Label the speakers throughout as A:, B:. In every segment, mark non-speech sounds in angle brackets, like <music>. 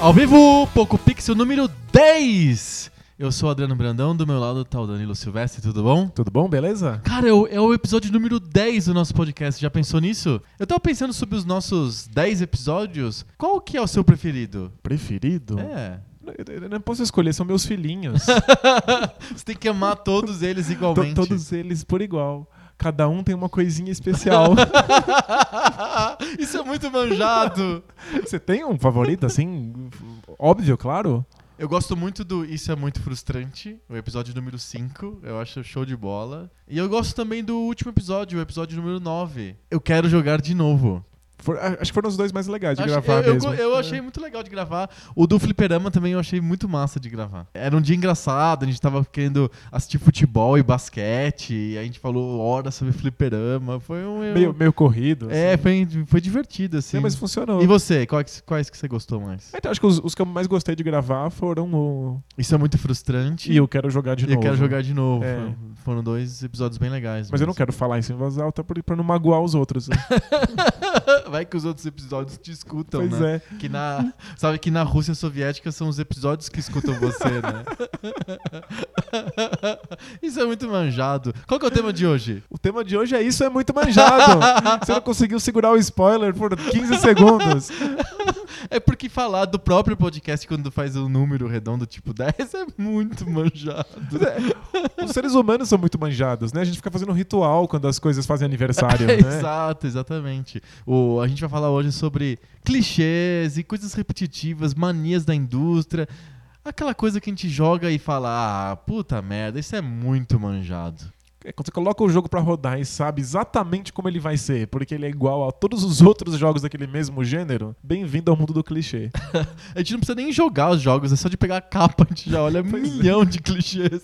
A: Ao vivo, Poco Pixel número 10. Eu sou o Adriano Brandão, do meu lado tá o Danilo Silvestre, tudo bom?
B: Tudo bom, beleza?
A: Cara, é o, é o episódio número 10 do nosso podcast, já pensou nisso? Eu tava pensando sobre os nossos 10 episódios, qual que é o seu preferido?
B: Preferido?
A: É,
B: Eu- Eu não posso escolher, são meus filhinhos.
A: você tem que amar todos eles
B: <laughs> To-
A: igualmente.
B: Todos eles por igual. Cada um tem uma
A: <laughs>
B: coisinha especial.
A: <laughs> Isso é muito manjado.
B: Você tem um favorito, assim? Óbvio, claro.
A: Eu gosto muito do Isso é Muito Frustrante, o episódio número 5. Eu acho show de bola. E eu gosto também do último episódio, o episódio número 9. Eu quero jogar de novo.
B: For- a- acho que foram os dois mais legais de
A: Acho-
B: gravar
A: eu, eu
B: mesmo.
A: go- eu achei muito legal de gravar. O do Fliperama também eu achei muito massa de gravar. Era um dia engraçado, a gente tava querendo assistir futebol e basquete. E a gente falou horas sobre Fliperama. Foi um.
B: Meio, meio corrido.
A: É,
B: assim.
A: foi, foi divertido, assim.
B: Não, mas funcionou.
A: E você, quais, quais que você gostou mais?
B: Então, acho que os, os que eu mais gostei de gravar foram o.
A: Isso é muito frustrante.
B: E eu quero jogar de
A: eu
B: novo.
A: quero jogar de novo.
B: É.
A: Foram- Foram dois episódios bem legais.
B: Mas eu não quero falar isso em voz alta por- pra não magoar
A: <laughs>
B: os outros. né?
A: quero. <laughs> Vai que os outros episódios te escutam,
B: pois
A: né?
B: é.
A: Que na, sabe que na Rússia Soviética são os episódios que escutam você, né? Isso é muito manjado. Qual que é o tema de hoje?
B: O tema de hoje é isso, é
A: <laughs>
B: muito manjado. Você não conseguiu segurar o spoiler por
A: <laughs>
B: 15 segundos.
A: É porque falar do próprio podcast quando faz um número redondo tipo 10 é muito manjado.
B: Os seres humanos são muito manjados, né? A gente fica fazendo um ritual quando as coisas fazem aniversário,
A: <laughs> É,
B: né?
A: Exato, exatamente. O, a gente vai falar hoje sobre clichês e coisas repetitivas, manias da indústria. Aquela coisa que a gente joga e fala, ah, puta merda, isso é muito manjado.
B: É quando você coloca o jogo pra rodar e sabe exatamente como ele vai ser, porque ele é igual a todos os outros jogos daquele mesmo gênero, bem-vindo ao mundo
A: <laughs>
B: do clichê.
A: A gente não precisa nem jogar os jogos, é só de pegar a capa, a gente já olha um
B: Pois é.
A: milhão de clichês.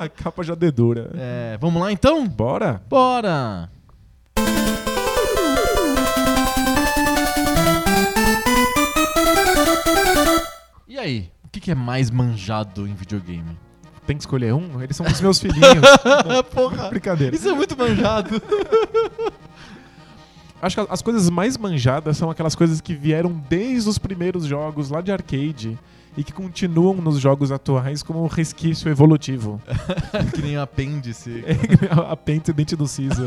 B: A capa já dedura.
A: É, vamos lá então?
B: Bora?
A: Bora! E aí, o que que é mais manjado em videogame?
B: Tem que escolher um? Eles são os
A: <laughs>
B: meus filhinhos.
A: Ah, porra!
B: Brincadeira.
A: Isso é muito manjado.
B: Acho que as coisas mais manjadas são aquelas coisas que vieram desde os primeiros jogos lá de arcade e que continuam nos jogos atuais como um resquício evolutivo. <laughs>
A: que nem apêndice.
B: a pente e o dente do siso.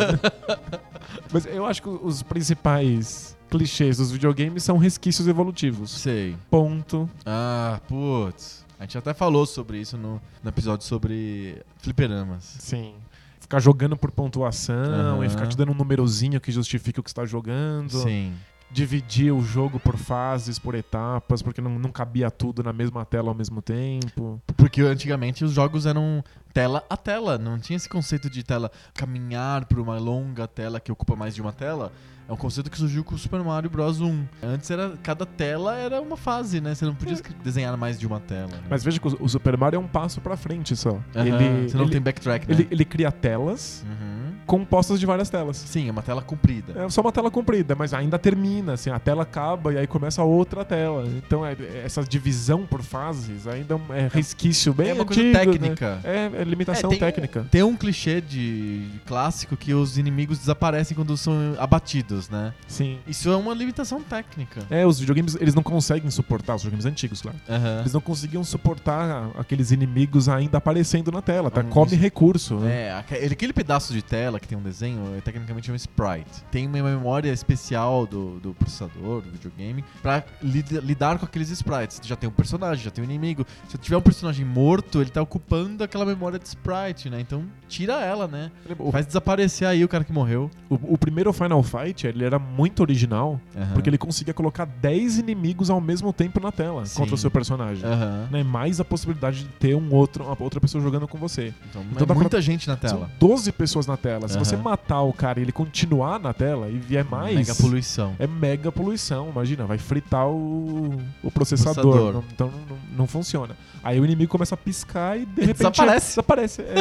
A: <laughs>
B: Mas eu acho que os principais clichês dos videogames são resquícios evolutivos.
A: Sei.
B: Ponto.
A: Ah, putz. A gente até falou sobre isso no, no episódio sobre fliperamas.
B: Sim. Ficar jogando por pontuação
A: Aham.
B: e ficar te dando um numerozinho que justifica o que você está jogando.
A: Sim.
B: Dividir o jogo por fases, por etapas, porque não, não cabia tudo na mesma tela ao mesmo tempo.
A: Porque antigamente os jogos eram tela a tela, não tinha esse conceito de tela caminhar por uma longa tela que ocupa mais de uma tela. É um conceito que surgiu com o Super Mario Bros 1. Antes era cada tela era uma fase, né? Você não podia escre- desenhar mais de uma tela. né?
B: É. Mas veja que o o Super Mario é um passo pra frente só.
A: Aham,
B: Ele,
A: você não
B: ele-
A: tem backtrack, né?
B: ele- ele cria telas
A: Uhum.
B: compostas de várias telas.
A: Sim, é uma tela comprida.
B: É só uma tela comprida, mas ainda termina, assim, a tela acaba e aí começa outra tela. Então é- é essa divisão por fases ainda é um- é resquício bem
A: é uma coisa
B: antigo, né?
A: técnica.
B: É, é limitação
A: É, tem-
B: técnica.
A: Tem um clichê de clássico que os inimigos desaparecem quando são abatidos, né?
B: Sim.
A: Isso é uma limitação técnica.
B: É, os videogames, eles não conseguem suportar, os videogames antigos, claro.
A: Aham.
B: Eles não conseguiam suportar aqueles inimigos ainda aparecendo na tela, tá?
A: Hum,
B: Come
A: isso-
B: recurso, né?
A: É, aque- ele- aquele pedaço de tela que tem um desenho é tecnicamente um sprite. Tem uma memória especial do, do processador, do videogame, pra lid- lidar com aqueles sprites. Já tem um personagem, já tem um inimigo. Se tiver um personagem morto, ele tá ocupando aquela memória de sprite, né? Então tira ela, né?
B: O,
A: Faz desaparecer aí o cara que morreu.
B: o- o primeiro Final Fight, ele era muito original,
A: Aham.
B: porque ele conseguia colocar 10 inimigos ao mesmo tempo na tela
A: Sim. É.
B: contra o seu personagem.
A: Aham.
B: né, mais a possibilidade de ter um outro, uma outra pessoa jogando com você.
A: Então,
B: Então
A: é
B: dá pra-
A: muita gente na tela.
B: São 12 pessoas na tela. Se
A: Aham.
B: você matar o cara e ele continuar na tela e vier mais.
A: Mega poluição.
B: É mega poluição, imagina, vai fritar o, o processador.
A: Processador.
B: Não- então não, não funciona. Aí o inimigo começa a piscar e de repente.
A: Desaparece.
B: Desaparece. é.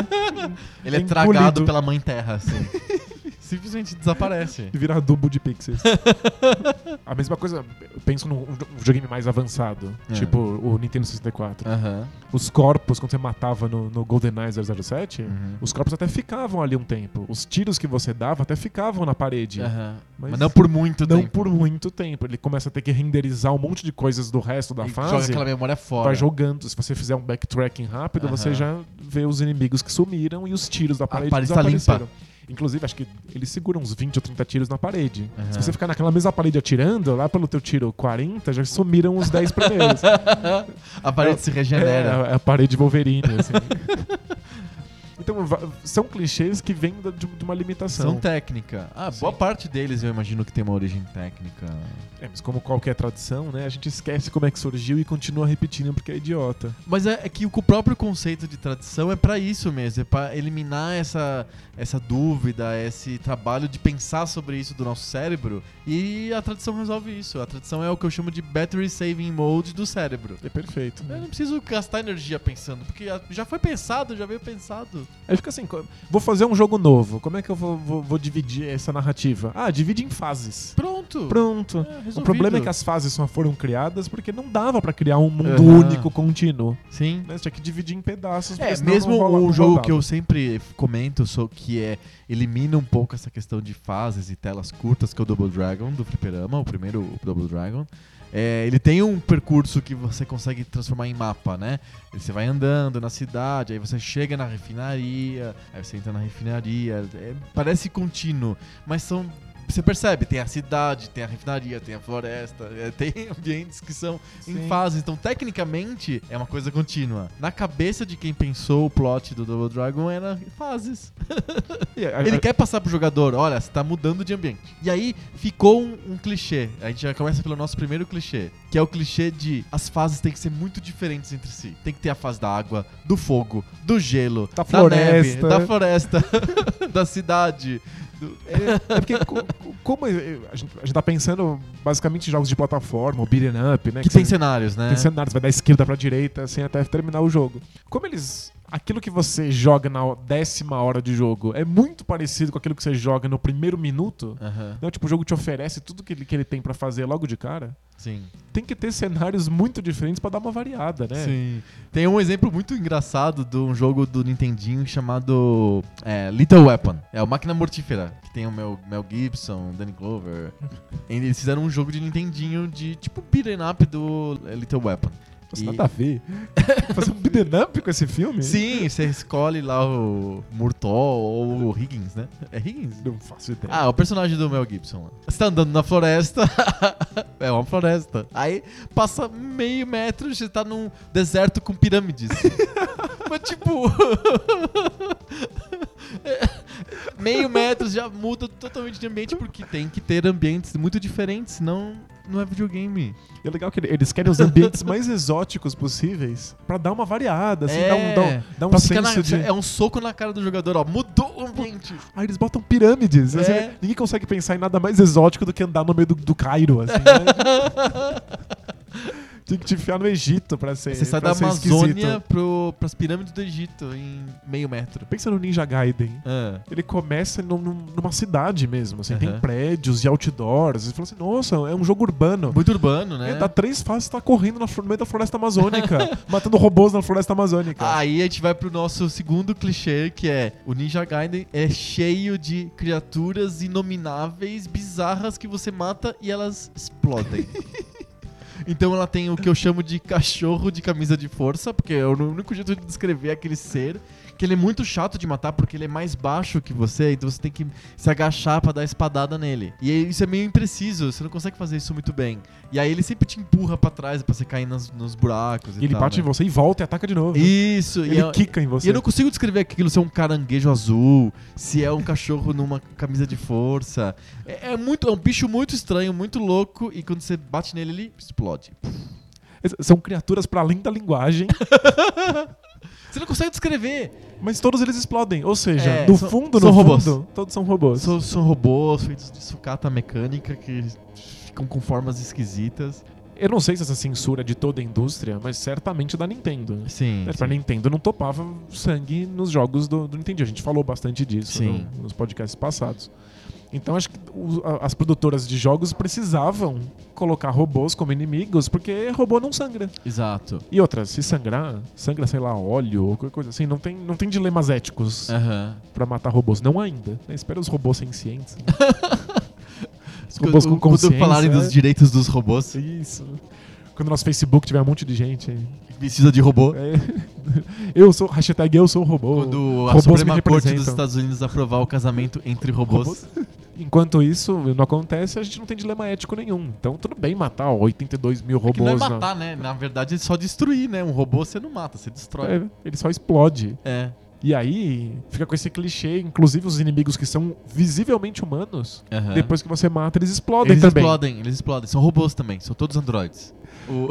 A: Ele é
B: Engolido. <laughs>
A: tragado pela mãe terra, assim. simplesmente desaparece.
B: E vira adubo
A: <laughs>
B: de pixels. a mesma coisa, eu penso num jo- um videogame mais avançado,
A: É.
B: tipo o Nintendo 64.
A: Aham.
B: Os corpos, quando você matava no, no GoldenEye 007,
A: Uhum.
B: os corpos até ficavam ali um tempo. Os tiros que você dava até ficavam na parede.
A: Aham. Mas,
B: Mas
A: não por muito
B: Não
A: tempo.
B: por muito tempo. Ele começa a ter que renderizar um monte de coisas do resto da
A: E Joga
B: fase.
A: aquela memória fora.
B: Vai jogando. Se você fizer um backtracking rápido,
A: Aham.
B: você já vê os inimigos que sumiram e os tiros da parede
A: parede tá limpa.
B: desapareceram. Inclusive, acho que eles seguram uns 20 ou 30 tiros na parede.
A: Aham.
B: Se você ficar naquela mesma parede atirando, lá pelo teu tiro 40, já sumiram os
A: <laughs>
B: 10 primeiros.
A: A parede se regenera.
B: É, é a parede Wolverine, assim. <laughs> Então, va- são clichês que vêm da- de, de uma limitação.
A: São técnica. Ah, boa
B: é. Sim.
A: parte deles eu imagino que tem uma origem técnica.
B: É, mas como qualquer tradição, né? A gente esquece como é que surgiu e continua repetindo porque é idiota.
A: Mas é, é que o próprio conceito de tradição é pra isso mesmo, é pra eliminar essa, essa dúvida, esse trabalho de pensar sobre isso do nosso cérebro. E a tradição resolve isso. A tradição é o que eu chamo de battery saving mode do cérebro.
B: É perfeito.
A: Eu
B: né?
A: não preciso gastar energia pensando, porque a- já foi pensado, já veio pensado.
B: Aí fica assim, co- vou fazer um jogo novo. Como é que eu vou, vou- vou dividir essa narrativa? Ah, divide em fases.
A: Pronto.
B: Pronto.
A: É, resolvido.
B: O problema é que as fases só foram criadas porque não dava pra criar um mundo
A: Aham.
B: único contínuo.
A: Sim.
B: Né? Você tinha que dividir em pedaços. porque
A: É,
B: senão
A: mesmo
B: não rola-
A: o
B: não
A: jogo
B: rodava.
A: que eu sempre comento, sou, que é elimina um pouco essa questão de fases e telas curtas, que é o Double Dragon do Fliperama, o primeiro Double Dragon. É, ele tem um percurso que você consegue transformar em mapa, né? Você vai andando na cidade, aí você chega na refinaria, aí você entra na refinaria. é, parece contínuo, mas são. Você percebe, tem a cidade, tem a refinaria, tem a floresta, é, tem <laughs> ambientes que são em
B: Sim.
A: fases. Então, tecnicamente, é uma coisa contínua. Na cabeça de quem pensou o plot do Double Dragon era fases.
B: E a-
A: Ele
B: a-
A: quer passar pro jogador, olha, você tá mudando de ambiente. E aí ficou um, um clichê. A gente já começa pelo nosso primeiro clichê, que é o clichê de as fases têm que ser muito diferentes entre si. Tem que ter a fase da água, do fogo, do gelo,
B: Da
A: neve,
B: floresta.
A: da floresta, <laughs> da cidade.
B: É, é porque co- co- como eu- a gente, a gente tá pensando basicamente em jogos de plataforma, o beat'em up, né?
A: Que
B: você-
A: tem cenários, né?
B: Tem cenários, vai da esquerda pra direita, assim, até terminar o jogo. Como eles. Aquilo que você joga na ho- décima hora de jogo é muito parecido com aquilo que você joga no primeiro minuto.
A: Aham,
B: Então, tipo, o jogo te oferece tudo que ele, que ele tem pra fazer logo de cara.
A: sim.
B: Tem que ter cenários muito diferentes pra dar uma variada, né?
A: Sim. Tem um exemplo muito engraçado de um jogo do Nintendinho chamado é, Little Weapon. É o Máquina Mortífera, que tem o Mel, Mel Gibson, o Danny Glover. E Eles fizeram um jogo de Nintendinho de tipo beat'em up do é, Little Weapon.
B: Nossa,
A: E-
B: nada
A: <laughs>
B: a ver. Fazer um beat'em up com esse filme?
A: Sim, você escolhe lá o Murtaugh ou o Higgins, né? É Higgins?
B: Não faço ideia.
A: Ah, o personagem do Mel Gibson. lá. Você tá andando na floresta. <laughs> é uma floresta. Aí passa meio metro, você tá num deserto com
B: <laughs>
A: pirâmides. Mas tipo. <laughs> é, meio metro já muda totalmente de ambiente, porque tem que ter ambientes muito diferentes, senão não é videogame.
B: E É legal que ele- eles querem os ambientes mais exóticos possíveis pra dar uma variada, assim,
A: É,
B: dar um, dar um, dar um
A: pra ficar
B: senso
A: na-
B: de...
A: É um soco na cara do jogador, ó. Mudou o ambiente.
B: Aí eles botam pirâmides.
A: É.
B: assim, ninguém consegue pensar em nada mais exótico do que andar no meio do, do Cairo, assim, né?
A: <laughs>
B: Tinha que te enfiar no Egito pra ser
A: Você sai da
B: pra ser
A: Amazônia
B: esquisito.
A: pro, pras pirâmides do Egito em meio metro.
B: Pensa no Ninja Gaiden.
A: Ah.
B: Ele começa num- num- numa cidade mesmo, assim,
A: Aham.
B: tem prédios e outdoors. Você fala assim, nossa, é um jogo urbano.
A: Muito urbano, né?
B: É, dá três fases, tá correndo na, flor- no meio da
A: <laughs>
B: floresta amazônica, matando robôs na floresta amazônica.
A: Aí a gente vai pro nosso segundo clichê, que é o Ninja Gaiden é cheio de criaturas inomináveis, bizarras, que você mata e elas
B: <laughs>
A: explodem. Então ela tem o que eu chamo de cachorro de camisa de força, porque é o único jeito de descrever aquele ser, que ele é muito chato de matar porque ele é mais baixo que você, então você tem que se agachar pra dar espadada nele. E aí isso é meio impreciso, você não consegue fazer isso muito bem. E aí ele sempre te empurra pra trás pra você cair nas- nos buracos e
B: ele
A: tal,
B: bate
A: né?
B: em você e volta e ataca de novo.
A: Isso,
B: ele
A: e, eu,
B: quica em
A: e
B: você.
A: eu não consigo descrever aquilo se é um caranguejo azul, se é um cachorro numa camisa de força. É, é muito, é um bicho muito estranho, muito louco, e quando você bate nele, ele explode.
B: São criaturas pra além da
A: <laughs>
B: linguagem.
A: Você não consegue descrever.
B: Mas todos eles explodem. Ou seja,
A: É,
B: no
A: são-
B: fundo,
A: são
B: no
A: robôs.
B: fundo, todos são robôs.
A: São, são robôs feitos de sucata mecânica que ficam com formas esquisitas.
B: Eu não sei se essa censura é de toda a indústria, mas certamente da Nintendo.
A: Sim.
B: É, pra Nintendo não topava sangue nos jogos do, do Nintendo. A gente falou bastante disso
A: Sim.
B: no- nos podcasts passados. Então acho que o- a- as produtoras de jogos precisavam colocar robôs como inimigos, porque robô não sangra.
A: Exato.
B: E outra, se sangrar, sangra, sei lá, óleo ou qualquer coisa assim. Não tem, não tem dilemas éticos pra
A: Aham.
B: matar robôs. Não ainda. né? Espera os robôs sencientes.
A: <laughs>
B: Os
A: Quando-
B: robôs com
A: Quando
B: consciência. né? é.
A: falarem dos direitos dos robôs,
B: Isso. Quando nosso Facebook tiver um monte de gente.
A: precisa de robô.
B: é, <laughs> eu sou. Hashtag eu sou o robô.
A: Quando a
B: robôs me
A: Suprema Corte dos
B: representam.
A: Estados Unidos aprovar o casamento entre robôs.
B: Enquanto isso não acontece, a gente não tem dilema ético nenhum. Então tudo bem matar ó, 82 mil
A: Que não é
B: robôs. na-
A: matar, né? Na verdade é só destruir, né? Um robô você não mata, você destrói.
B: É, ele só explode.
A: É.
B: E aí fica com esse clichê, inclusive os inimigos que são visivelmente humanos,
A: É, Aham.
B: depois que você mata, eles explodem
A: Eles
B: também.
A: explodem, eles explodem. São robôs também, são todos androides.
B: <laughs>
A: O-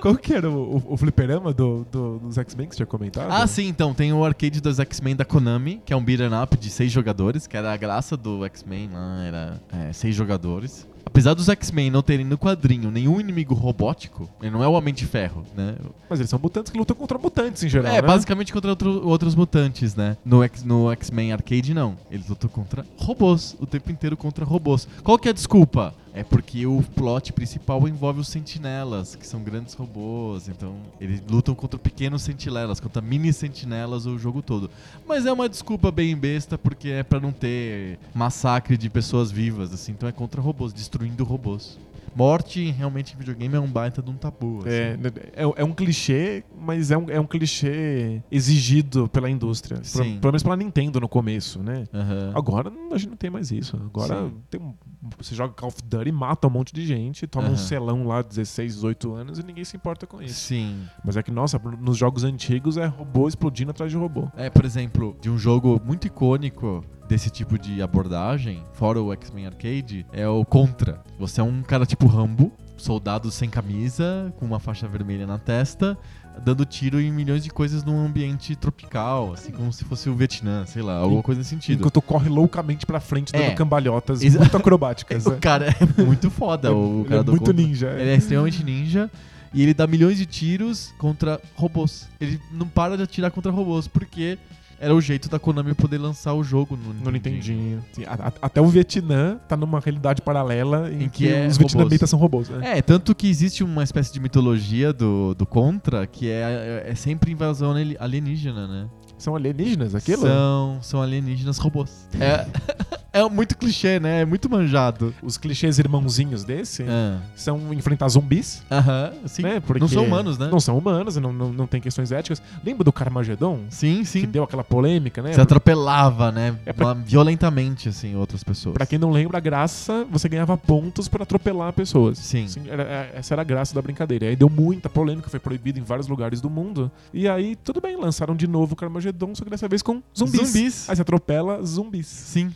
B: Qual que era o, o, o fliperama do, do- dos X-Men que você tinha comentado?
A: Ah, sim, então, tem o arcade dos X-Men da Konami, que é um beat'em up de seis jogadores, que era a graça do X-Men lá, era é, seis jogadores. Apesar dos X-Men não terem no quadrinho nenhum inimigo robótico, ele não é o Homem de Ferro, né?
B: Mas eles são mutantes que lutam contra mutantes em geral.
A: É,
B: né?
A: basicamente contra outro- outros mutantes, né? No, X- no X-Men Arcade, não. Eles lutam contra robôs, o tempo inteiro contra robôs. Qual que é a desculpa? É porque o plot principal envolve os sentinelas, que são grandes robôs. Então, eles lutam contra pequenos sentinelas, contra mini sentinelas o jogo todo. Mas é uma desculpa bem besta, porque é pra não ter massacre de pessoas vivas, assim. Então é contra robôs, destruindo robôs. Morte, realmente, em videogame é um baita de um tabu. assim.
B: É, é, é um clichê, mas é um, é um clichê exigido pela indústria. Pelo-
A: Sim.
B: pelo menos pela Nintendo no começo, né?
A: Aham.
B: Agora não- a gente não tem mais isso. Agora
A: Sim.
B: tem um, você joga Call of Duty, mata um monte de gente, toma
A: Aham.
B: um selão lá, 16, 18 anos, e ninguém se importa com isso.
A: Sim.
B: Mas é que, nossa, nos jogos antigos é robô explodindo atrás de robô.
A: É, por exemplo, de um jogo muito icônico desse tipo de abordagem, fora o X-Men Arcade, é o Contra. Você é um cara tipo Rambo, soldado sem camisa, com uma faixa vermelha na testa, dando tiro em milhões de coisas num ambiente tropical, assim como se fosse o Vietnã, sei lá, alguma coisa nesse sentido.
B: Enquanto corre loucamente pra frente, dando
A: É.
B: cambalhotas
A: Exa-
B: muito acrobáticas.
A: O cara <laughs> é muito foda, o
B: Ele
A: cara
B: é
A: do
B: muito
A: Contra.
B: ninja.
A: Ele é extremamente ninja e ele dá milhões de tiros contra robôs. Ele não para de atirar contra robôs, porque era o jeito da Konami poder lançar o jogo no
B: No
A: Nintendinho.
B: Nintendinho. Sim, a- a- até o Vietnã tá numa realidade paralela em,
A: Em que
B: que,
A: é
B: os
A: robôs.
B: vietnamitas são robôs. né?
A: É, tanto que existe uma espécie de mitologia do, do Contra que é, é sempre invasão ali- alienígena, né?
B: São alienígenas aquilo?
A: São, são alienígenas robôs. É, <laughs> é muito clichê, né? É muito manjado.
B: Os clichês irmãozinhos desse
A: Ah,
B: são enfrentar zumbis.
A: Aham, sim.
B: né? Porque
A: Não são humanos, né?
B: Não são humanos, não, não, não tem questões éticas. Lembra do Carmageddon?
A: Sim,
B: Que
A: sim.
B: deu aquela polêmica, né?
A: Se atropelava, né?
B: É pra-
A: Ma- Violentamente, assim, outras pessoas.
B: Pra quem não lembra, a graça, você ganhava pontos por atropelar pessoas.
A: Sim.
B: era- é- essa era a graça da brincadeira. E aí deu muita polêmica, foi proibido em vários lugares do mundo. E aí, tudo bem, lançaram de novo o Carmageddon, só que dessa vez com zumbis.
A: Zumbis.
B: Aí você atropela zumbis.
A: Sim,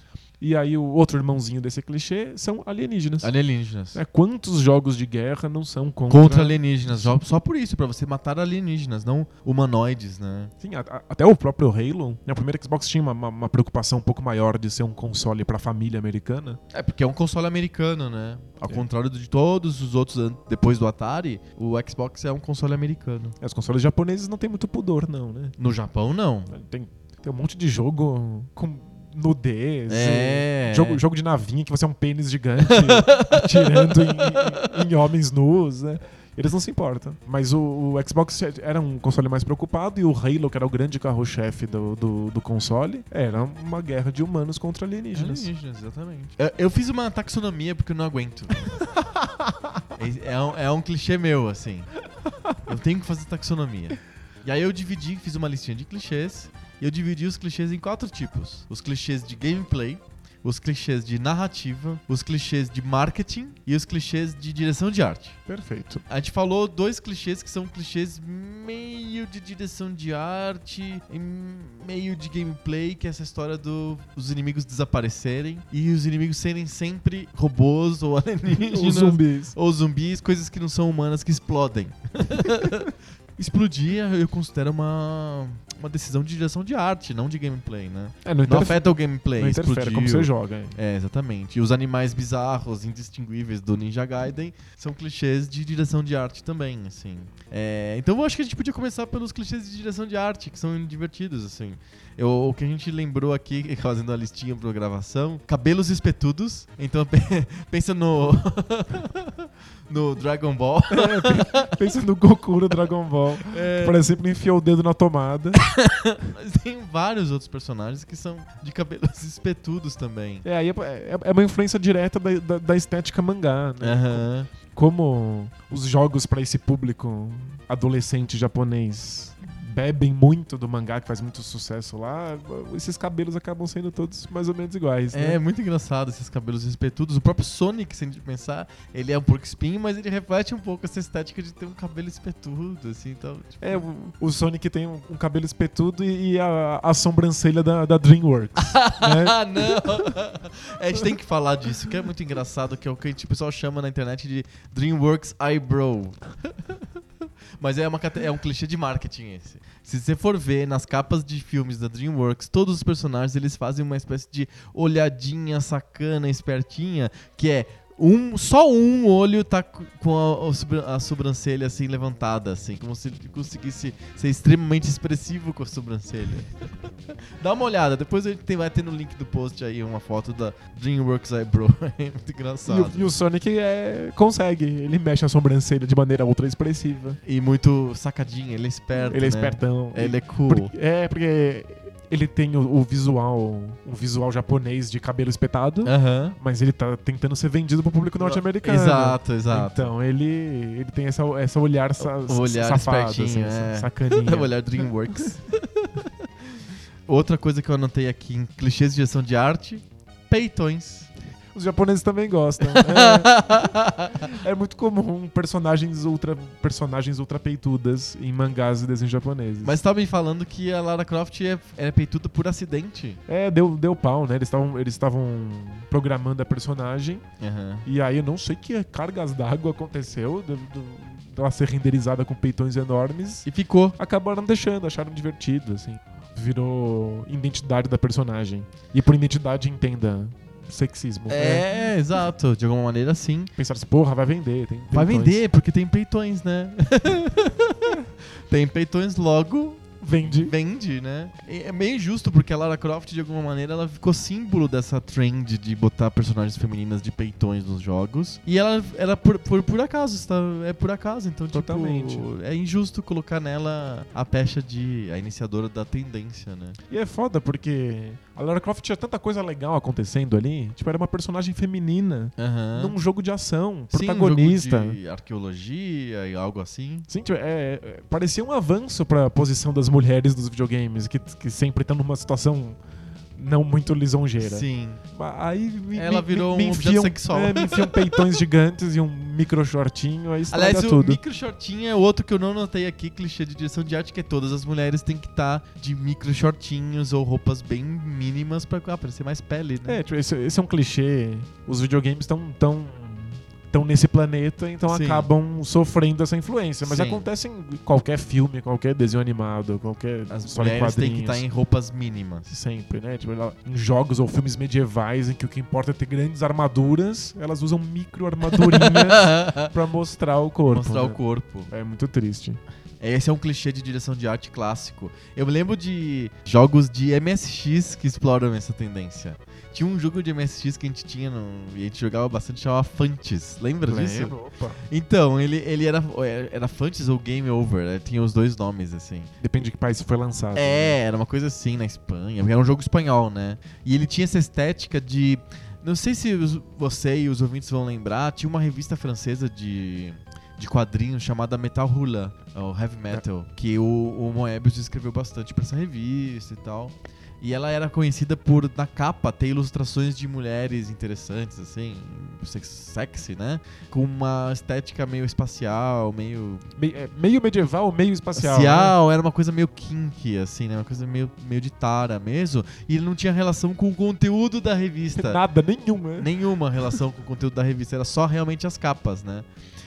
B: E aí o outro irmãozinho desse clichê são alienígenas.
A: alienígenas.
B: É, quantos jogos de guerra não são contra...
A: Contra alienígenas, só, só por isso, pra você matar alienígenas, não humanoides, né?
B: Sim, a- a- até o próprio Halo, né, o primeiro Xbox tinha uma, uma- uma preocupação um pouco maior de ser um console pra família americana.
A: É, porque é um console americano, né? Ao
B: É.
A: contrário de todos os outros an- depois do Atari, o Xbox é um console americano.
B: É, Os consoles japoneses não tem muito pudor, não, né?
A: No Japão, não.
B: Tem, tem um monte de jogo com nudez.
A: É.
B: e Jogo, jogo de navinha que você é um pênis gigante <laughs> atirando em, em homens nus, né? Eles não se importam. Mas o, o Xbox era um console mais preocupado e o Halo, que era o grande carro-chefe do, do, do console, era uma guerra de humanos contra alienígenas.
A: Alienígenas, exatamente. Eu, eu fiz uma taxonomia porque eu não <laughs> aguento. é, é um, é um clichê meu, assim. Eu tenho que fazer taxonomia. E aí eu dividi, fiz uma listinha de clichês, e eu dividi os clichês em quatro tipos: os clichês de gameplay. Os clichês de narrativa, os clichês de marketing e os clichês de direção de arte.
B: Perfeito.
A: A gente falou dois clichês que são clichês meio de direção de arte, e meio de gameplay, que é essa história dos inimigos desaparecerem e os inimigos serem sempre robôs ou <laughs>
B: Os
A: alienígenas
B: zumbis.
A: ou zumbis, coisas que não
B: <laughs>
A: são humanas que explodem. Explodir eu considero uma uma decisão de direção de arte, não de gameplay, né?
B: É, não
A: Não
B: interfere,
A: afeta o gameplay,
B: não interfere
A: explodiu.
B: como você joga. <laughs> é.
A: É, exatamente. E os animais bizarros, indistinguíveis do Ninja Gaiden são clichês de direção de arte também, assim. É, então eu acho que a gente podia começar pelos clichês de direção de arte, que são divertidos, assim. Eu- o que a gente lembrou aqui, <laughs> fazendo a listinha pra gravação, cabelos espetudos. Então <laughs> pe- pensa no... <laughs> no Dragon Ball.
B: É, Pensa no Goku no
A: <laughs>
B: Dragon Ball.
A: É.
B: que, Por exemplo, enfiou o dedo na tomada.
A: Mas tem vários outros personagens que são de cabelos <laughs> espetudos também.
B: É, aí é, é- é uma influência direta da, da- da estética mangá, né?
A: Aham.
B: Como os jogos pra esse público adolescente japonês bebem muito do mangá, que faz muito sucesso lá, esses cabelos acabam sendo todos mais ou menos iguais, né?
A: É muito engraçado esses cabelos espetudos. O próprio Sonic, se a gente pensar, ele é um porco espinho, mas ele reflete um pouco essa estética de ter um cabelo espetudo, assim, então. tipo,
B: É, o, o Sonic tem um, um cabelo espetudo e, e a, a sobrancelha da, da DreamWorks.
A: <laughs>
B: né?
A: Ah, não! <laughs> É, a gente tem que falar disso, que é muito engraçado, que é o que o pessoal chama na internet de DreamWorks Eyebrow. <laughs> Mas é, uma, cate- é um clichê de marketing esse. Se você for ver nas capas de filmes da DreamWorks, todos os personagens eles fazem uma espécie de olhadinha sacana, espertinha, que é um, só um olho tá c- com a, o sobra- a sobrancelha assim levantada, assim, como se ele conseguisse ser extremamente expressivo com a sobrancelha. <laughs> Dá uma olhada, depois a gente tem- vai ter no link do post aí uma foto da DreamWorks Eyebrow. <laughs> É muito
B: E
A: engraçado.
B: o, e o Sonic é, consegue, ele mexe a sobrancelha de maneira ultra expressiva.
A: E muito sacadinho, ele é esperto.
B: ele é
A: né?
B: espertão.
A: Ele é cool.
B: Por- é, porque ele tem o, o visual, o visual japonês de cabelo espetado,
A: Aham.
B: mas ele tá tentando ser vendido pro público norte-americano.
A: Exato, exato.
B: Então, ele, ele tem essa, essa olhar, sa,
A: O olhar
B: safado,
A: espertinho,
B: assim,
A: é. <laughs>
B: sacaninha.
A: Olhar DreamWorks. Outra coisa que eu anotei aqui em clichês de direção de arte, peitões.
B: Os japoneses também gostam.
A: <laughs>
B: É, é muito comum personagens ultra, personagens ultra peitudas em mangás e desenhos japoneses.
A: Mas tava me falando que a Lara Croft é, é peituda por acidente.
B: É, deu, deu pau, né? Eles estavam eles estavam programando a personagem E aí eu não sei que cargas d'água aconteceu, do- do- dela ser renderizada com peitões enormes.
A: E ficou.
B: Acabaram deixando, acharam divertido, assim. Virou identidade da personagem. E por identidade entenda sexismo. né?
A: É, exato. De alguma maneira, sim.
B: Pensaram assim, porra, vai vender. Tem
A: Vai
B: peitões.
A: vender, porque tem peitões, né? <laughs> tem peitões logo,
B: Vende.
A: vende, né? E é meio injusto, porque a Lara Croft, de alguma maneira, ela ficou símbolo dessa trend de botar personagens femininas de peitões nos jogos. E ela era por, por, por acaso, tá? é por acaso, então, tipo,
B: Totalmente.
A: é injusto colocar nela a pecha de a iniciadora da tendência, né?
B: E é foda, porque a Lara Croft tinha tanta coisa legal acontecendo ali. Tipo, era uma personagem feminina.
A: Aham.
B: Num jogo de ação,
A: Ah. Sim, um
B: protagonista.
A: jogo de arqueologia e algo assim.
B: Sim, tipo, é, é, parecia um avanço pra posição das mulheres dos videogames, que, que sempre estão numa situação não muito lisonjeira.
A: Sim.
B: Mas Aí me,
A: Ela
B: me-
A: virou
B: me
A: um objeto
B: enfiam-
A: sexual.
B: É, me enfiam peitões gigantes e um micro shortinho, aí estraga
A: Aliás, o
B: tudo.
A: micro shortinho é outro que eu não notei aqui, clichê de direção de arte, que é todas as mulheres têm que estar de micro shortinhos ou roupas bem mínimas pra ah, parecer mais pele, né?
B: É, tipo, esse, esse é um clichê. Os videogames estão tão, tão nesse planeta, então
A: Sim.
B: acabam sofrendo essa influência. Mas
A: Sim.
B: acontece em qualquer filme, qualquer desenho animado, qualquer
A: As
B: história em
A: mulheres têm que estar
B: quadrinhos.
A: em roupas mínimas.
B: Sempre, né? Tipo, ela- em jogos ou filmes medievais em que o que importa é ter grandes armaduras, elas usam micro
A: <laughs>
B: armadurinhas pra mostrar o corpo.
A: Mostrar
B: né?
A: o corpo.
B: É muito triste.
A: Esse é um clichê de direção de arte clássico. Eu me lembro de jogos de MSX que exploram essa tendência. Tinha um jogo de MSX que a gente tinha no- e a gente jogava bastante, chamava Fantes. Lembra disso?
B: Opa.
A: Então, ele, ele era, é, era Fantes ou Game Over, né? tinha os dois nomes, assim.
B: Depende de que país foi lançado. né?
A: É, era uma coisa assim na Espanha, porque era um jogo espanhol, né? E ele tinha essa estética de. Não sei se os- você e os ouvintes vão lembrar, tinha uma revista francesa de, de quadrinhos chamada Metal Hula, ou Heavy Metal, que o, o Moebius escreveu bastante pra essa revista e tal. E ela era conhecida por, na capa, ter ilustrações de mulheres interessantes, assim, sex- sexy, né? Com uma estética meio espacial, meio
B: Me- é, meio medieval, meio espacial. né?
A: social, era uma coisa meio kinky, assim, né? Uma coisa meio, meio de tara mesmo. E ele não tinha relação com o conteúdo da revista.
B: <laughs> Nada, nenhum, né?
A: Nenhuma relação com o conteúdo da revista, era só realmente as capas, né?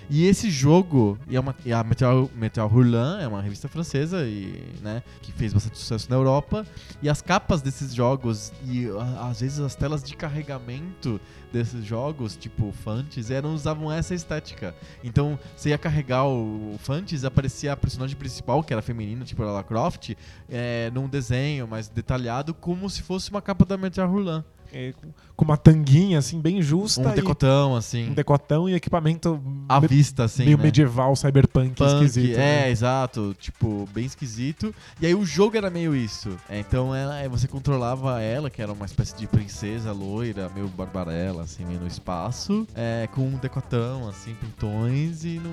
A: E esse jogo, e, é uma, e a Metal, Metal Hurlan é uma revista francesa e, né, que fez bastante sucesso na Europa. E as capas desses jogos e a- às vezes as telas de carregamento desses jogos, tipo Fantes, eram, usavam essa estética. Então você ia carregar o, o Fantes e aparecia a personagem principal, que era feminina, tipo a Lara Croft, é, num desenho mais detalhado, como se fosse uma capa da Metal Hurlan.
B: É, com- com uma tanguinha, assim, bem justa.
A: Um
B: e-
A: decotão, assim.
B: um decotão e equipamento
A: à
B: me-
A: vista, assim.
B: meio
A: né?
B: medieval, cyberpunk,
A: Punk,
B: esquisito.
A: é,
B: né?
A: exato, tipo, bem esquisito. E aí o jogo era meio isso. É, então ela, é, você controlava ela, que era uma espécie de princesa loira, meio barbarela, assim, meio no espaço, é, com um decotão, assim, pintões e no,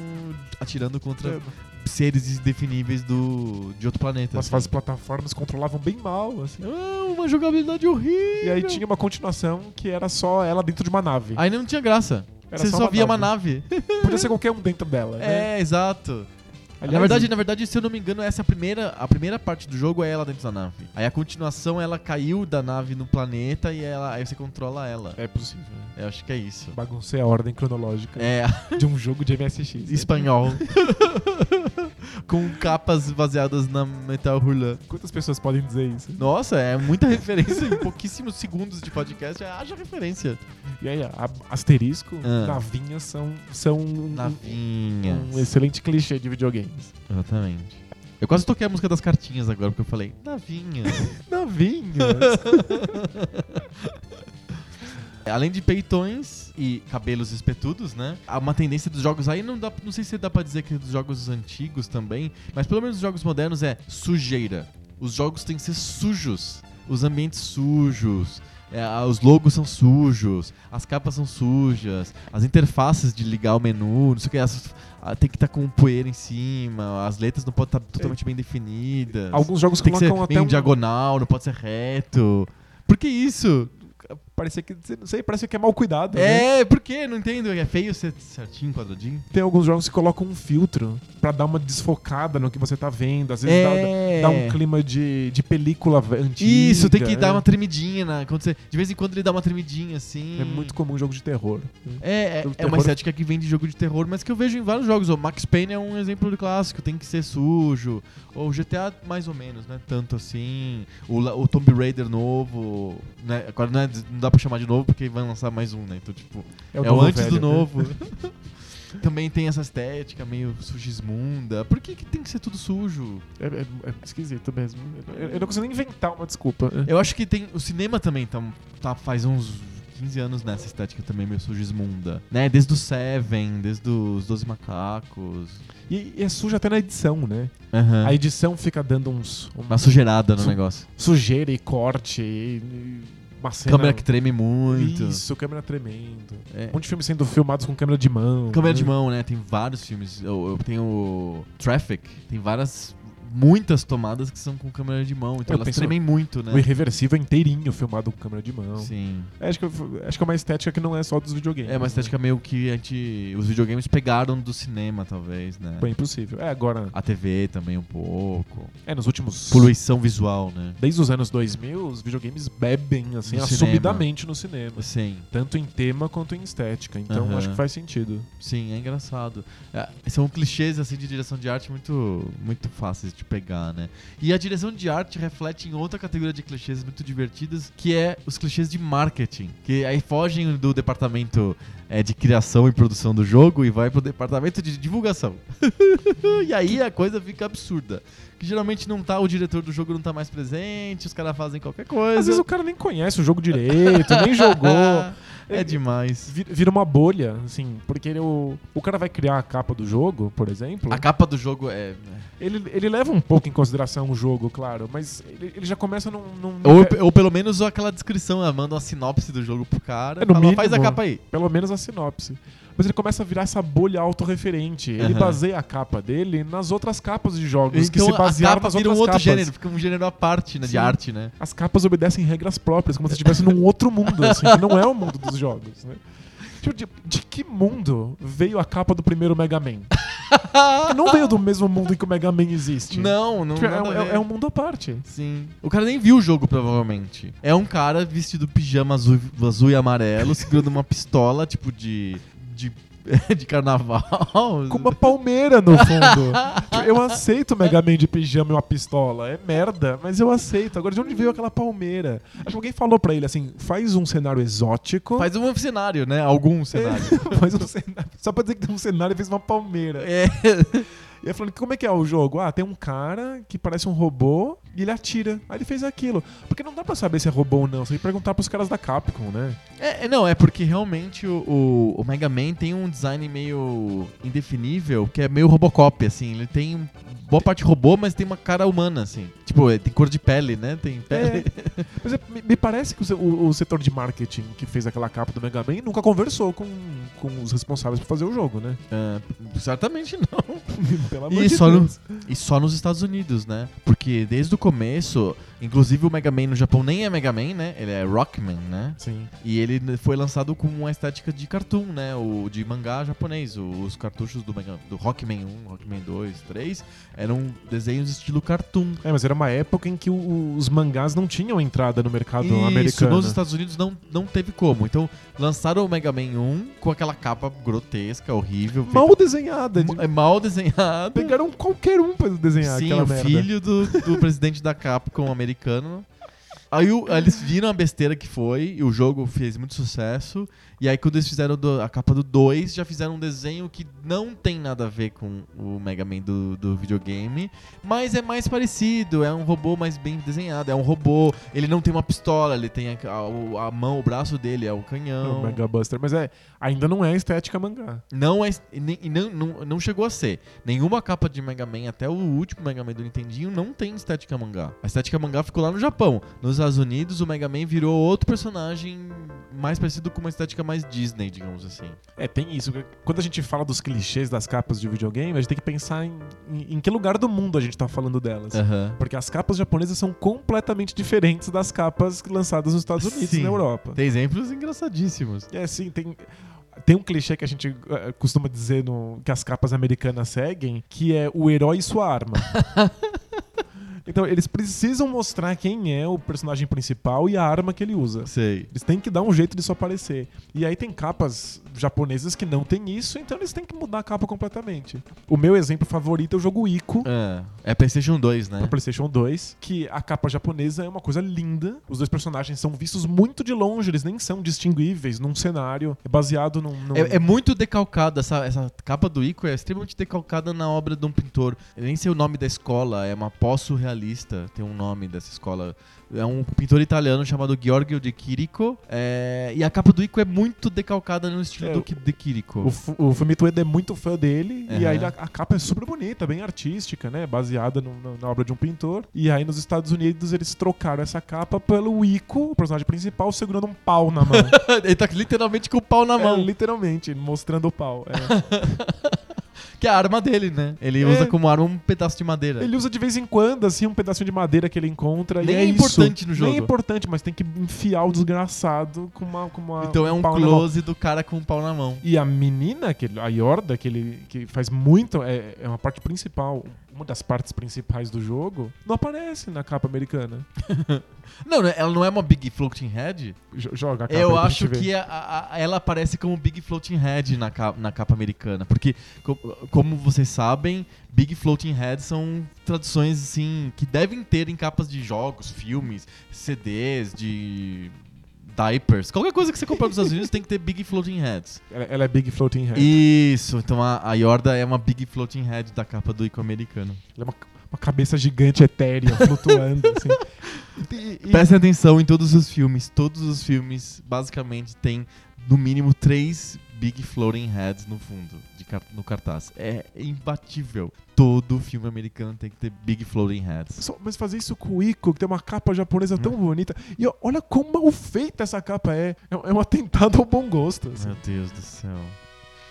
A: atirando contra seres indefiníveis do, de outro planeta.
B: É. Mas
A: assim.
B: as plataformas controlavam bem mal, assim.
A: Ah, uma jogabilidade horrível.
B: E aí tinha uma continuação que era só ela dentro de uma nave.
A: Aí não tinha graça.
B: Era
A: você só, via uma nave.
B: <laughs>
A: né?
B: Podia ser qualquer um dentro dela, né?
A: É, exato.
B: Aliás,
A: na verdade, na verdade, se eu não me engano, essa é a primeira, a primeira parte do jogo é ela dentro da nave. Aí a continuação ela caiu da nave no planeta e ela, aí você controla ela.
B: É possível. né?
A: Eu acho que é isso.
B: Baguncei a ordem cronológica
A: É, <laughs>
B: de um jogo de MSX. né?
A: espanhol. <laughs> Com capas baseadas na Metal Hurlan.
B: Quantas pessoas podem dizer isso?
A: Nossa, é muita referência em pouquíssimos segundos de podcast. é, Haja referência.
B: E aí, a- asterisco,
A: Ah.
B: navinhas são, são um-
A: Navinha.
B: um excelente clichê de videogames.
A: Exatamente. Eu quase toquei a música das cartinhas agora, porque eu falei, navinha.
B: Navinhas?
A: Além de peitões e cabelos espetudos, né? Há uma tendência dos jogos aí, não, dá, não sei se dá pra dizer que é dos jogos antigos também, mas pelo menos os jogos modernos é sujeira. Os jogos têm que ser sujos. Os ambientes sujos. é, a- os logos são sujos, as capas são sujas, as interfaces de ligar o menu, não sei o que, as- a- tem que estar com poeira em cima, as letras não podem estar totalmente bem definidas.
B: <laughs> Alguns jogos
A: tem que ser
B: colocam
A: bem
B: até um...
A: diagonal, não pode ser reto. Por que isso?
B: Parecia que, não sei, parece que é mal cuidado, né?
A: É, por quê? Não entendo. É feio ser certinho, quadradinho?
B: Tem alguns jogos que colocam um filtro pra dar uma desfocada no que você tá vendo. Às vezes
A: É.
B: dá, dá um clima de, de película ve- antiga.
A: Isso, tem que dar
B: né?
A: uma tremidinha. Na, quando você- de vez em quando ele dá uma tremidinha, assim.
B: É muito comum jogo de terror.
A: É, é,
B: O
A: é uma
B: terror-
A: estética que vem de jogo de terror, mas que eu vejo em vários jogos. O Max Payne é um exemplo clássico, tem que ser sujo. Ou GTA, mais ou menos, né? Tanto assim. O, La- o Tomb Raider novo. né? Agora não, é- não dá pra chamar de novo, porque vai lançar mais um, né? Então, tipo, É o,
B: novo
A: antes
B: velho, né?
A: do novo. <laughs> Também tem essa estética meio sujismunda. Por que, que tem que ser tudo sujo?
B: É, é- é esquisito mesmo. Eu, eu não consigo nem inventar uma desculpa.
A: Eu acho que tem. O cinema também tá, tá- faz uns 15 anos nessa estética também meio sujismunda. Né? Desde o Seven, desde os Doze Macacos.
B: E, e é sujo até na edição, né?
A: Aham.
B: A edição fica dando uns um
A: É. Uma sujeirada no
B: Su-
A: negócio.
B: sujeira e corte, e, e uma cena...
A: Câmera que treme muito.
B: Isso, câmera tremendo.
A: É.
B: Um monte de filmes sendo filmados com câmera de mão.
A: Câmera
B: né?
A: de mão, né? Tem vários filmes. Eu, eu tenho o Traffic, tem várias. Muitas tomadas que são com câmera de mão. Então
B: Eu
A: elas
B: penso-
A: tremem muito, né?
B: O irreversível inteirinho filmado com câmera de mão.
A: Sim.
B: Acho que, eu- acho que é uma estética que não é só dos videogames.
A: É uma estética meio que a gente, os videogames pegaram do cinema, talvez, né?
B: Né? Bem possível. É, agora.
A: A TV também um pouco.
B: É, nos últimos.
A: Poluição visual, né?
B: Desde os anos 2000, os videogames bebem, assim,
A: No
B: assumidamente no cinema.
A: Sim,
B: Tanto em tema quanto em estética. Então
A: Aham.
B: acho que faz sentido.
A: sim, é engraçado. É, são clichês assim de direção de arte muito, muito fáceis de pegar, né? E a direção de arte reflete em outra categoria de clichês muito divertidas, que é os clichês de marketing, que aí fogem do departamento é, de criação e produção do jogo e vai pro departamento de divulgação. <laughs> e aí a coisa fica absurda. Que geralmente não tá, o diretor do jogo não tá mais presente, os caras fazem qualquer coisa. Ah,
B: Às vezes o cara nem conhece o jogo direito, nem jogou.
A: <laughs> é demais.
B: Vi- Vira uma bolha, assim, porque ele, o, o cara vai criar a capa do jogo, por exemplo.
A: A capa do jogo é.
B: Ele, ele leva um pouco em consideração o jogo, claro, mas ele, ele já começa num. num-
A: Ou, ou pelo menos aquela descrição, ela manda uma sinopse do jogo pro cara.
B: É, no
A: fala,
B: mínimo.
A: faz a capa aí.
B: Pelo menos a sinopse. Mas ele começa a virar essa bolha autorreferente. Ele
A: Aham.
B: baseia a capa dele nas outras capas de jogos que
A: então
B: se
A: a
B: basearam
A: capa
B: nas
A: vira um
B: outras
A: outro
B: capas.
A: gênero, fica um gênero à parte né, de
B: Sim.
A: arte, né?
B: As capas obedecem regras próprias, como se estivesse num outro mundo, assim, que não é o mundo dos jogos, né? Tipo, de, de que mundo veio a capa do primeiro Mega Man? não veio do mesmo mundo em que o Mega Man existe.
A: Não, não.
B: Tipo, é,
A: nada
B: um-
A: a
B: é-
A: ver.
B: é um mundo à parte.
A: Sim. O cara nem viu o jogo, provavelmente. É um
B: <laughs>
A: cara vestido pijama azul, azul e amarelo, segurando uma pistola, tipo de. <laughs> de de carnaval.
B: Com uma palmeira no fundo. Tipo, eu aceito o Mega Man de pijama e uma pistola. É merda, mas eu aceito. Agora, de onde veio aquela palmeira? Acho que alguém falou pra ele assim: faz um cenário exótico.
A: Faz um cenário, né? Algum cenário.
B: <laughs> É, <laughs> faz um cenário. Só pra dizer que tem um cenário e fez uma palmeira.
A: É.
B: E eu falando, como é que é o jogo? Ah, tem um cara que parece um robô e ele atira. Aí ele fez aquilo. Porque não dá pra saber se é robô ou não. Você tem que perguntar pros caras da Capcom, né?
A: É, é, não, é porque realmente o, o, o Mega Man tem um design meio indefinível, que é meio Robocop, assim. Ele tem boa parte robô, mas tem uma cara humana, assim. Tipo, é, tem cor de pele, né? Tem pele. <laughs>
B: Mas é- me, me parece que o, se- o- o setor de marketing que fez aquela capa do Mega Man nunca conversou com, com os responsáveis pra fazer o jogo, né? <laughs>
A: Ah, certamente não.
B: Pelo
A: E só no- E só nos Estados Unidos, né? Porque desde o começo, inclusive o Mega Man no Japão nem é Mega Man, né? Ele é Rockman, né?
B: Sim.
A: E ele n- foi lançado com uma estética de cartoon, né? O de mangá japonês. O- os cartuchos do, Mega- do Rockman 1, Rockman 2, 3 eram desenhos estilo cartoon.
B: É, mas era uma época em que o- os mangás não tinham entrada no mercado
A: Isso,
B: Ah, americano.
A: nos Estados Unidos não, não teve como. Então lançaram o Mega Man 1 com aquela capa grotesca, horrível.
B: Mal desenhada.
A: feita-
B: de-
A: é mal desenhada.
B: Pegaram qualquer um pra desenhar
A: Sim,
B: aquela
A: o
B: merda.
A: filho do, do presidente da Capcom americano. Aí, o- aí eles viram a besteira que foi, e o jogo fez muito sucesso. E aí, quando eles fizeram do- a capa do 2, já fizeram um desenho que não tem nada a ver com o Mega Man do, do videogame, mas é mais parecido. É um robô mais bem desenhado. É um robô, ele não tem uma pistola, ele tem a, a- o- a mão, o braço dele é o canhão.
B: O Mega Buster, mas é, ainda não é estética mangá.
A: Não é. e nem- e não, não, não chegou a ser. Nenhuma capa de Mega Man, até o último Mega Man do Nintendinho, não tem estética mangá. A estética mangá ficou lá no Japão. Nos Estados Unidos, o Mega Man virou outro personagem mais parecido com uma estética mais Disney, digamos assim.
B: É, tem isso. Quando a gente fala dos clichês das capas de videogame, a gente tem que pensar em, em- em que lugar do mundo a gente tá falando delas.
A: É.
B: Porque as capas japonesas são completamente diferentes das capas lançadas nos Estados Unidos
A: Sim.
B: e na Europa.
A: Tem exemplos engraçadíssimos.
B: É, sim, tem. Tem um clichê que a gente eh, costuma dizer no- que as capas americanas seguem, que é o herói e sua arma. então, eles precisam mostrar quem é o personagem principal e a arma que ele usa.
A: Sei.
B: Eles têm que dar um jeito de só aparecer. E aí tem capas japonesas que não tem isso, então eles têm que mudar a capa completamente. O meu exemplo favorito é o jogo Ico.
A: É, é PlayStation 2, né?
B: Pra PlayStation 2, que a capa japonesa é uma coisa linda. Os dois personagens são vistos muito de longe, eles nem são distinguíveis num cenário. É baseado num. num-
A: É, é muito decalcada, essa, essa capa do Ico é extremamente decalcada na obra de um pintor. Eu nem sei o nome da escola, é uma poço realista, tem um nome dessa escola. É um pintor italiano chamado Giorgio de Chirico. é, e a capa do Ico é muito decalcada no estilo
B: É,
A: do Ki- de Chirico.
B: O, Fu- o Fumito Ueda é muito fã dele, e
A: Aham.
B: aí a, a capa é super bonita, bem artística, né? Baseada num- na- na obra de um pintor. E aí nos Estados Unidos eles trocaram essa capa pelo Ico, o personagem principal, segurando um pau na mão.
A: <laughs> Ele tá literalmente com o pau na
B: É,
A: mão,
B: literalmente, mostrando o pau.
A: <laughs>
B: é.
A: que é a arma dele, né? Ele
B: É.
A: usa como arma um pedaço de madeira.
B: Ele usa de vez em quando, assim, um pedacinho de madeira que ele encontra.
A: Nem
B: e
A: é importante
B: isso.
A: no jogo.
B: Nem é importante, mas tem que enfiar o desgraçado com uma. Com uma
A: Então é um
B: pau na mão.
A: close do cara com o pau na mão.
B: E a menina, que ele- a Yorda, que ele que faz muito. É, é uma parte principal. Uma das partes principais do jogo não aparece na capa americana.
A: Não, né, ela não é uma Big Floating Head?
B: Jo- Joga a capa. aí
A: Eu
B: pra
A: acho
B: gente ver.
A: que a- a- a- ela aparece como Big Floating Head na capa, na capa americana. Porque, co- como vocês sabem, Big Floating Head são traduções assim que devem ter em capas de jogos, filmes, CDs, de diapers. Qualquer coisa que você comprar nos Estados Unidos tem que ter Big Floating Heads.
B: Ela, ela <laughs> é Big Floating Head.
A: Isso, então a, a Yorda é uma Big Floating Head da capa do Ico americano.
B: Ela é uma, uma cabeça gigante etérea
A: <laughs>
B: flutuando, assim. E- e-
A: Prestem atenção em todos os filmes. Todos os filmes, basicamente, tem no mínimo três Big Floating Heads no fundo, de car- no cartaz. É imbatível. Todo filme americano tem que ter Big Floating Heads.
B: Só- mas fazer isso com o Ico, que tem uma capa japonesa tão bonita. E ó, olha como mal feita essa capa é. É, um- é um atentado ao bom gosto. assim.
A: Meu Deus do céu.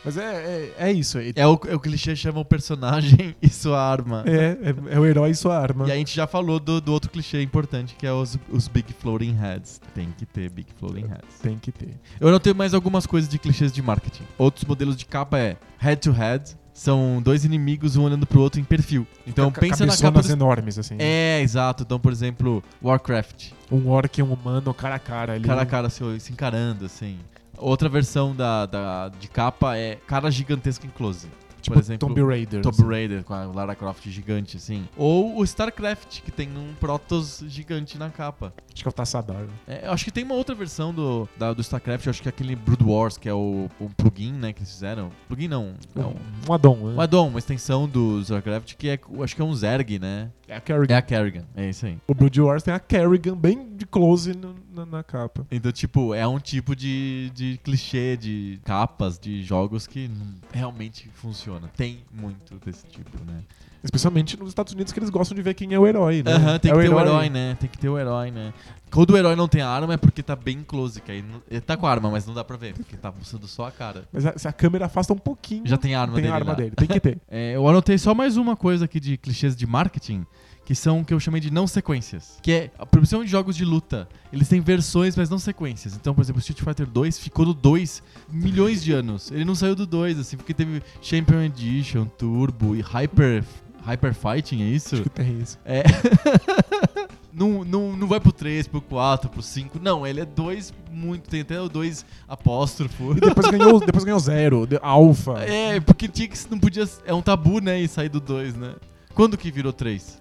B: Mas é, é, é isso. É,
A: É o, é o clichê chama o personagem <laughs> e sua arma.
B: é- é o herói e sua arma.
A: E a gente já falou do, do outro clichê importante, que é os, os Big Floating Heads. Tem que ter Big
B: É,
A: Floating Heads.
B: Tem que ter.
A: Eu anotei mais algumas coisas de clichês de marketing. Outros modelos de capa é head to head, são dois inimigos um olhando pro outro em perfil. Então
B: Ca-
A: pensa na
B: cabeçonas
A: capa dos...
B: enormes, assim.
A: É, exato. Então, por exemplo, Warcraft,
B: Um orc e um humano cara a cara ali.
A: cara a cara se, se encarando assim. Outra versão da, da- de capa é cara gigantesca em close.
B: Tipo
A: Por exemplo,
B: Tomb Raider. assim.
A: Tomb Raider com a Lara Croft gigante, assim. Ou o StarCraft, que tem um Protoss gigante na capa.
B: Acho que é o Tassadar.
A: É, eu acho que tem uma outra versão do, da- do StarCraft, eu acho que é aquele Brood Wars, que é o, o plugin, né, que eles fizeram. Plugin não, é um,
B: Um, um addon,
A: um
B: né?
A: addon, uma extensão do StarCraft, que é, eu acho que é um Zerg, né?
B: É a Kerrigan.
A: É a Kerrigan, é isso aí.
B: O Blood Wars tem a Kerrigan bem de close no- na, na capa.
A: Então, tipo, é um tipo de, de clichê de capas de jogos que hum, realmente funciona. Tem muito desse tipo, né?
B: Especialmente nos Estados Unidos, que eles gostam de ver quem é o herói, né?
A: Aham, tem
B: É
A: que ter o herói, né? Tem que ter o herói, né? Quando o herói não tem a arma é porque tá bem close, que aí não- ele tá com a arma, mas não dá pra ver, porque tá mostrando só a cara.
B: Mas a- se a câmera afasta um pouquinho,
A: Já tem a arma
B: tem
A: dele.
B: a arma
A: lá.
B: dele. Tem
A: <laughs>
B: que ter.
A: É, eu anotei só mais uma coisa aqui de clichês de marketing, que são o que eu chamei de não sequências. Que é a produção de jogos de luta. Eles têm versões, mas não sequências. Então, por exemplo, Street Fighter 2 ficou no 2 milhões de anos. Ele não saiu do 2, assim, porque teve Champion Edition, Turbo e Hyper. Hyper Fighting, é
B: Acho
A: isso?
B: que tem isso.
A: É. <laughs> não, não, não vai pro 3, pro 4, pro 5. Não, ele é 2 muito. Tem até o 2 apóstrofo.
B: E depois ganhou, depois ganhou Zero, de- Alpha.
A: É, porque tinha que não podia. É um tabu, né? E sair do 2, né? Quando que virou 3?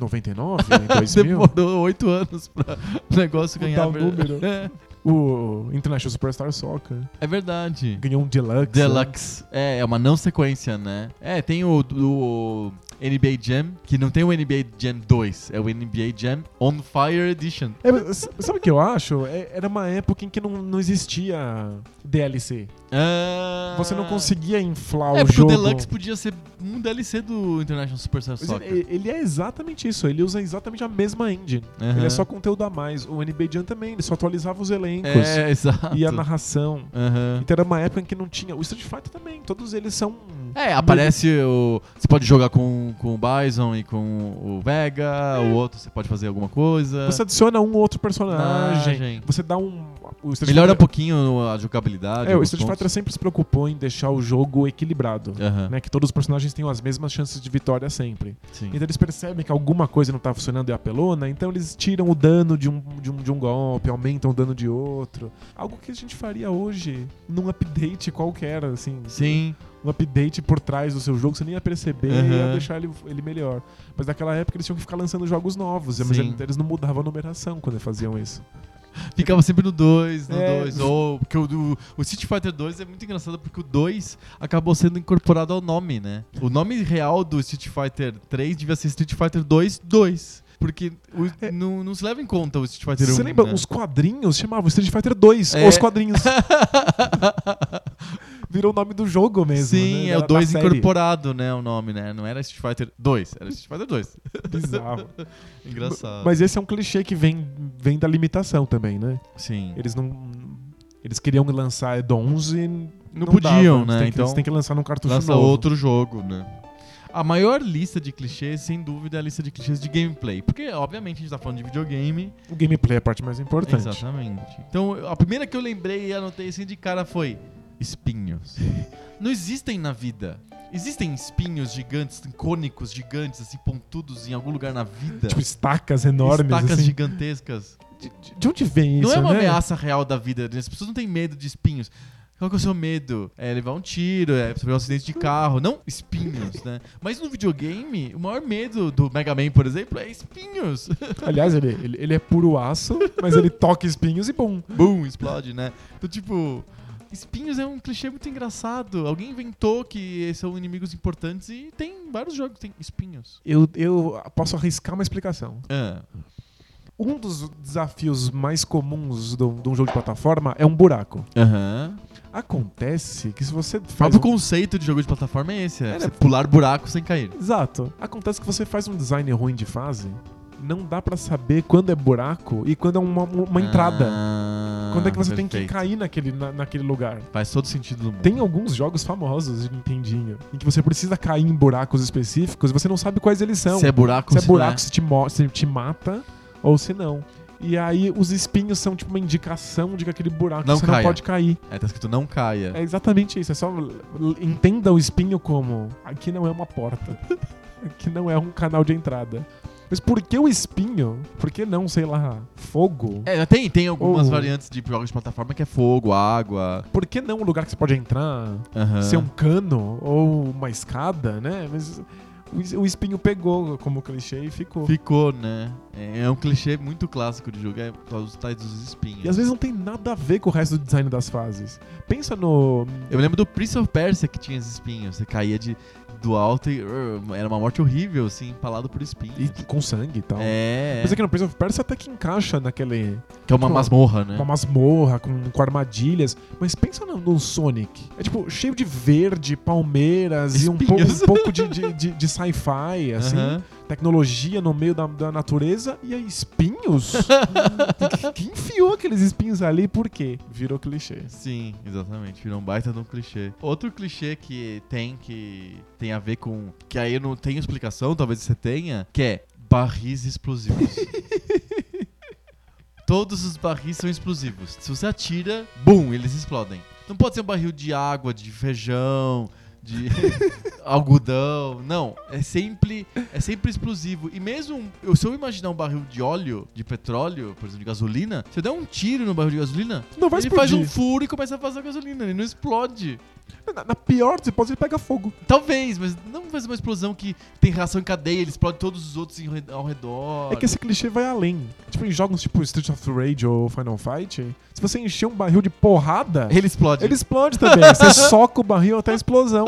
B: 99, em 2000.
A: <laughs> Demorou 8 anos pra <laughs> o negócio
B: Mudar
A: ganhar.
B: o
A: ver-
B: número.
A: <laughs> É,
B: O International Superstar Soccer.
A: é verdade.
B: Ganhou um Deluxe. né?
A: Deluxe. É, é uma não sequência, né? É, tem o, o NBA Jam, que não tem o NBA Jam 2, é o NBA Jam On Fire Edition.
B: É, mas s- sabe o que eu acho? É- era uma época em que não, não existia DLC.
A: Ah.
B: Você não conseguia inflar
A: É,
B: o
A: porque
B: jogo.
A: o Deluxe podia ser um DLC do International Superstar
B: Mas
A: Soccer.
B: ele, ele é exatamente isso, ele usa exatamente a mesma engine.
A: Aham.
B: Ele é só conteúdo a mais. O NBA Jam também, ele só atualizava os elencos
A: É, <laughs> exato.
B: e a narração.
A: Aham.
B: Então era uma época em que não tinha. O Street Fighter também, todos eles são.
A: É, aparece o. Você pode jogar com, com o Bison e com o Vega, o outro você pode fazer alguma coisa.
B: É. Você adiciona um ou outro personagem.
A: Personagem.
B: Você dá um. O Street
A: Ah, Melhora um
B: Fighter...
A: pouquinho a jogabilidade.
B: É, o
A: alguns
B: Street Fighter
A: pontos.
B: sempre se preocupou em deixar o jogo equilibrado.
A: Aham,
B: Né, que todos os personagens tenham as mesmas chances de vitória sempre.
A: sim.
B: Então eles percebem que alguma coisa não tá funcionando e apelona, então eles tiram o dano de um, de um, de um golpe, aumentam o dano de outro. Algo que a gente faria hoje num update qualquer, assim.
A: Sim,
B: Um update por trás do seu jogo, você nem ia perceber e ia
A: Uhum.
B: deixar ele, ele melhor. Mas naquela época eles tinham que ficar lançando jogos novos, mas
A: Sim.
B: ele- eles não mudavam a numeração quando faziam isso.
A: ficava sempre no 2, no
B: É.
A: 2. Ou. Porque o, do- o Street Fighter 2 é muito engraçado porque o 2 acabou sendo incorporado ao nome, né? O nome real do Street Fighter 3 devia ser Street Fighter 2 2. Porque o- não, não se leva em conta o Street Fighter 1.
B: É. você lembra?
A: né?
B: Os quadrinhos chamavam Street Fighter 2,
A: É.
B: os quadrinhos. <laughs> Virou o nome do jogo mesmo.
A: Sim,
B: né?
A: é
B: Da-
A: o
B: da
A: 2
B: série.
A: incorporado, né? O nome, né? Não era Street Fighter 2, era Street Fighter
B: <laughs>
A: 2.
B: <laughs> Bizarro.
A: Engraçado.
B: Mas esse é um clichê que vem, vem da limitação também, né?
A: Sim.
B: Eles não. Eles queriam lançar add-ons e. Não,
A: podiam,
B: dava.
A: né?
B: Eles têm que-
A: Então,
B: eles têm que lançar num cartucho
A: Lança
B: um novo.
A: outro jogo, né? A maior lista de clichês, sem dúvida, é a lista de clichês de gameplay. Porque, obviamente, a gente tá falando de videogame.
B: O gameplay é a parte mais importante.
A: Exatamente. Então, eu- a primeira que eu lembrei e anotei assim de cara foi:
B: <laughs>
A: espinhos. Não existem na vida. Existem espinhos gigantes, cônicos gigantes, assim, pontudos em algum lugar na vida.
B: Tipo, estacas enormes.
A: Estacas
B: assim.
A: gigantescas.
B: de... de- de onde vem
A: Não
B: isso?
A: é uma
B: né?
A: ameaça real da vida. né? As pessoas não têm medo de espinhos. Qual que é o seu medo? É levar um tiro, é sofrer um acidente de carro. Não espinhos, né? Mas no videogame, o maior medo do Mega Man, por exemplo, é espinhos.
B: <laughs>
A: <laughs>
B: Aliás, ele, ele, ele é puro aço, mas ele toca espinhos e bum.
A: Boom, explode, né? Então, tipo... Espinhos é um clichê muito engraçado. Alguém inventou que são inimigos importantes e tem vários jogos que tem espinhos.
B: Eu, eu posso arriscar uma explicação.
A: Ah,
B: Um dos desafios mais comuns de um de um jogo de plataforma é um buraco.
A: Aham.
B: Acontece que se você
A: O
B: faz
A: próprio
B: um
A: conceito de jogo de plataforma é esse. É,
B: É,
A: você
B: né?
A: pular buraco sem cair.
B: Exato. Acontece que você faz um design ruim de fase, não dá pra saber quando é buraco e quando é uma, uma entrada.
A: Ah,
B: quando é que você tem que
A: perfeito.
B: cair naquele, na- naquele lugar.
A: Faz todo sentido do mundo.
B: Tem alguns jogos famosos de Nintendinho em que você precisa cair em buracos específicos e você não sabe quais eles são.
A: se é buraco,
B: se é
A: se não
B: buraco, se te, mo- se te mata ou se não. E aí os espinhos são tipo uma indicação de que aquele buraco
A: Não
B: você
A: caia.
B: não pode cair.
A: É, tá escrito não caia.
B: É exatamente isso. É só l- l- <laughs> entenda o espinho como aqui não é uma porta, aqui não é um canal de entrada. Mas por que o espinho? Por que não, sei lá, fogo?
A: É, tem, tem algumas
B: Ou-
A: variantes de jogos de plataforma que é fogo, água.
B: Por que não um lugar que você pode entrar?
A: aham.
B: Ser um cano ou uma escada, né? Mas o es- o espinho pegou como clichê e ficou.
A: Ficou, né? É é um clichê muito clássico de jogo, é os tais dos espinhos.
B: E às vezes não tem nada a ver com o resto do design das fases. Pensa no.
A: Eu me lembro do Prince of Persia que tinha os espinhos. Você caía de, do alto e uh, era uma morte horrível, assim, empalado por espinhos.
B: E com sangue e tal.
A: É,
B: Pensa que no Prince of Persia até que encaixa naquele.
A: que é uma
B: tipo,
A: masmorra, né?
B: com a masmorra, com, com armadilhas. Mas pensa no, no Sonic. É tipo, cheio de verde, palmeiras e um, pou-
A: Espinhos.
B: um pouco de, de, de-
A: <laughs>
B: de sci-fi, assim.
A: Aham.
B: Tecnologia no meio da, da natureza e
A: <laughs>
B: aí espinhos? que, que enfiou aqueles espinhos ali? Por quê? Virou clichê.
A: Sim, exatamente. Virou um baita de um clichê. Outro clichê que tem que tem a ver com. Que aí eu não tenho explicação, talvez você tenha, que é barris explosivos. Todos os barris são explosivos. Se você atira, bum, eles explodem. Não pode ser um barril de água, de feijão, de algodão. Não, é sempre, é sempre explosivo. E mesmo eu- se eu imaginar um barril de óleo, de petróleo, por exemplo, de gasolina, se eu der um tiro no barril de gasolina,
B: Não vai
A: ele faz
B: explodir.
A: um furo e começa a fazer gasolina, ele não explode. um
B: Na, na pior você pode ele pega fogo.
A: Talvez, mas não faz uma explosão que tem reação em cadeia, ele explode todos os outros em re- ao redor.
B: É que esse clichê vai além. Tipo, em jogos tipo Street of Rage ou Final Fight, se você encher um barril de porrada,
A: Ele explode.
B: Ele explode também.
A: <laughs>
B: Você soca o barril até a explosão.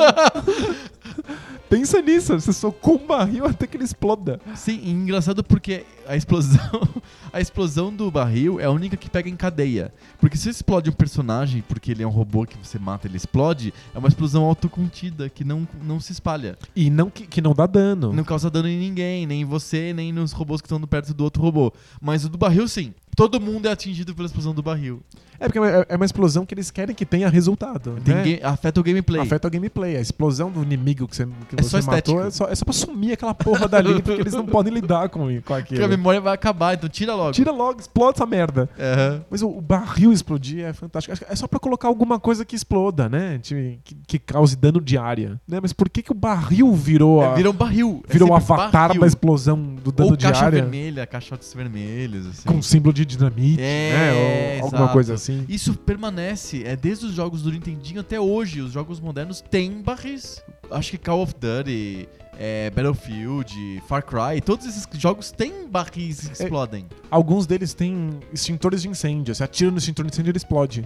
B: Pensa nisso, você socou um barril até que ele exploda.
A: Sim, e engraçado porque a explosão, <laughs> a explosão do barril é a única que pega em cadeia. Porque se explode um personagem, porque ele é um robô que você mata, ele explode, é uma explosão autocontida que não, não se espalha.
B: E não que, que não dá dano.
A: Não causa dano em ninguém, nem em você, nem nos robôs que estão perto do outro robô. Mas o do barril, sim. Todo mundo é atingido pela explosão do barril.
B: É porque é uma- é uma explosão que eles querem que tenha resultado.
A: Tem
B: né?
A: ga- Afeta o gameplay.
B: Afeta o gameplay. A explosão do inimigo que você, que
A: É
B: você
A: só
B: matou
A: estético.
B: é só, é só pra sumir aquela
A: <laughs>
B: porra dali, porque eles não podem lidar com, com
A: Porque a
B: aquilo.
A: memória vai acabar, então tira logo.
B: Tira logo, explode essa merda.
A: Aham.
B: Mas o, o barril explodir é fantástico. Acho que É só pra colocar alguma coisa que exploda, né? Tipo, Que, que cause dano de área. Né? Mas por que, que o barril virou a...
A: É, vira um barril. É
B: Virou um
A: sempre
B: avatar
A: barril.
B: da explosão do dano
A: Ou
B: de
A: caixa
B: área.
A: vermelha, caixotes vermelhos, assim.
B: Com um símbolo de dinamite,
A: É,
B: né? Ou alguma
A: exato.
B: coisa assim.
A: Isso permanece, é desde os jogos do Nintendinho até hoje. Os jogos modernos têm barris. Acho que Call of Duty, é, Battlefield, Far Cry, todos esses jogos têm
B: É-
A: barris que explodem.
B: Alguns deles têm extintores de incêndio. Você atira no extintor de incêndio e
A: <laughs>
B: ele explode.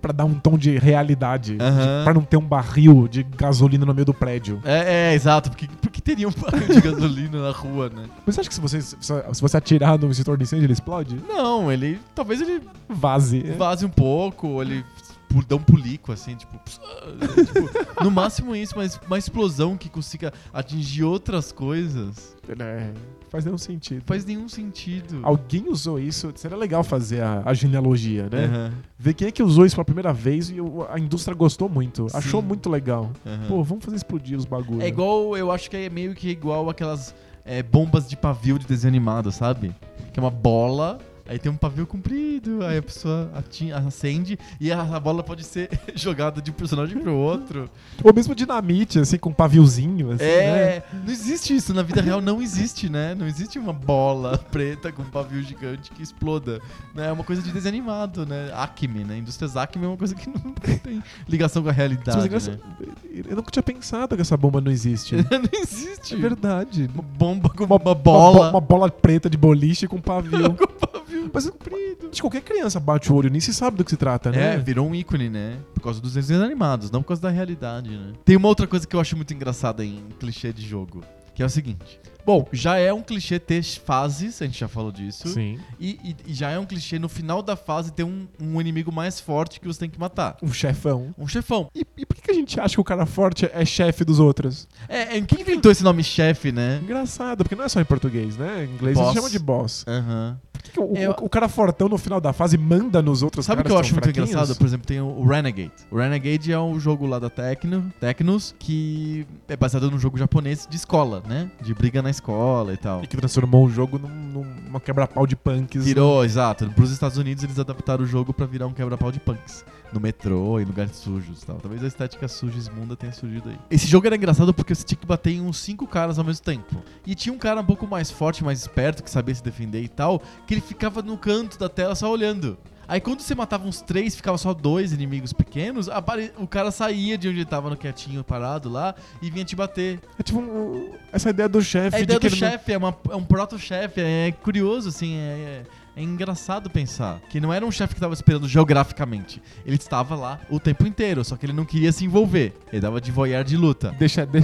B: Pra dar um tom de realidade.
A: Aham.
B: De- Pra não ter um barril de gasolina no meio do prédio.
A: É, é, exato, porque, porque teria um barril de <laughs> gasolina na rua, né?
B: Mas você acha que se você, se se você atirar no extintor de incêndio ele explode?
A: Não, ele. Talvez ele
B: Vaze.
A: vaze um pouco, ou ele pu- dá um pulico, assim, tipo. pss, ah, tipo, no máximo isso, mas uma explosão que consiga atingir outras coisas.
B: É, Faz nenhum sentido.
A: Não faz nenhum sentido.
B: Alguém usou isso. Seria legal fazer a, a genealogia, né?
A: Aham,
B: Ver quem é que usou isso pela primeira vez e o- a indústria gostou muito.
A: Sim.
B: Achou muito legal.
A: aham.
B: Pô, vamos fazer explodir os bagulhos.
A: Hum. É igual, eu acho que é meio que igual aquelas é, bombas de pavio de desenho animado, sabe? Que é uma bola, aí tem um pavio comprido, aí a pessoa ati- acende e a, a bola pode ser <laughs> jogada de um personagem pro outro.
B: Ou mesmo dinamite, assim, com um paviozinho, assim, né?
A: É, não existe isso, na vida real não existe, né? Não existe uma bola <laughs> preta com um pavio gigante que exploda. né? É uma coisa de desenho animado, né? Acme, né? Indústrias Acme é uma coisa que <laughs> não tem ligação com a
B: Mas é
A: realidade,
B: engraçado-
A: né?
B: Eu nunca tinha pensado que essa bomba
A: <laughs>
B: não existe.
A: Não existe.
B: é verdade.
A: Uma bomba com uma,
B: Uma,
A: bola.
B: bo- uma bola preta de boliche com um pavio.
A: <laughs> com pavio
B: Mas é acho que qualquer criança bate o olho, nem se sabe do que se trata, né?
A: É, virou um ícone, né? Por causa dos desenhos animados, não por causa da realidade, né? Tem uma outra coisa que eu acho muito engraçada em clichê de jogo, que é o seguinte. Bom, já é um clichê ter fases, a gente já falou disso.
B: Sim.
A: E, e- e já é um clichê no final da fase ter um, um inimigo mais forte que você tem que matar.
B: Um chefão.
A: Um chefão.
B: E, e por que que a gente acha que o cara forte é chefe dos outros?
A: É, é quem inventou esse nome chefe, né?
B: Engraçado, porque não é só em português, né? Em inglês
A: Boss.
B: eles chamam de boss.
A: Aham.
B: Por que que o,
A: Eu-
B: o- o cara fortão no final da fase manda nos outros
A: Sabe o que
B: caras
A: eu acho
B: são
A: muito
B: fraquinhos?
A: engraçado? Por exemplo, tem o Renegade. O Renegade é um jogo lá da Tecno, Tecnos que é baseado num jogo japonês de escola, né? De briga na escola e tal.
B: E que transformou o jogo num, num- uma quebra-pau de punks.
A: Virou, exato. Para os Estados Unidos eles adaptaram o jogo pra virar um quebra-pau de punks. No metrô, em lugares sujos e tal. Talvez a estética suja e esmunda tenha surgido aí. Esse jogo era engraçado porque você tinha que bater em uns cinco caras ao mesmo tempo. E tinha um cara um pouco mais forte, mais esperto, que sabia se defender e tal, que ele ficava no canto da tela só olhando. Aí quando você matava uns três, ficava só dois inimigos pequenos, apare- o cara saía de onde ele tava no quietinho, parado lá, e vinha te bater.
B: É tipo um- essa ideia do chefe.
A: É a
B: de
A: ideia
B: que
A: do
B: ele não-
A: chefe, é, uma- é um proto-chefe, é curioso, assim, é, é- é engraçado pensar. Que não era um chefe que tava esperando geograficamente. Ele estava lá o tempo inteiro, só que ele não queria se envolver. Ele dava de voyeur de luta.
B: Deixa, <laughs> de-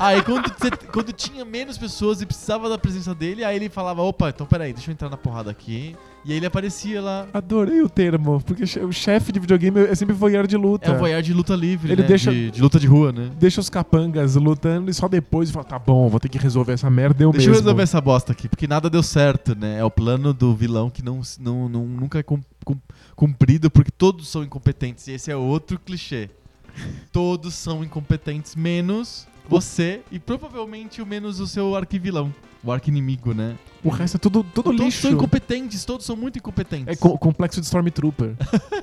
A: Aí quando, você- quando tinha menos pessoas e precisava da presença dele, aí ele falava, opa, então peraí, deixa eu entrar na porrada aqui. E aí ele aparecia lá.
B: Adorei o termo, porque che- o chefe de videogame é sempre voyeur de luta.
A: É um voyeur de luta livre,
B: Ele
A: né?
B: deixa-
A: De, de luta de rua, né?
B: Deixa os capangas lutando e só depois fala, tá bom, vou ter que resolver essa merda eu
A: Deixa
B: mesmo.
A: eu resolver essa bosta aqui, porque nada deu certo, né? É o plano do vilão que não, não, não- nunca é cum- cum- cumprido, porque todos são incompetentes. E esse é outro clichê. Todos são incompetentes, menos você e provavelmente o menos o seu arquivilão. O arquinimigo, né?
B: O resto é tudo, tudo
A: todos
B: lixo.
A: são incompetentes, todos são muito incompetentes.
B: É co- complexo de
A: <laughs>
B: Stormtrooper.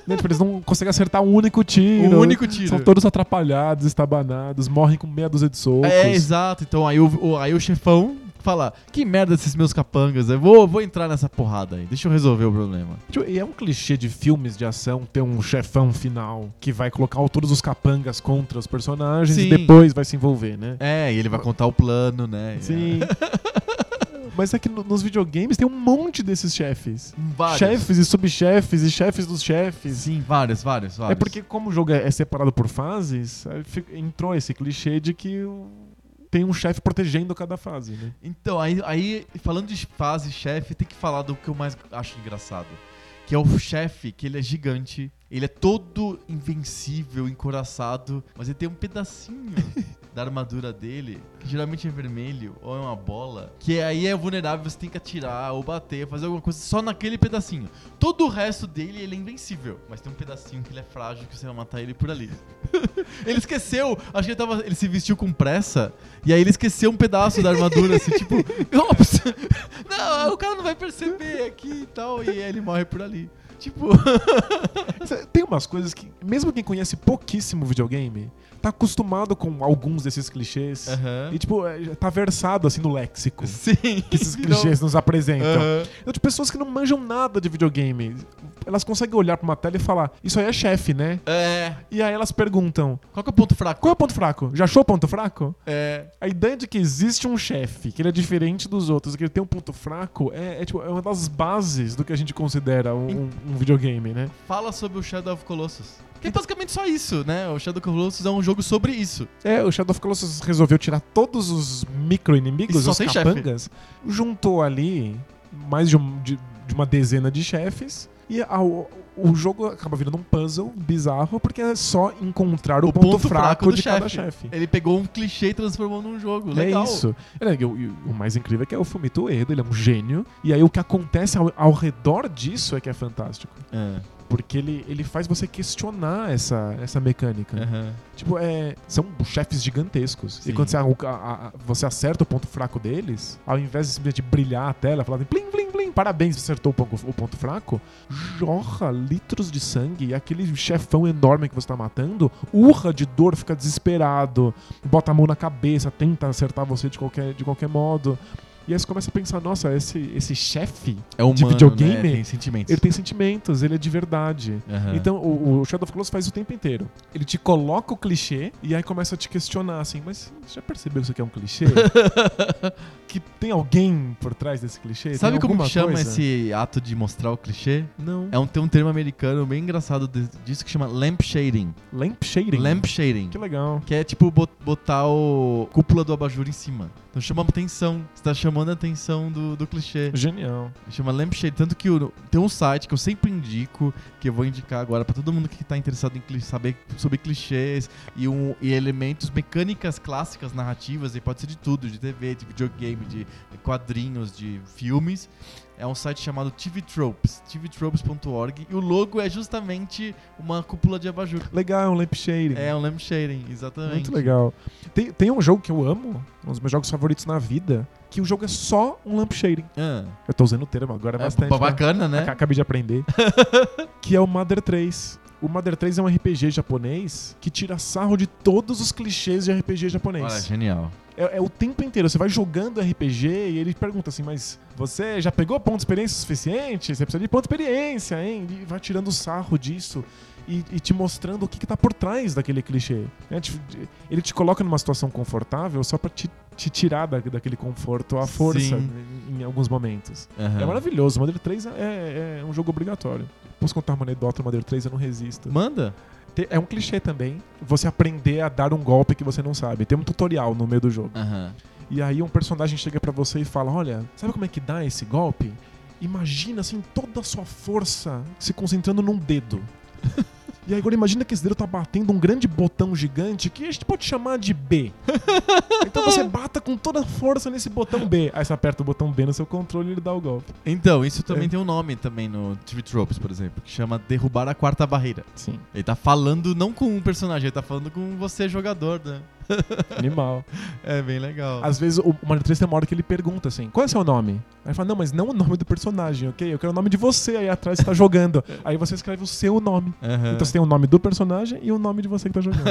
B: né? tipo, eles não conseguem acertar um único tiro.
A: o único tiro.
B: São todos atrapalhados, estabanados, morrem com meia dúzia de socos.
A: É, exato. Então aí o, o- aí o chefão fala: Que merda esses meus capangas, eu vou, vou entrar nessa porrada aí, deixa eu resolver o problema.
B: Tipo, E é um clichê de filmes de ação ter um chefão final que vai colocar todos os capangas contra os personagens
A: Sim.
B: e depois vai se envolver, né?
A: É, e ele vai contar o plano, né?
B: Sim. <laughs> Mas é que no- nos videogames tem um monte desses chefes.
A: Vários.
B: Chefes e subchefes e chefes dos chefes.
A: Hum, Sim, vários, vários, vários.
B: É porque como o jogo é é separado por fases, aí fi- entrou esse clichê de que o- tem um chefe protegendo cada fase,
A: <laughs>
B: né?
A: Então, aí, aí, falando de fase chefe, tem que falar do que eu mais acho engraçado. Que é o chefe, que ele é gigante, ele é todo invencível, encoraçado, mas ele tem um
B: <laughs>
A: pedacinho da armadura dele, que geralmente é vermelho, ou é uma bola, que aí é vulnerável, você tem que atirar, ou bater, fazer alguma coisa só naquele pedacinho. Todo o resto dele, ele é invencível, mas tem um pedacinho que ele é frágil, que você vai matar ele por ali. ele esqueceu, acho que ele, tava, ele se vestiu com pressa, e aí ele esqueceu um pedaço da armadura, assim, <laughs> tipo, ops, não, o cara não vai perceber aqui e tal, e aí ele morre por ali. Tipo,
B: Cê- Tem umas coisas que, mesmo quem conhece pouquíssimo videogame, tá acostumado com alguns desses clichês.
A: Aham.
B: E, tipo, é, já tá versado, assim, no léxico
A: <laughs>
B: que
A: sim.
B: esses
A: <laughs> não-
B: clichês nos apresentam.
A: Aham.
B: Então, de pessoas que não manjam nada de videogame, elas conseguem olhar pra uma tela e falar, isso aí é chefe, né?
A: É,
B: E aí elas perguntam,
A: qual que é o ponto fraco?
B: qual é o ponto fraco? Já achou o ponto fraco?
A: É,
B: A ideia de que existe um chefe, que ele é diferente dos outros, que ele tem um ponto fraco, é, é, tipo, é uma das bases do que a gente considera um, um videogame, né?
A: fala sobre o Shadow of Colossus. Que é basicamente só isso, né? O Shadow of Colossus é um jogo sobre isso.
B: É, o Shadow of Colossus resolveu tirar todos os micro-inimigos,
A: E só
B: os
A: tem chefe.
B: capangas, juntou ali mais de, um- de- de uma dezena de chefes, e a- o, o jogo acaba virando um puzzle bizarro, porque é só encontrar o, ponto, fraco,
A: do
B: de cada
A: chefe.
B: chefe.
A: Ele pegou um clichê e transformou num jogo. Legal.
B: É isso. É, e o- e o mais incrível é que é o Fumito Ueda, ele é um gênio, e aí o que acontece ao, ao redor disso é que é fantástico.
A: É,
B: Porque ele, ele faz você questionar essa, essa mecânica.
A: aham.
B: Tipo, é, são chefes gigantescos.
A: Sim.
B: E quando você, a- a- a- você acerta o ponto fraco deles, ao invés de simplesmente brilhar a tela, falar assim, plim, plim, plim, parabéns, você acertou o ponto, o ponto fraco, jorra litros de sangue e aquele chefão enorme que você tá matando urra de dor, fica desesperado, bota a mão na cabeça, tenta acertar você de qualquer, de qualquer modo. E aí você começa a pensar, nossa, esse, esse chefe,
A: É humano,
B: videogame,
A: né? Tem sentimentos.
B: ele tem sentimentos, ele é de verdade.
A: Aham.
B: Então, o, o Shadow of Colossus faz o tempo inteiro. Ele te coloca o clichê e aí começa a te questionar, assim, mas você já percebeu que isso aqui é
A: <laughs>
B: um clichê? que tem alguém por trás desse clichê?
A: Sabe
B: Tem
A: como
B: alguma
A: que chama
B: coisa?
A: esse ato de mostrar o clichê?
B: Não.
A: É um, tem um termo americano bem engraçado de- disso que chama lamp shading.
B: Lamp shading.
A: Lamp shading.
B: Que legal.
A: Que é tipo bot- botar o cúpula do abajur em cima. Então chama atenção. Você tá chamando a atenção do, do clichê.
B: Genial.
A: Chama Lampshade. Tanto que o- tem um site que eu sempre indico, que eu vou indicar agora pra todo mundo que tá interessado em cli- saber sobre clichês e, um- e elementos, mecânicas clássicas, narrativas, e pode ser de tudo, de TV, de videogame, de quadrinhos, de filmes. é um site chamado TV Tropes, tvtropes.org, e o logo é justamente uma cúpula de abajur.
B: Legal, um lampshading.
A: É um lampshading, exatamente.
B: Muito legal. Tem, tem um jogo que eu amo, um dos meus jogos favoritos na vida, que o jogo é só um lampshading.
A: Ah,
B: Eu tô usando o termo agora
A: é
B: bastante. né?
A: bacana, né?
B: Ac- Acabei
A: <laughs>
B: de aprender. que é o Mother 3. O Mother 3 é um RPG japonês que tira sarro de todos os clichês de RPG
A: Olha,
B: japonês.
A: genial.
B: É, é o tempo inteiro. Você vai jogando RPG e ele pergunta assim, mas você já pegou ponto de experiência o suficiente? Você precisa de ponto de experiência, hein? E vai tirando sarro disso e, e te mostrando o que, que tá por trás daquele clichê. né? Te- te- Ele te coloca numa situação confortável só pra te, te tirar da- daquele conforto à força
A: Sim.
B: em- em alguns momentos.
A: Aham.
B: É maravilhoso. Mother 3 é, é um jogo obrigatório. Posso contar uma anedota do Mother 3? Eu não resisto.
A: Manda?
B: Te- É um clichê também você aprender a dar um golpe que você não sabe. Tem um tutorial no meio do jogo.
A: Aham.
B: E aí um personagem chega pra você e fala: Olha, sabe como é que dá esse golpe? Imagina assim toda a sua força se concentrando num <laughs> dedo. E aí agora imagina que esse dedo tá batendo um grande botão gigante que a gente pode chamar de <laughs> B. Então você bata com toda a força nesse botão B. Aí você aperta o botão B no seu controle e ele dá o golpe.
A: Então, isso também
B: É.
A: tem um nome também no TV Tropes, por exemplo, que chama Derrubar a Quarta Barreira.
B: Sim.
A: Ele tá falando não com um personagem, ele tá falando com você, jogador, né?
B: Animal.
A: É bem legal.
B: Às vezes o o Mario 3 tem uma hora que ele pergunta assim: qual é seu nome? Aí ele fala: não, mas não o nome do personagem, ok? Eu quero o nome de você aí atrás que tá
A: <laughs>
B: jogando.
A: É.
B: Aí você escreve o seu nome.
A: Aham.
B: Então você tem o nome do personagem e o nome de você que tá jogando.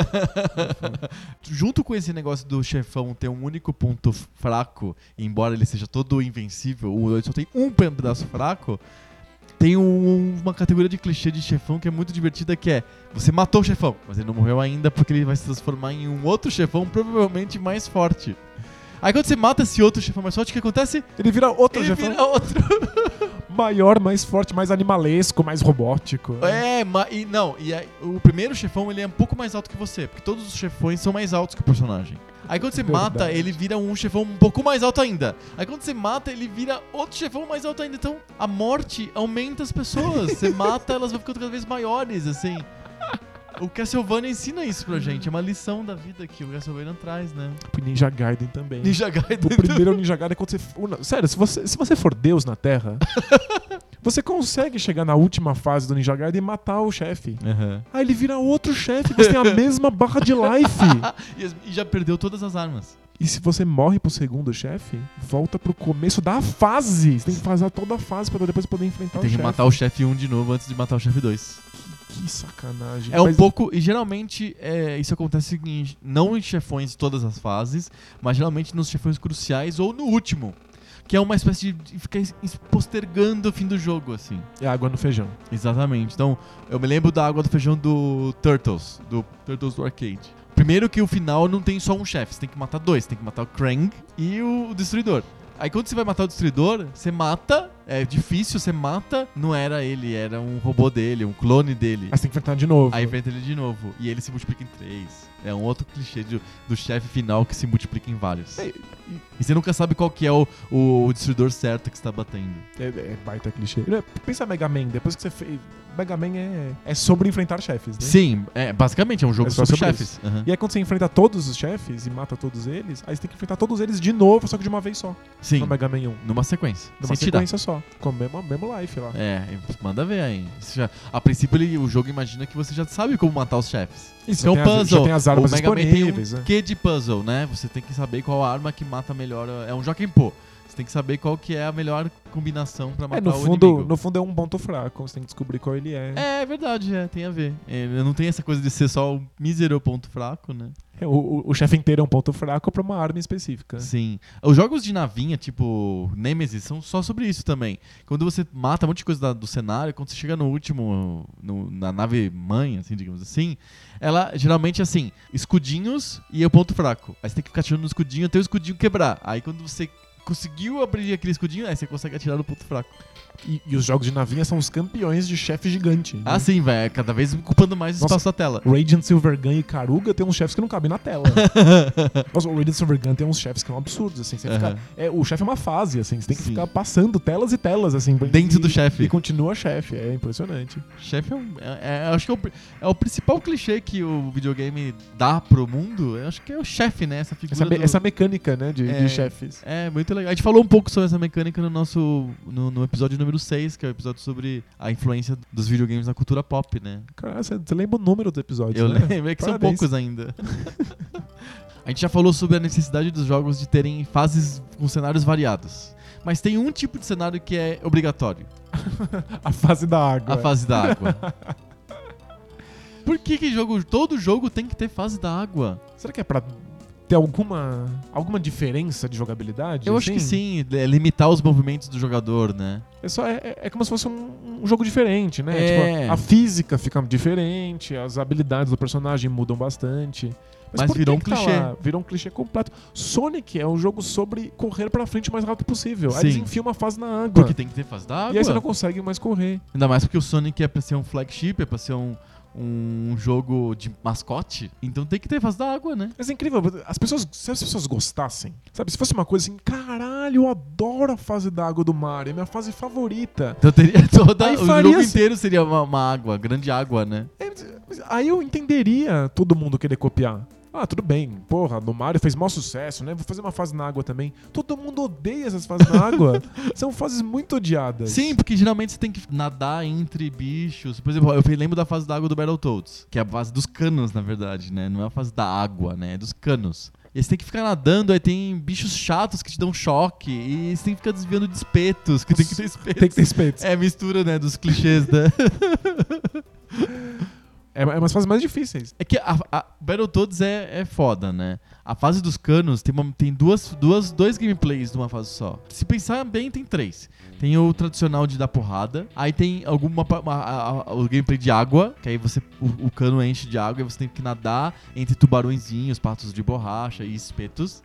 A: <laughs> Junto com esse negócio do chefão ter um único ponto fraco, embora ele seja todo invencível, o 8 só tem um pedaço fraco, tem um- uma categoria de clichê de chefão que é muito divertida, que é você matou o chefão, mas ele não morreu ainda porque ele vai se transformar em um outro chefão provavelmente mais forte. Aí quando você mata esse outro chefão mais forte, o que acontece?
B: Ele vira outro
A: Ele
B: já
A: vira outro.
B: maior, mais forte, mais animalesco, mais robótico.
A: É, ma- e não, e aí, o primeiro chefão ele é um pouco mais alto que você, porque todos os chefões são mais altos que o personagem. Aí quando você
B: Verdade.
A: mata, ele vira um chefão um pouco mais alto ainda. Aí quando você mata, ele vira outro chefão mais alto ainda. Então a morte aumenta as pessoas. Você mata, elas vão ficando cada vez maiores, assim. O Castlevania ensina isso pra gente. É uma lição da vida que o Castlevania traz, né?
B: E Tipo Ninja Gaiden também.
A: Ninja Gaiden.
B: O primeiro Ninja Gaiden é quando você. o- não, Sério, se você, se você for Deus
A: <laughs>
B: na Terra, você consegue chegar na última fase do Ninja Gaiden e matar o chefe.
A: <laughs> Aham.
B: Aí ele vira outro chefe, você tem a mesma barra
A: <laughs>
B: de life.
A: E- E já perdeu todas as armas.
B: E se você morre pro segundo chefe, volta pro começo da fase. Você tem que fazer toda a fase pra depois poder enfrentar o
A: Tem que
B: chefe.
A: matar o chefe 1 de novo antes de matar o chefe 2.
B: Que sacanagem.
A: É um
B: Mas
A: pouco. E geralmente é, isso acontece em- não em chefões de todas as fases, mas geralmente nos chefões cruciais ou no último. Que é uma espécie de de ficar es- es- postergando o fim do jogo, assim.
B: É água no feijão.
A: Exatamente. Então, eu me lembro da água do feijão do Turtles, do Turtles do arcade. Primeiro que o final não tem só um chefe, você tem que matar dois, tem que matar o Krang e o Destruidor. Aí quando você vai matar o Destruidor, você mata, é difícil, você mata, não era ele, era um robô dele, um clone dele.
B: Aí você tem que enfrentar de novo.
A: Aí inventa ele de novo. E ele se multiplica em três. É um outro clichê de- do chefe final que se multiplica em vários.
B: É,
A: E, você nunca sabe qual que é o, o, o destruidor certo que está batendo.
B: É, é baita clichê. Pensa Mega Man, depois que você fez. Mega Man é, é sobre enfrentar chefes, né?
A: Sim, é, basicamente é um jogo
B: É só
A: sobre
B: sobre
A: chefes. Aham.
B: E aí quando você enfrenta todos os chefes e mata todos eles, aí você tem que enfrentar todos eles de novo, só que de uma vez só.
A: Sim,
B: No Mega Man 1.
A: numa sequência.
B: Numa
A: sem te dar.
B: sequência só. Com o mesmo, mesmo life lá.
A: É, manda ver aí. Isso já- a princípio, ele- o jogo imagina que você já sabe como matar os chefes.
B: Isso,
A: é um
B: já tem as-
A: puzzle.
B: já tem as armas
A: o Mega Man tem
B: disponíveis,
A: um
B: né?
A: quê de puzzle, né? Você tem que saber qual a arma que mata melhor. É um Joaquim Pô. Você tem que saber qual que é a melhor combinação pra matar
B: É, no
A: o
B: fundo,
A: inimigo.
B: no fundo é um ponto fraco, você tem que descobrir qual ele é.
A: É, é verdade, é, tem a ver. É, não tem essa coisa de ser só um mísero ponto fraco, né?
B: É, O, o- o chefe inteiro é um ponto fraco pra uma arma específica.
A: Sim. Os jogos de navinha, tipo Nemesis, são só sobre isso também. Quando você mata um monte de coisa da- do cenário, quando você chega no último, no- na nave mãe, assim, digamos assim, ela geralmente é assim, escudinhos e é o ponto fraco. Aí você tem que ficar atirando no escudinho até o escudinho quebrar. Aí quando você conseguiu abrir aquele escudinho, aí você consegue atirar no ponto fraco.
B: E, e os jogos de navinha são os campeões de chefe gigante. né?
A: Ah, sim, velho. Cada vez ocupando mais
B: Nossa.
A: espaço da tela.
B: Radiant Silvergun e Karuga tem uns chefes que não cabem
A: <laughs>
B: na tela. Nossa, o Radiant Silvergun tem uns chefes que são absurdos, assim. Você fica-
A: Aham.
B: é, o chefe é uma fase, assim. Você tem que
A: Sim.
B: ficar passando telas e telas, assim.
A: Dentro
B: e-
A: do chefe.
B: E continua chefe. É impressionante.
A: Chefe é, um, é- é- acho que é o, pri- é o principal clichê que o videogame dá pro mundo. Eu acho que é o chefe, né? Essa figura.
B: Essa, me-
A: do-
B: essa mecânica, né, de, de
A: É.
B: chefes.
A: É muito legal. A gente falou um pouco sobre essa mecânica no nosso no, no episódio número 6, que é o episódio sobre a influência dos videogames na cultura pop, né?
B: Cara, você você lembra o número do episódio?
A: Eu
B: né?
A: lembro, <laughs> é que são
B: Parabéns.
A: poucos ainda. A gente já falou sobre a necessidade dos jogos de terem fases com cenários variados. Mas tem um tipo de cenário que é obrigatório:
B: <laughs> A fase da água.
A: a fase da água. É. <laughs> Por que, que jogo, todo jogo tem que ter fase da água?
B: Será que é pra ter alguma, alguma diferença de jogabilidade?
A: Eu acho
B: assim?
A: que sim, é limitar os movimentos do jogador, né?
B: É, só, é, é- é como se fosse um, um jogo diferente, né?
A: É.
B: Tipo, a, a física fica diferente, as habilidades do personagem mudam bastante.
A: Mas
B: por que
A: virou um
B: que tá
A: clichê.
B: lá? virou um clichê completo. Sonic é um jogo sobre correr pra frente o mais rápido possível. Aí
A: Sim.
B: eles enfiam uma fase na água.
A: Porque tem que ter fase da água.
B: E aí você não consegue mais correr.
A: Ainda mais porque o Sonic é pra ser um flagship, é pra ser um, um jogo de mascote. Então tem que ter fase da água, né?
B: Mas é incrível, as pessoas, se as pessoas gostassem, sabe? Se fosse uma coisa assim, caralho, eu adoro a fase da água do Mario, é minha fase favorita.
A: Então teria <laughs> toda.
B: Aí
A: O
B: faria
A: jogo
B: se-
A: inteiro seria uma, uma água, grande água, né?
B: É, mas Aí eu entenderia todo mundo querer copiar. Ah, tudo bem. Porra, no Mario fez maior sucesso, né? Vou fazer uma fase na água também. Todo mundo odeia essas fases
A: <laughs>
B: na água. São fases muito odiadas.
A: Sim, porque geralmente você tem que nadar entre bichos. Por exemplo, eu lembro da fase da água do Battletoads, que é a fase dos canos, na verdade, né? Não é a fase da água, né? É dos canos. E você tem que ficar nadando, aí tem bichos chatos que te dão choque, e você tem que ficar desviando de espetos, que tem que ter espetos.
B: Tem que
A: <laughs>
B: ter respeito.
A: É a mistura, né, dos clichês, né?
B: É, é umas fases mais difíceis.
A: É que a, a Battletoads é, é foda, né? A fase dos canos tem, uma- tem duas, duas, dois gameplays numa fase só. Se pensar bem, tem três. Tem o tradicional de dar porrada, aí tem alguma pa- uma- a- a- o gameplay de água, que aí você o, o cano enche de água e você tem que nadar entre tubarõezinhos, patos de borracha e espetos.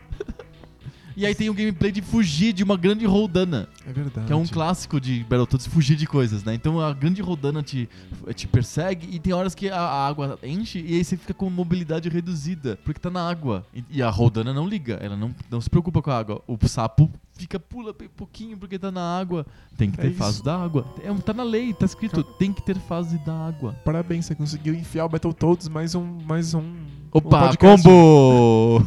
A: <laughs> e aí tem o gameplay de fugir de uma grande roldana.
B: É verdade.
A: Que é um clássico de Battletoads fugir de coisas, né? Então a grande rodana te, te persegue e tem horas que a, a água enche e aí você fica com mobilidade reduzida, porque tá na água. E, e a rodana não liga, ela não, não se preocupa com a água. O sapo fica, pula pe- pouquinho porque tá na água. Tem que
B: É
A: ter
B: isso.
A: fase da água. É, um- tá na lei, tá escrito, tem que ter fase da água.
B: Parabéns, você conseguiu enfiar o Battletoads mais um. Mais um um
A: Opa,
B: podcast.
A: combo!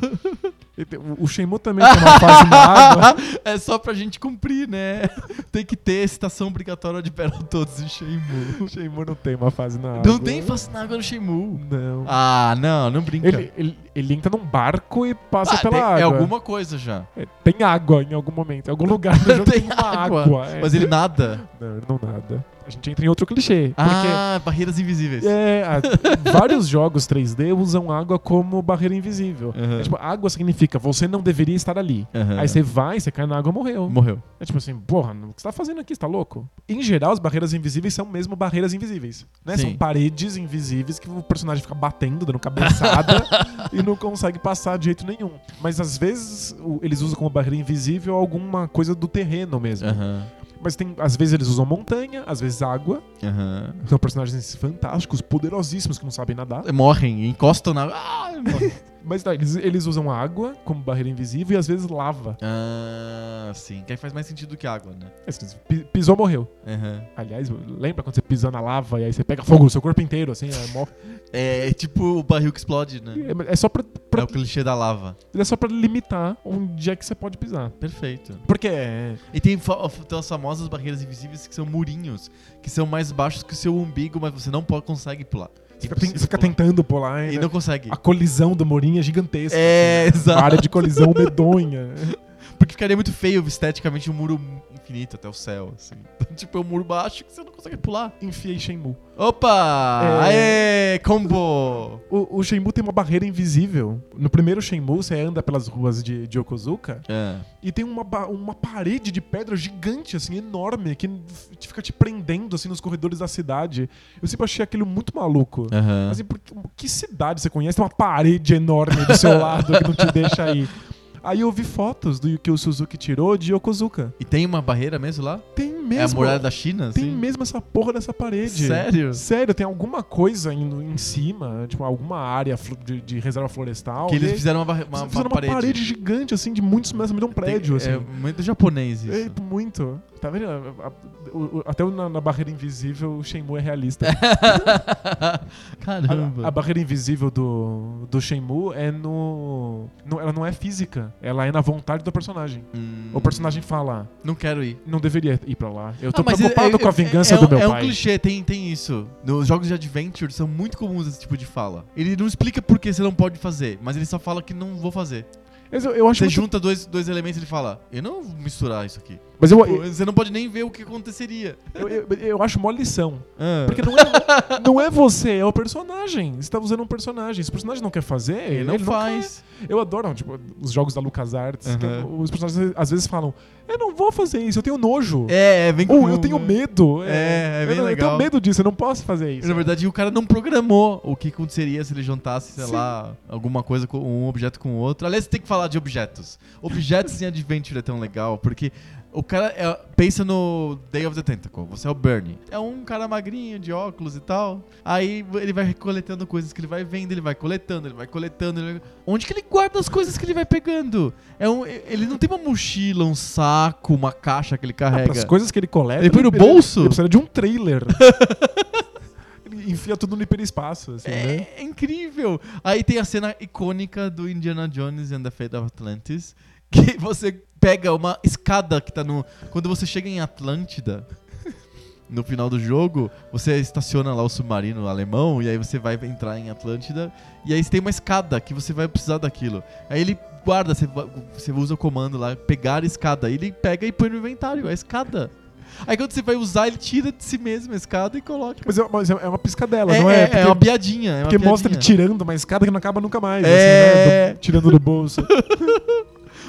B: E tem- O Shenmue também tem uma fase na
A: <laughs>
B: água.
A: é só pra gente cumprir, né? Tem que ter excitação obrigatória de Battletoads e Shenmue.
B: O Shenmue não tem uma fase na água.
A: Não tem fase na água no Shenmue.
B: Não.
A: Ah, não, não brinca.
B: Ele, ele, ele entra num barco e passa
A: Ah,
B: pela
A: tem-
B: água.
A: É alguma coisa já.
B: É, tem água em algum momento, em algum
A: <laughs>
B: lugar do jogo <laughs> tem, uma água. é.
A: Mas ele
B: <laughs>
A: nada.
B: Não, ele não nada. A gente entra em outro clichê.
A: Ah, barreiras invisíveis.
B: Porque é, a- vários jogos 3D usam água como barreira invisível.
A: Aham.
B: É, tipo, água significa você não deveria estar ali.
A: Aham.
B: Aí você vai, você cai na água e morreu.
A: Morreu.
B: É tipo assim, porra, o que você tá fazendo aqui? Você tá louco? Em geral, as barreiras invisíveis são mesmo barreiras invisíveis. Né?
A: Sim.
B: São paredes invisíveis que o personagem fica batendo,
A: <laughs>
B: dando cabeçada e não consegue passar de jeito nenhum. Mas às vezes o- eles usam como barreira invisível alguma coisa do terreno mesmo.
A: Aham.
B: Mas tem, às vezes eles usam montanha, às vezes água.
A: Aham.
B: São personagens fantásticos, poderosíssimos que não sabem nadar.
A: Morrem, encostam na. Ah,
B: <laughs>
A: morrem.
B: Mas tá, eles, eles usam água como barreira invisível e às vezes lava.
A: ah, sim. Que aí faz mais sentido que água, né?
B: É, se- pi- Pisou, morreu.
A: Aham.
B: Aliás, lembra quando você pisa na lava e aí você pega fogo no seu corpo inteiro, assim, é, mó-
A: É, tipo o barril que explode, né?
B: é, é só pra, pra-
A: É o clichê da lava.
B: é só pra limitar onde é que você pode pisar.
A: Perfeito.
B: Porque é,
A: E tem, fa- tem as famosas barreiras invisíveis que são murinhos, que são mais baixos que o seu umbigo, mas você não pode, consegue pular.
B: você fica,
A: Impossível
B: ten- você fica
A: pular.
B: tentando pular e
A: Tipo, E não consegue.
B: a colisão do Mourinho é gigantesca.
A: É,
B: assim, né?
A: exato.
B: A área de colisão medonha. <laughs>
A: Porque ficaria muito feio esteticamente um muro infinito até o céu, assim. <laughs> Então, tipo, é um muro baixo que você não consegue pular.
B: Enfiei Shenmue.
A: Opa!
B: É.
A: Aê! Combo!
B: O, o Shenmue tem uma barreira invisível. No primeiro Shenmue, você anda pelas ruas de, de Okozuka
A: É.
B: e tem uma, ba- uma parede de pedra gigante, assim, enorme, que f- te fica te prendendo, assim, nos corredores da cidade. Eu sempre achei aquilo muito maluco.
A: Aham.
B: Assim, por que- que cidade você conhece? Tem uma parede enorme do seu lado que não te
A: <laughs>
B: deixa aí. Aí eu vi fotos do que o Suzuki tirou de Yokozuka.
A: E tem uma barreira mesmo lá?
B: Tem mesmo.
A: É a muralha da China?
B: Tem
A: assim?
B: mesmo essa porra dessa parede.
A: Sério?
B: Sério, tem alguma coisa indo em cima, tipo, alguma área flo- de, de reserva florestal.
A: Que eles
B: E aí
A: fizeram uma, barre- uma,
B: fizeram
A: uma parede.
B: gigante, assim, de muitos metros de um
A: Tem-
B: prédio,
A: É
B: assim.
A: muito japonês isso.
B: É, muito. Tá vendo? A- a- o- o- Até o- na, na Barreira Invisível o Shenmue é realista.
A: <laughs> Caramba.
B: A, a barreira invisível do, do Shenmue é no, no- Ela não é física, ela é na vontade do personagem.
A: Hum,
B: O personagem fala,
A: Não quero ir.
B: não deveria ir pra lá. Eu tô
A: Ah, mas
B: preocupado
A: é-
B: com a
A: é-
B: vingança
A: é,
B: do
A: um-
B: meu
A: é
B: pai.
A: um clichê, tem, tem isso. Nos jogos de adventure são muito comuns esse tipo de fala. Ele não explica por que você não pode fazer, mas ele só fala que não vou fazer.
B: Mas eu, eu acho
A: Você
B: muito-
A: junta dois, dois elementos e ele fala, eu não vou misturar isso aqui.
B: Mas eu,
A: Pô, você não pode nem ver o que aconteceria.
B: eu, eu, eu acho mó lição.
A: Ah.
B: Porque não é, não é você, é o personagem. Você tá usando um personagem. Se o personagem não quer fazer,
A: ele não faz.
B: quer. Eu adoro, tipo, os jogos da LucasArts. que
A: Aham.
B: Os personagens às vezes falam, eu não vou fazer isso, eu tenho nojo.
A: É, é, vem
B: Ou
A: com-
B: eu tenho medo.
A: É, é bem
B: eu, não- Eu
A: legal.
B: tenho medo disso, eu não posso fazer isso.
A: Na verdade, o cara não programou o que aconteceria se ele juntasse, sei
B: Sim.
A: lá, alguma coisa com um objeto com o outro. Aliás, tem que falar de objetos. Objetos em <laughs> Adventure é tão legal, porque o cara é- pensa no Day of the Tentacle, você é o Bernie. É um cara magrinho, de óculos e tal. Aí ele vai coletando coisas que ele vai vendo, ele vai coletando, ele vai coletando. ele vai- Onde que ele guarda as coisas que ele vai pegando? É um, ele não tem uma mochila, um saco, uma caixa que ele carrega.
B: As Ah, coisas que ele coleta.
A: Ele põe no
B: ele-
A: bolso?
B: Ele precisa de
A: <laughs>
B: um trailer. ele enfia tudo no hiperespaço, assim, né?
A: É, é incrível! Aí tem a cena icônica do Indiana Jones and the Fate of Atlantis, <laughs> que você pega uma escada que tá no. Quando você chega em Atlântida. <laughs> No final do jogo, você estaciona lá o submarino alemão e aí você vai entrar em Atlântida e aí você tem uma escada que você vai precisar daquilo. Aí ele guarda, você, va- você usa o comando lá, pegar a escada. Aí ele pega e põe no inventário a escada. Aí quando você vai usar, ele tira de si mesmo a escada e coloca.
B: Mas é, mas é- é uma piscadela,
A: É,
B: não é?
A: é,
B: Porque,
A: é uma piadinha. É uma
B: porque mostra ele
A: piadinha.
B: tirando uma escada que não acaba nunca mais. assim, né?
A: É.
B: Do- tirando do bolso.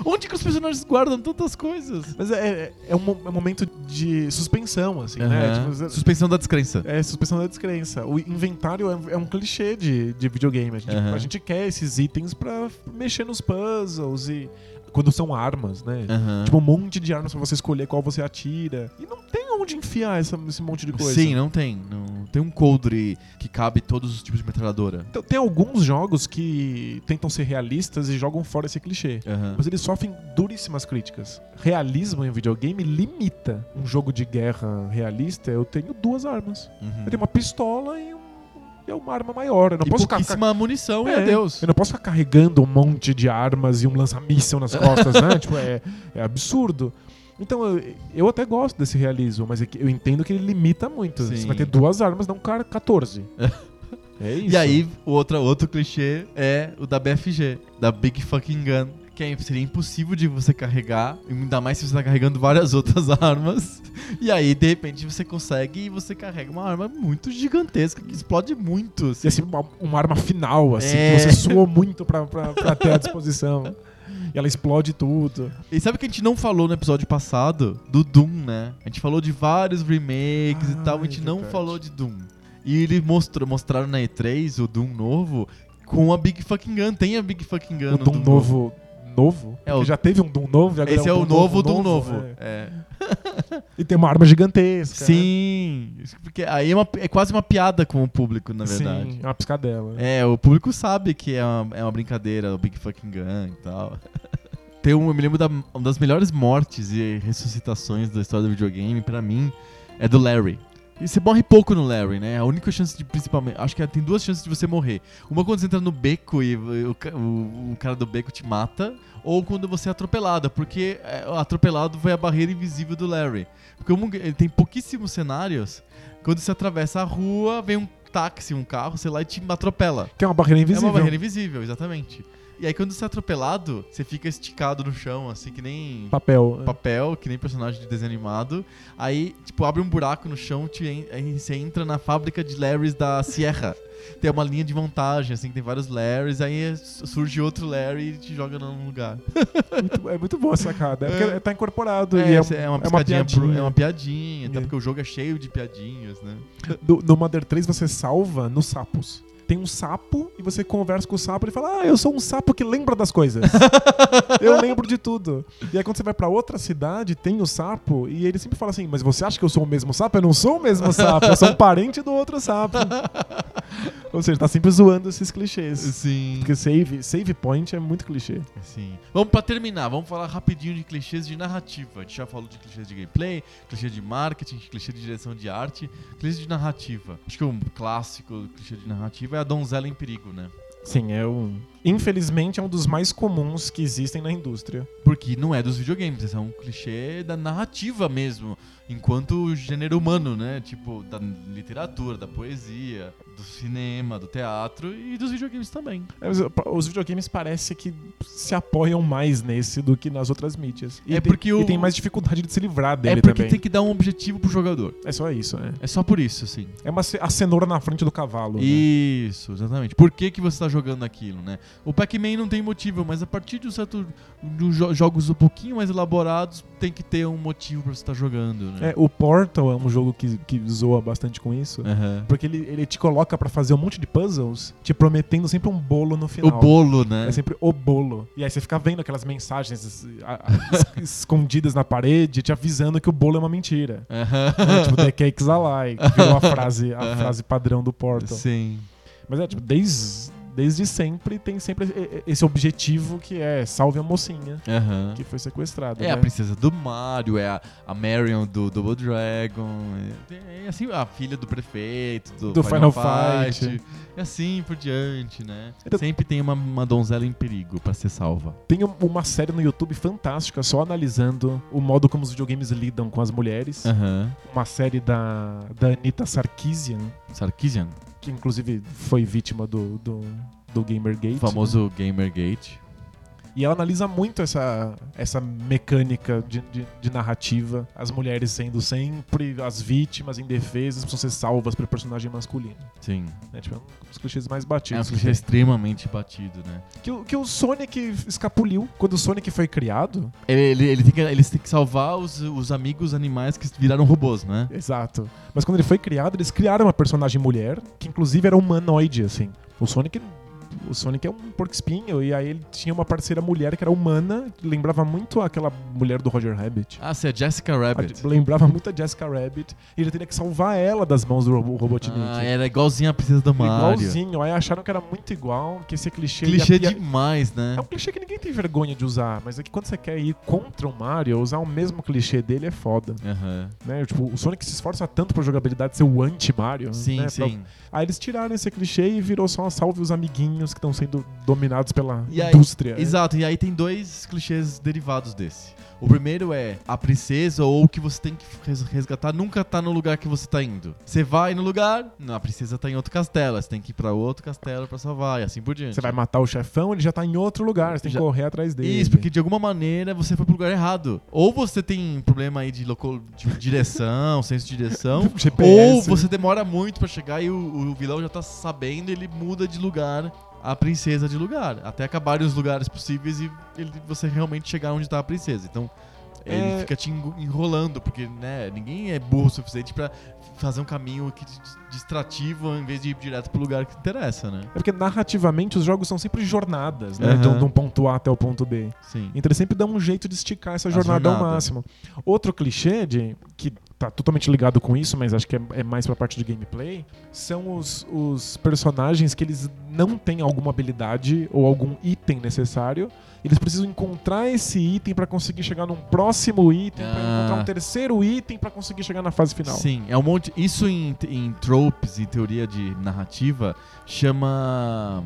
A: Onde que os personagens guardam tantas coisas?
B: mas é, é- é um, mo- é um momento de suspensão, assim, né? Tipo, você-
A: Suspensão da descrença.
B: É suspensão da descrença. O inventário é, é um clichê de, de videogame. A gente,
A: Aham.
B: a gente quer esses itens pra mexer nos puzzles e. Quando são armas, né?
A: Aham.
B: Tipo, um monte de armas pra você escolher qual você atira. E não tem onde enfiar essa- esse monte de tipo coisa.
A: Sim, né? não tem. Não tem um coldre que cabe todos os tipos de metralhadora.
B: Então, tem alguns jogos que tentam ser realistas e jogam fora esse clichê.
A: Aham.
B: Mas eles sofrem duríssimas críticas. Realismo em videogame limita. Um jogo de guerra realista, eu tenho duas armas.
A: Uhum.
B: Eu tenho uma pistola e, um, e uma arma maior. Eu não
A: E
B: posso ficar
A: pouquíssima munição,
B: É,
A: meu Deus.
B: Eu não posso ficar carregando um monte de armas e um lança-míssel nas costas, né?
A: <laughs>
B: tipo, é, é absurdo. Então, eu, eu até gosto desse realismo, mas é que eu entendo que ele limita muito.
A: Sim.
B: Você vai ter duas armas, não um
A: <laughs>
B: cara 14. é isso.
A: E aí, o outro, outro clichê é o da BFG, da Big Fucking Gun. Que é- seria impossível de você carregar, ainda mais se você tá carregando várias <laughs> outras armas. E aí, de repente, você consegue e você carrega uma arma muito gigantesca que explode muito. assim.
B: E assim, uma, uma arma final, assim,
A: É.
B: que você suou muito pra, pra, pra ter à disposição. E ela explode tudo.
A: E sabe o que a gente não falou no episódio passado? Do Doom, né? A gente falou de vários remakes
B: Ah,
A: e tal, a gente
B: é
A: não
B: verdade.
A: falou de Doom. E eles mostrou, mostraram na E3 o Doom novo com a Big Fucking Gun. Tem a Big Fucking Gun
B: Um
A: no
B: Doom novo. Novo?
A: É,
B: Porque
A: o-
B: Já teve um Doom novo e agora
A: Esse é,
B: um
A: o novo Doom novo.
B: é.
A: É.
B: E tem uma arma gigantesca.
A: Sim, porque aí é, uma- é quase uma piada com o público, na verdade.
B: Sim, é uma piscadela.
A: É, o público sabe que é uma, é uma brincadeira, o Big Fucking Gun e tal. <laughs> Tem um, eu me lembro da, uma das melhores mortes e ressuscitações da história do videogame, pra mim, é do Larry. E você morre pouco no Larry, né? A única chance de, principalmente, acho que tem duas chances de você morrer. Uma quando você entra no beco e o, ca- o- o cara do beco te mata, ou quando você é atropelada, porque é, atropelado foi a barreira invisível do Larry. Porque como ele tem pouquíssimos cenários, quando você atravessa a rua, vem um táxi, um carro, sei lá, e te atropela.
B: Que é uma barreira invisível.
A: É uma barreira invisível, exatamente. E aí quando você é atropelado, você fica esticado no chão, assim, que nem
B: Papel.
A: papel, que nem personagem de desenho animado. Aí, tipo, abre um buraco no chão, te en- aí você entra na fábrica de Larrys da Sierra. <laughs> Tem uma linha de montagem, assim, que tem vários Larrys, aí é, surge outro Larry e te joga num lugar.
B: Muito- é muito boa a sacada. É porque
A: É.
B: tá incorporado.
A: É,
B: e é,
A: cê- é uma
B: é uma
A: piscadinha, pro-
B: piadinha.
A: é uma piadinha, até
B: É.
A: porque o jogo é cheio de piadinhas, né?
B: No, no Mother 3 você salva nos sapos. Tem um sapo e você conversa com o sapo e ele fala: Ah, eu sou um sapo que lembra
A: <laughs>
B: das coisas. eu lembro de tudo. E aí quando você vai pra outra cidade, tem o sapo e ele sempre fala
A: <laughs>
B: assim: Mas você acha que eu sou o mesmo sapo? Eu não sou o mesmo sapo, eu sou um parente do outro sapo. Ou seja, tá sempre zoando esses clichês.
A: Sim.
B: Porque save, save point é muito clichê.
A: Sim. Assim, Vamos pra terminar, vamos falar rapidinho de clichês de narrativa. A gente já falou de clichês de gameplay, clichê de marketing, clichê de direção de arte, clichê de narrativa. Acho que um clássico clichê de narrativa é a donzela em perigo, né?
B: Sim, é um. Infelizmente é um dos mais comuns que existem na indústria.
A: Porque não é dos videogames, esse é um clichê da narrativa mesmo, enquanto gênero humano, né? Tipo, da literatura, da poesia, do cinema, do teatro e dos videogames também.
B: É, mas, ó, Os videogames parece que se apoiam mais nesse do que nas outras mídias. E,
A: É
B: tem-
A: porque o-
B: e tem mais dificuldade de se livrar dele
A: é porque
B: também.
A: tem que dar um objetivo pro jogador.
B: É só isso, né?
A: É só por isso, assim.
B: É uma ce- a cenoura na frente do cavalo. né?
A: Isso, exatamente. Por que, que você tá jogando aquilo, né? O Pac-Man não tem motivo, mas a partir de um certo. dos jo- jogos um pouquinho mais elaborados, tem que ter um motivo pra você estar jogando, né?
B: É, o Portal é um jogo que, que zoa bastante com isso.
A: Aham.
B: Porque ele, ele te coloca pra fazer um monte de puzzles, te prometendo sempre um bolo no
A: O
B: final.
A: bolo, né?
B: É sempre o bolo. E aí você fica vendo aquelas mensagens es- a- a- es-
A: <laughs>
B: escondidas na parede, te avisando que o bolo é uma mentira.
A: Aham.
B: Né? tipo, the cakes a lie, que virou a frase, a
A: Aham.
B: frase padrão do Portal.
A: Sim.
B: Mas é, tipo, desde, desde sempre tem sempre e- e- esse objetivo que é salve a mocinha
A: Aham.
B: que foi sequestrada.
A: É
B: né?
A: a princesa do Mario, é a, a Marion do Double Dragon, é, é assim, a filha do prefeito, do,
B: Do Final Fight.
A: É assim por diante, né?
B: Então-
A: Sempre tem uma, uma donzela em perigo pra ser salva.
B: Tem um- uma série no YouTube fantástica só analisando o modo como os videogames lidam com as mulheres.
A: Aham.
B: Uma série da, da Anitta Sarkeesian,
A: Sarkisian,
B: que inclusive foi vítima do, do, do Gamergate.
A: o famoso Gamergate.
B: E ela analisa muito essa, essa mecânica de, de, de narrativa. As mulheres sendo sempre as vítimas indefesas, precisam ser salvas pelo personagem masculino.
A: Sim.
B: né? Tipo, é um dos clichês mais
A: É um
B: batidos. que
A: clichê
B: tem.
A: extremamente batido, né?
B: que, o- que o Sonic escapuliu. Quando o Sonic foi criado,
A: Ele, ele, ele tem que, eles têm que salvar os, os amigos animais que viraram robôs, né?
B: Exato. Mas quando ele foi criado, eles criaram uma personagem mulher, que inclusive era humanoide, assim. O Sonic. O Sonic é um porco espinho, e aí ele tinha uma parceira mulher que era humana, que lembrava muito aquela mulher do Roger Rabbit.
A: Ah, sim, a Jessica
B: A-
A: Rabbit.
B: lembrava muito a Jessica Rabbit, e ele teria que salvar ela das mãos do Robo- Robotnik.
A: Ah, era igualzinha a princesa do Mario.
B: Igualzinho, aí acharam que era muito igual, que esse clichê. ia-
A: Clichê
B: ia-
A: demais, né?
B: É um clichê que ninguém tem vergonha de usar, mas é que quando você quer ir contra o Mario, usar o mesmo clichê dele é foda.
A: Aham.
B: né? Tipo, o Sonic se esforça tanto pra jogabilidade ser o anti-Mario.
A: Sim,
B: né? Pra-
A: sim.
B: Aí eles tiraram esse clichê e virou só uma salve os amiguinhos que estão sendo dominados pela
A: E aí-
B: indústria. né?
A: Exato, e aí tem dois clichês derivados desse. O primeiro é a princesa ou o que você tem que res- resgatar nunca tá no lugar que você tá indo. Você vai no lugar, não, a princesa tá em outro castelo, você tem que ir pra outro castelo pra salvar e assim por diante.
B: Você vai matar o chefão, ele já tá em outro lugar, você tem
A: Já-
B: que correr atrás dele. Tipo,
A: Isso,
B: <laughs>
A: porque de alguma maneira você foi pro lugar errado. Ou você tem um problema aí de, loco, de direção, <laughs> senso de direção.
B: GPS.
A: então, ou você demora muito pra chegar e o, o vilão já tá sabendo, ele muda de lugar a princesa de lugar. Até acabarem os lugares possíveis e ele- você realmente chegar onde tá a princesa. Então. Ele
B: É.
A: fica te engo- enrolando, porque né, ninguém é burro o suficiente pra fazer um caminho que te- te- distrativo em vez de ir direto pro lugar que te interessa, né?
B: É porque narrativamente os jogos são sempre jornadas, né?
A: Aham.
B: De um- de um ponto A até o ponto B.
A: Sim.
B: Então ele sempre dá um jeito de esticar essa
A: A
B: jornada, ao
A: jornada.
B: máximo. Outro clichê de, que tá totalmente ligado com isso, mas acho que é, é mais pra parte de gameplay, são os, os personagens que eles não têm alguma habilidade ou algum item necessário. Eles precisam encontrar esse item pra conseguir chegar num próximo item, pra
A: Ah.
B: encontrar um terceiro item pra conseguir chegar na fase final.
A: Sim, é um monte. Isso em, em tropes e teoria de narrativa chama.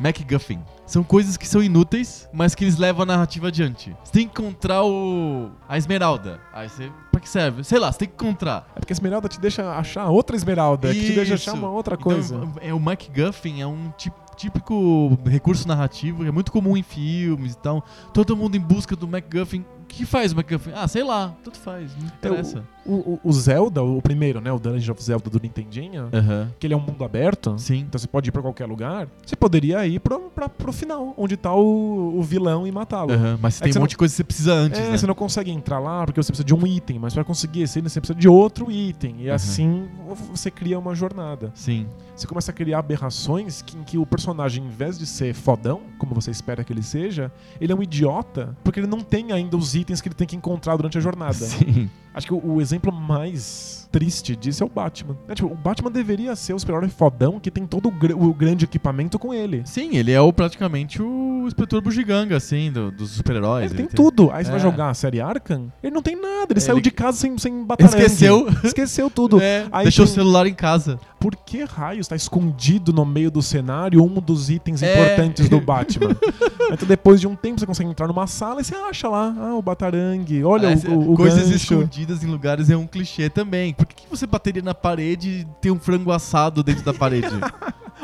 A: MacGuffin. São coisas que são inúteis, mas que eles levam a narrativa adiante. Você tem que encontrar o. a esmeralda. Aí você. Pra que serve? Sei lá, você tem que encontrar.
B: É porque a esmeralda te deixa achar outra esmeralda, que te deixa achar
A: Isso.
B: uma outra
A: Então,
B: coisa.
A: é, o MacGuffin é um ti- típico recurso narrativo, que é muito comum em filmes e tal. Todo mundo em busca do MacGuffin. O que faz o MacGuffin? Ah, sei lá, tanto faz, não
B: É, o-
A: interessa.
B: O, o- o Zelda, o primeiro, né? O Dungeon of Zelda do Nintendinho,
A: Aham.
B: que ele é um mundo aberto.
A: Sim.
B: Então você pode ir pra qualquer lugar. Você poderia ir pra, pra, pro final, onde tá o, o vilão e matá-lo.
A: Aham, Mas
B: É
A: tem
B: que você
A: um monte de coisa que você precisa antes,
B: É,
A: né?
B: você não consegue entrar lá porque você precisa de um item, mas pra conseguir esse item, você precisa de outro item. E
A: Uhum.
B: assim você cria uma jornada.
A: Sim.
B: Você começa a criar aberrações que- em que o personagem, em vez de ser fodão, como você espera que ele seja, ele é um idiota porque ele não tem ainda os itens que ele tem que encontrar durante a jornada.
C: Sim.
B: Acho que o, o exemplo mais triste disso é o Batman. É, tipo, o Batman deveria ser o super-herói fodão que tem todo o, gr- o grande equipamento com ele.
A: Sim, ele é o, praticamente o inspetor bugiganga, assim, do- dos super-heróis.
B: Ele tem tudo. Aí você vai
A: É.
B: jogar a série Arkham, ele não tem nada. Ele
A: Ele-
B: saiu de casa sem, sem batarangue.
A: Esqueceu. <laughs>
B: Esqueceu tudo.
A: É,
B: Aí
A: deixou
B: tem-
A: o celular em casa.
B: Por que raios está escondido no meio do cenário um dos itens
A: É.
B: importantes do Batman? <laughs> então depois de um tempo você consegue entrar numa sala e você acha lá, ah, o batarangue, olha
A: Ah,
B: o-
A: essa-
B: o, o
A: Coisas
B: gancho.
A: escondidas em lugares é um clichê também. Por que, que você bateria na parede e tem um frango assado dentro da
B: <laughs>
A: parede?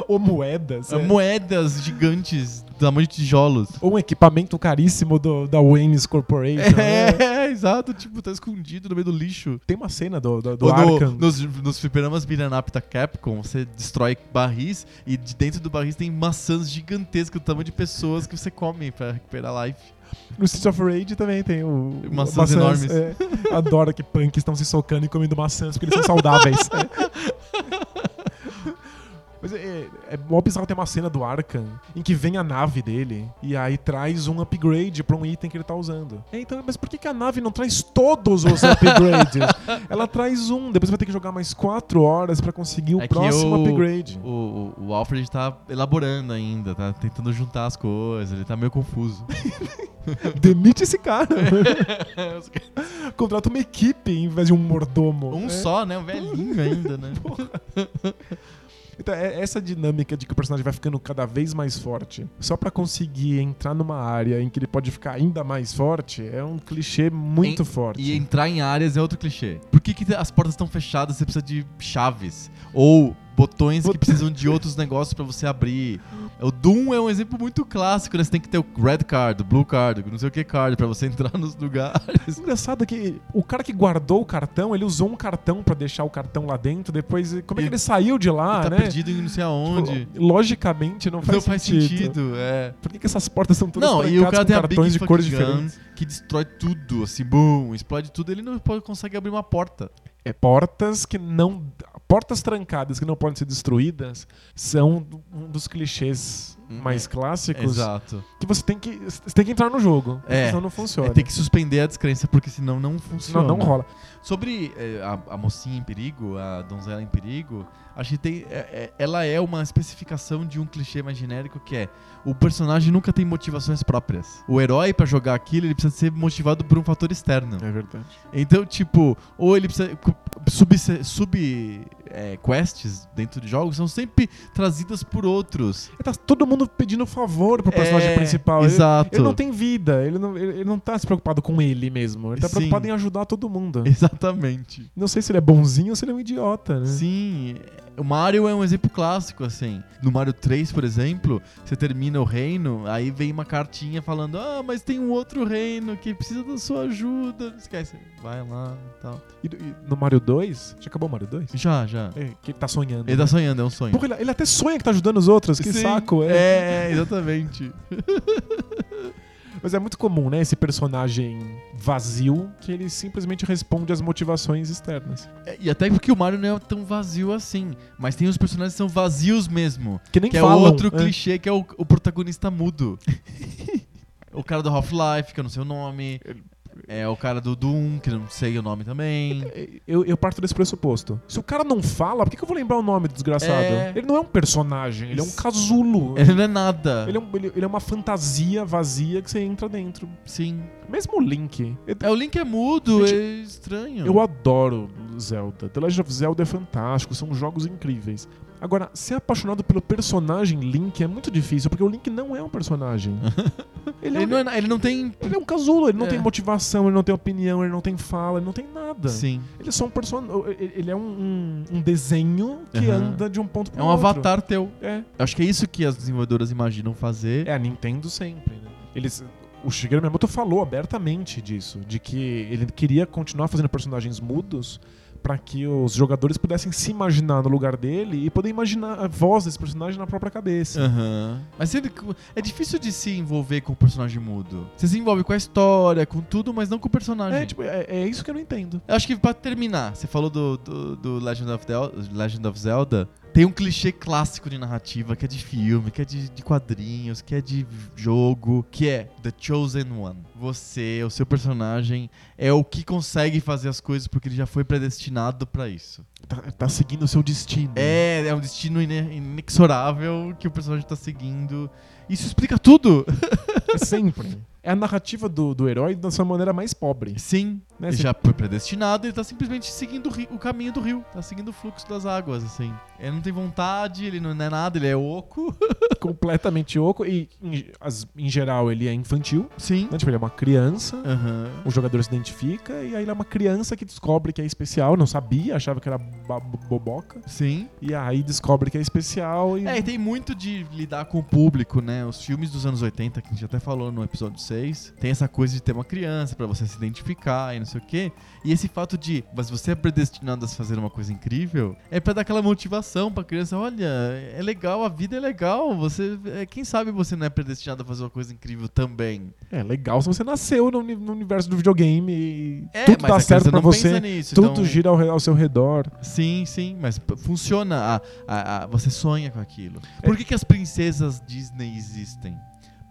B: Ou moedas. é.
A: Moedas gigantes do tamanho de tijolos.
B: Ou um equipamento caríssimo do- da Wayne's Corporation. né?
A: É, <laughs> exato, tipo, tá escondido no meio do lixo.
B: Tem uma cena do, do, do
A: Ou no-
B: Arkham.
A: nos, nos fliperamas beat'em up da Capcom, você destrói barris e de dentro do barris tem maçãs gigantescas do tamanho de pessoas que você come pra recuperar life.
B: No Street of Rage também tem o.
A: Maçãs enormes.
B: é. Adoro que punks estão se socando e comendo maçãs porque eles
A: <laughs>
B: são saudáveis. Mas é, é, é mó bizarro ter uma cena do Arkham em que vem a nave dele e aí traz um upgrade pra um item que ele tá usando. É, então, mas por que, que a nave não traz todos
A: <laughs>
B: os upgrades? Ela traz um, depois vai ter que jogar mais quatro horas pra conseguir o
A: É que
B: próximo
A: o-
B: upgrade.
A: O, o, o Alfred tá elaborando ainda, tá tentando juntar as coisas, ele tá meio confuso.
B: <laughs> Demite
A: <laughs>
B: esse cara. Contrata uma equipe em vez de um mordomo.
A: Um
B: É.
A: só, né? Um velhinho ainda,
B: <laughs>
A: né?
B: Então, é essa dinâmica de que o personagem vai ficando cada vez mais forte, só pra conseguir entrar numa área em que ele pode ficar ainda mais forte, é um clichê muito
A: Em-
B: forte.
A: E entrar em áreas é outro clichê. Por que, que as portas estão fechadas e você precisa de chaves? Ou botões que
B: Bot-
A: precisam de outros negócios pra você abrir. O Doom é um exemplo muito clássico, né? Você tem que ter o red card, o blue card, o não sei o que card pra você <laughs> entrar nos lugares.
B: O <laughs> engraçado é que o cara que guardou o cartão, ele usou um cartão pra deixar o cartão lá dentro, depois como é que
A: E-
B: ele saiu de lá,
A: E tá
B: né?
A: perdido em não sei aonde.
B: Tipo, Logicamente não faz,
A: não faz
B: sentido.
A: sentido, é.
B: Por que, que essas portas são todas
A: Não, e o cara
B: trancadas com
A: tem a
B: cartões
A: Big
B: de cores
A: Fucking Gun
B: diferentes?
A: que destrói tudo, assim, boom, explode tudo, ele não pode- consegue abrir uma porta.
B: É portas que não. Portas trancadas que não podem ser destruídas são um dos clichês
A: Hum,
B: mais clássicos
A: Exato.
B: que você tem que. Você tem que entrar no jogo.
A: É.
B: Senão não
A: É,
B: funciona.
A: tem que suspender a descrença, porque senão não funciona.
B: Então, Senão não rola.
A: Sobre eh, a, a mocinha em perigo, a donzela em perigo, acho que tem, é- é- ela é uma especificação de um clichê mais genérico que é o personagem nunca tem motivações próprias. O herói, pra jogar aquilo, ele precisa ser motivado por um fator externo.
B: É verdade.
A: Então, tipo, ou ele precisa. cu- Sub, sub eh, quests dentro de jogos são sempre trazidas por outros.
B: Tá todo mundo pedindo favor pro personagem
A: É,
B: principal. Ele-
A: Exato.
B: Ele, não tem vida, ele não, ele, ele não tá se preocupado com ele mesmo. Ele tá
A: Sim.
B: preocupado em ajudar todo mundo.
A: <laughs> Exatamente.
B: Não sei se ele é bonzinho ou se ele é um idiota, né?
A: Sim, o Mario é um exemplo clássico, assim. No Mario 3, por exemplo, você termina o reino, aí vem uma cartinha falando: Ah, mas tem um outro reino que precisa da sua ajuda. Não esquece, vai lá e tal.
B: E, e no Mario 2. Já acabou o Mario 2?
A: Já, já.
B: É, que ele tá sonhando.
A: Ele tá sonhando, é um sonho.
B: Porra, ele, ele até sonha que tá ajudando os outros, que
A: Sim,
B: saco, <laughs>
A: É, é, exatamente.
B: Mas é muito comum, né? Esse personagem vazio que ele simplesmente responde às motivações externas.
A: É, E até porque o Mario não é tão vazio assim. Mas tem os personagens que são vazios mesmo.
B: Que nem
A: que
B: falam.
A: é outro
B: né?
A: clichê, que é o, o protagonista
B: <laughs>
A: mudo. o cara do Half-Life, que eu não sei o nome. É o cara do Doom, que eu não sei o nome também.
B: É, Eu, eu parto desse pressuposto. Se o cara não fala, por que, que eu vou lembrar o nome do desgraçado?
A: É.
B: Ele não é um personagem, ele é um
A: <laughs>
B: casulo.
A: Ele não é nada.
B: Ele, é um- ele- ele é uma fantasia vazia que você entra dentro.
A: Sim.
B: Mesmo o Link. Eu,
A: É, o Link é mudo,
B: Gente,
A: é estranho.
B: eu adoro Zelda. The Legend of Zelda é fantástico, são jogos incríveis. Agora, ser apaixonado pelo personagem Link é muito difícil, porque o Link não é
A: <laughs>
B: um personagem. ele, é
A: ele,
B: um,
A: não é na- ele não tem.
B: ele é um casulo, ele não
A: É.
B: tem motivação, ele não tem opinião, ele não tem fala, ele não tem nada.
A: Sim.
B: Ele é só um person... Ele é um, um- um desenho que
A: Aham.
B: anda de um ponto pro
A: É um
B: outro.
A: avatar teu.
B: É.
A: Eu Acho que é isso que as desenvolvedoras imaginam fazer.
B: É a Nintendo sempre, né? Eles. O Shigeru Miyamoto falou abertamente disso, de que ele queria continuar fazendo personagens mudos pra que os jogadores pudessem se imaginar no lugar dele e poder imaginar a voz desse personagem na própria cabeça.
A: Aham. Mas sendo que é difícil de se envolver com o personagem mudo. Você se envolve com a história, com tudo, mas não com o personagem.
B: É, tipo, é, é isso que eu não entendo.
A: Eu acho que pra terminar, você falou do, do, do Legend, of Del- Legend of Zelda. Tem um clichê clássico de narrativa que é de filme, que é de, de quadrinhos, que é de jogo, que é The Chosen One. Você, o seu personagem, é o que consegue fazer as coisas porque ele já foi predestinado pra isso.
B: Tá, tá seguindo o seu destino.
A: <laughs> É, é um destino ine- inexorável que o personagem tá seguindo. Isso explica tudo!
B: É sempre. É a narrativa do, do herói da sua maneira mais pobre.
A: Sim,
B: Né?
A: ele
B: Você-
A: já foi predestinado, ele tá simplesmente seguindo o, ri- o caminho do rio, tá seguindo o fluxo das águas, assim. Ele não tem vontade, ele não é nada, ele é oco.
B: completamente oco e, em, as- em geral, ele é infantil.
A: Sim.
B: Né? Tipo, ele é uma criança.
A: Aham.
B: O jogador se identifica e aí ele é uma criança que descobre que é especial, não sabia, achava que era ba- boboca.
A: Sim.
B: E aí descobre que é especial e.
A: É, e tem muito de lidar com o público, né? Os filmes dos anos 80, que a gente até falou no episódio 6, tem essa coisa de ter uma criança pra você se identificar e não sei o quê. E esse fato de, mas você é predestinado a fazer uma coisa incrível, é pra dar aquela motivação pra criança, olha, é legal, a vida é legal, você, é, quem sabe você não é predestinado a fazer uma coisa incrível também.
B: É legal se você nasceu no, uni- no universo do videogame e
A: É,
B: tudo
A: mas
B: dá
A: a
B: certo
A: criança
B: pra
A: não pensa
B: você,
A: nisso,
B: tudo
A: então-
B: gira ao, re- ao seu redor.
A: Sim, sim, mas p- funciona. A, a, a- você sonha com aquilo.
B: É.
A: Por que, que as princesas Disney existem?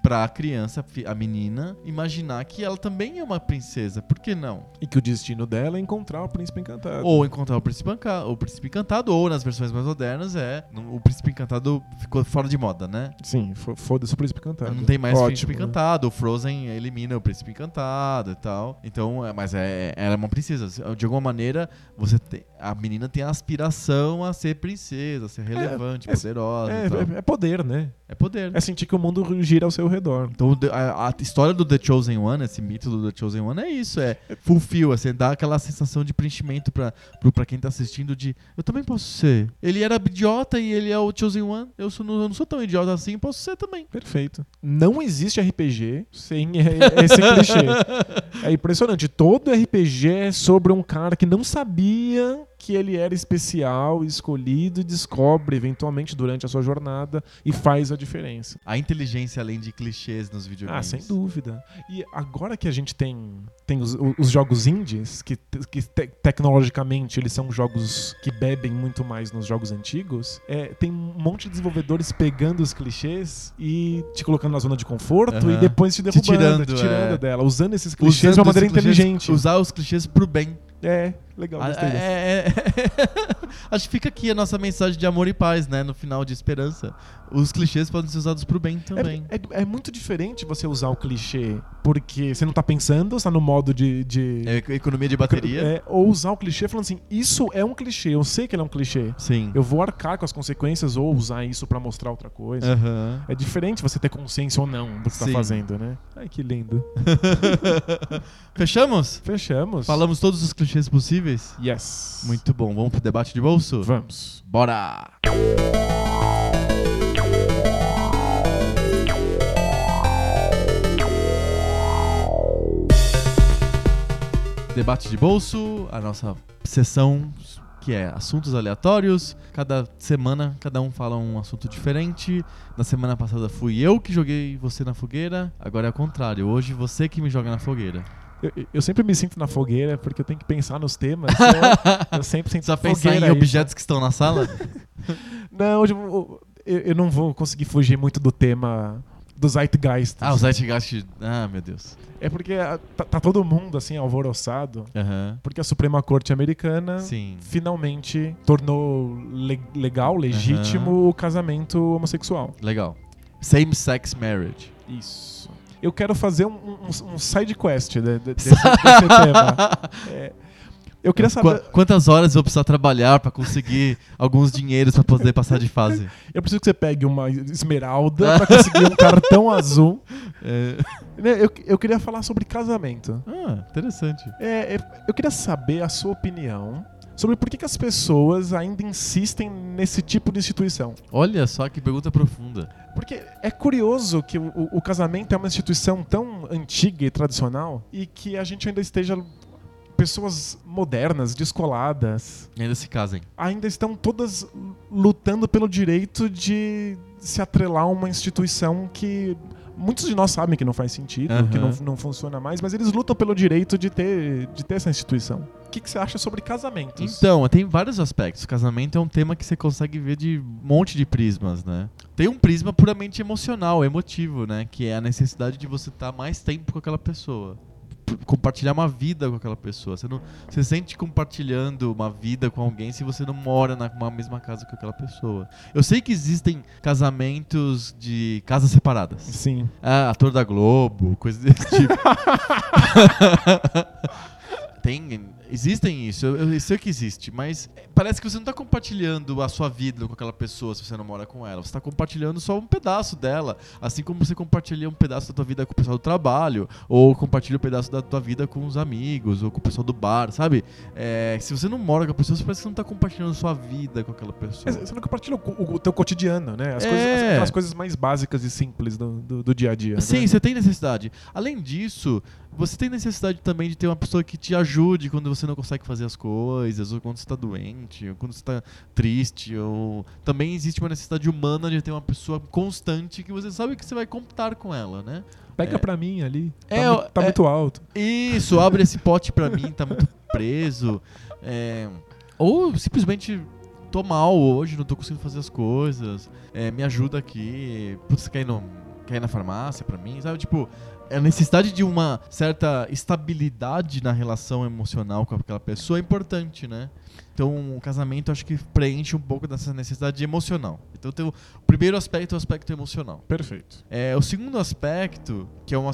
A: Pra criança, a fi- a menina, imaginar que ela também é uma princesa. Por que não?
B: E que o destino dela é encontrar o príncipe encantado.
A: Ou encontrar o príncipe, enca- o príncipe encantado, ou nas versões mais modernas, é. no- O príncipe encantado ficou fora de moda, né?
B: Sim, fo- foda-se o príncipe encantado.
A: Não tem mais
B: Ótimo,
A: príncipe
B: né?
A: encantado. O Frozen elimina o príncipe encantado e tal. Então, é- mas é, ela é uma princesa. De alguma maneira, você tem- a menina tem a aspiração a ser princesa, a ser relevante,
B: é-
A: poderosa. e tal. É,
B: É, é- é poder, né?
A: poder.
B: É sentir que o mundo gira ao seu redor.
A: Então, o The- a, a história do The Chosen One, esse mito do The Chosen One, é isso. É fulfill, assim, dá aquela sensação de preenchimento pra, pro, pra quem tá assistindo de eu também posso ser. Ele era idiota e ele é o Chosen One. Eu, sou- não- eu não sou tão idiota assim, posso ser também.
B: Perfeito. Não existe RPG sem e- esse clichê. É impressionante. Todo RPG é sobre um cara que não sabia que ele era especial, escolhido e descobre eventualmente durante a sua jornada e faz a diferença.
A: A inteligência além de clichês nos videogames.
B: Ah, sem dúvida. E agora que a gente tem, tem os, os jogos indies, que, te- que te- tecnologicamente eles são jogos que bebem muito mais nos jogos antigos, é, tem um monte de desenvolvedores pegando os clichês e te colocando na zona de conforto
A: Aham.
B: e depois te
A: Te
B: derrubando, te tirando,
A: tirando, é.
B: dela, usando esses clichês de uma
A: esses
B: maneira
A: clichês-
B: inteligente.
A: Usar os clichês pro bem.
B: É, legal,
A: Ah,
B: gostei dessa.
A: é- <laughs> é- Acho que fica aqui a nossa mensagem de amor e paz, né? No final de esperança. Os clichês podem ser usados pro bem também.
B: É, é- é muito diferente você usar o clichê porque você não tá pensando, você tá no modo de- de,
A: É economia de bateria.
B: É, ou usar o clichê falando assim, isso é um clichê, eu sei que ele é um clichê.
A: Sim.
B: Eu vou arcar com as consequências ou usar isso pra mostrar outra coisa.
A: Aham.
B: É diferente você ter consciência ou não do que
A: Sim.
B: tá fazendo, né? Ai, que lindo.
A: Fechamos?
B: Fechamos.
A: Falamos todos os clichês possíveis?
B: Yes.
A: Muito bom. Vamos pro debate de bolso?
B: Vamos.
A: Bora! Debate de bolso, a nossa sessão que é assuntos aleatórios. Cada semana, cada um fala um assunto diferente. Na semana passada fui eu que joguei você na fogueira. Agora é o contrário. Hoje você que me joga na fogueira.
B: Eu, eu sempre me sinto na fogueira porque eu tenho que pensar nos temas.
A: <laughs>
B: então Eu, eu sempre sinto
A: Precisa
B: na
A: pensar em
B: fogueira aí.
A: objetos que estão na sala?
B: Não, hoje eu, vou- eu, eu não vou conseguir fugir muito do tema do Zeitgeist.
A: ah, o Zeitgeist. Ah, meu Deus.
B: É porque ah, tá, tá todo mundo assim alvoroçado.
A: Aham.
B: Porque a Suprema Corte Americana
A: Sim.
B: finalmente tornou le- legal, legítimo o casamento homossexual.
A: Legal. Same sex marriage.
B: Isso. Eu quero fazer um, um, um side quest de- de-
A: <laughs>
B: desse, desse tema. É, eu queria saber.
A: Qua- quantas horas eu vou precisar trabalhar pra
B: <laughs>
A: conseguir alguns dinheiros pra poder passar de fase?
B: Eu preciso que você pegue uma esmeralda pra conseguir
A: <laughs>
B: um cartão azul.
A: <laughs> É,
B: Né, Eu, eu queria falar sobre casamento.
A: Ah, interessante.
B: É, é, eu queria saber a sua opinião sobre por que, que as pessoas ainda insistem nesse tipo de instituição.
A: Olha só que pergunta profunda.
B: Porque é curioso que o, o- o casamento é uma instituição tão antiga e tradicional e que a gente ainda esteja. Pessoas modernas, descoladas,
A: E ainda se casem.
B: ainda estão todas lutando pelo direito de se atrelar a uma instituição que Muitos de nós sabem que não faz sentido,
A: Aham.
B: que não, não funciona mais, mas eles lutam pelo direito de ter, de ter essa instituição. O que, que você acha sobre casamentos?
A: Então, tem vários aspectos. Casamento é um tema que você consegue ver de um monte de prismas, né? Tem um prisma puramente emocional, emotivo, né? Que é a necessidade de você estar mais tempo com aquela pessoa. P- Compartilhar uma vida com aquela pessoa. Você não você sente compartilhando uma vida com alguém se você não mora na na mesma casa que aquela pessoa. Eu sei que existem casamentos de casas separadas.
B: Sim.
A: Ah, ator da Globo, coisa desse tipo. Tem, existem isso, eu, eu sei que existe, mas parece que você não tá compartilhando a sua vida com aquela pessoa se você não mora com ela. Você tá compartilhando só um pedaço dela. Assim como você compartilha um pedaço da tua vida com o pessoal do trabalho, ou compartilha um pedaço da tua vida com os amigos, ou com o pessoal do bar, sabe? É, se você não mora com a pessoa, você parece que você não tá compartilhando a sua vida com aquela pessoa.
B: Mas Você não compartilha o, co- o teu cotidiano, né? As
A: É.
B: coisas, as- aquelas coisas mais básicas e simples do, do, do dia a dia.
A: Sim,
B: né?
A: você tem necessidade. Além disso, você tem necessidade também de ter uma pessoa que te ajude quando você não consegue fazer as coisas, ou quando você está doente, ou quando você está triste. Ou... Também existe uma necessidade humana de ter uma pessoa constante que você sabe que você vai contar com ela, né?
B: Pega
A: É.
B: pra mim ali. Tá,
A: É,
B: mu-
A: eu-
B: tá
A: é-
B: muito alto.
A: Isso, abre esse pote pra mim, tá muito preso. É, Ou simplesmente tô mal hoje, não tô conseguindo fazer as coisas. é, me ajuda aqui. Putz, quer ir, no- quer ir na farmácia pra mim? Sabe, tipo, a necessidade de uma certa estabilidade na relação emocional com aquela pessoa é importante, né? Então, o casamento acho que preenche um pouco dessa necessidade emocional. Então, tem o o primeiro aspecto é o aspecto emocional.
B: Perfeito.
A: É, o segundo aspecto, que é um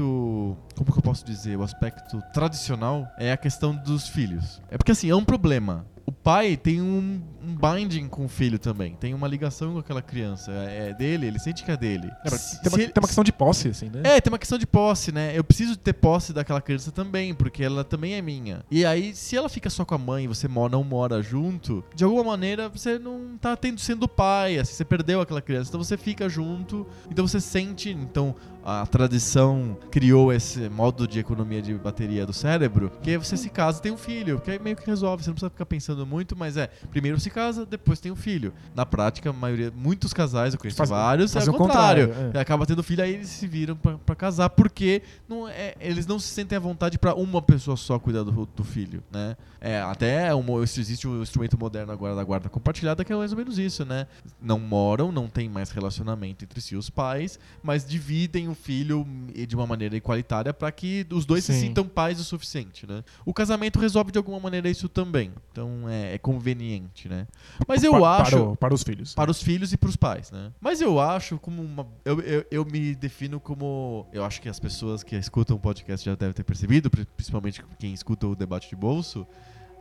A: aspecto. Como que eu posso dizer? O aspecto tradicional é a questão dos filhos. É porque assim, é um problema. O pai tem um, um binding com o filho também. Tem uma ligação com aquela criança. É é dele, ele sente que é dele.
B: É, mas
A: Se-
B: tem, uma,
A: se ele-
B: tem uma questão de posse, assim, né?
A: é, tem uma questão de posse, né? Eu preciso ter posse daquela criança também, porque ela também é minha. E aí, se ela fica só com a mãe e você mo- não mora junto, de alguma maneira você não tá tendo, sendo pai, assim, você perdeu aquela criança. Então você fica junto, então você sente. Então a tradição criou esse modo de economia de bateria do cérebro, que aí você se casa e tem um filho, que aí meio que resolve, você não precisa ficar pensando muito, mas é, primeiro se casa, depois tem um filho. Na prática, a maioria, muitos casais, eu conheço
B: Faz-
A: vários,
B: faz
A: é o
B: o
A: contrário.
B: contrário, é.
A: É, acaba tendo filho, aí eles se viram pra, pra casar, porque não é- eles não se sentem à vontade pra uma pessoa só cuidar do, do filho, né? É, até um, existe um instrumento moderno agora da guarda compartilhada que é mais ou menos isso, né? Não moram, não tem mais relacionamento entre si os pais, mas dividem o filho e de uma maneira igualitária pra que os dois se
B: Sim.
A: sintam pais o suficiente, né? O casamento resolve de alguma maneira isso também, então é, é conveniente, né? Mas eu
B: Pa- para
A: acho
B: o- para os filhos.
A: para os filhos e para os pais, né? Mas eu acho como uma. Eu, eu, eu me defino como. Eu acho que as pessoas que escutam o podcast já devem ter percebido, pri- principalmente quem escuta o debate de bolso.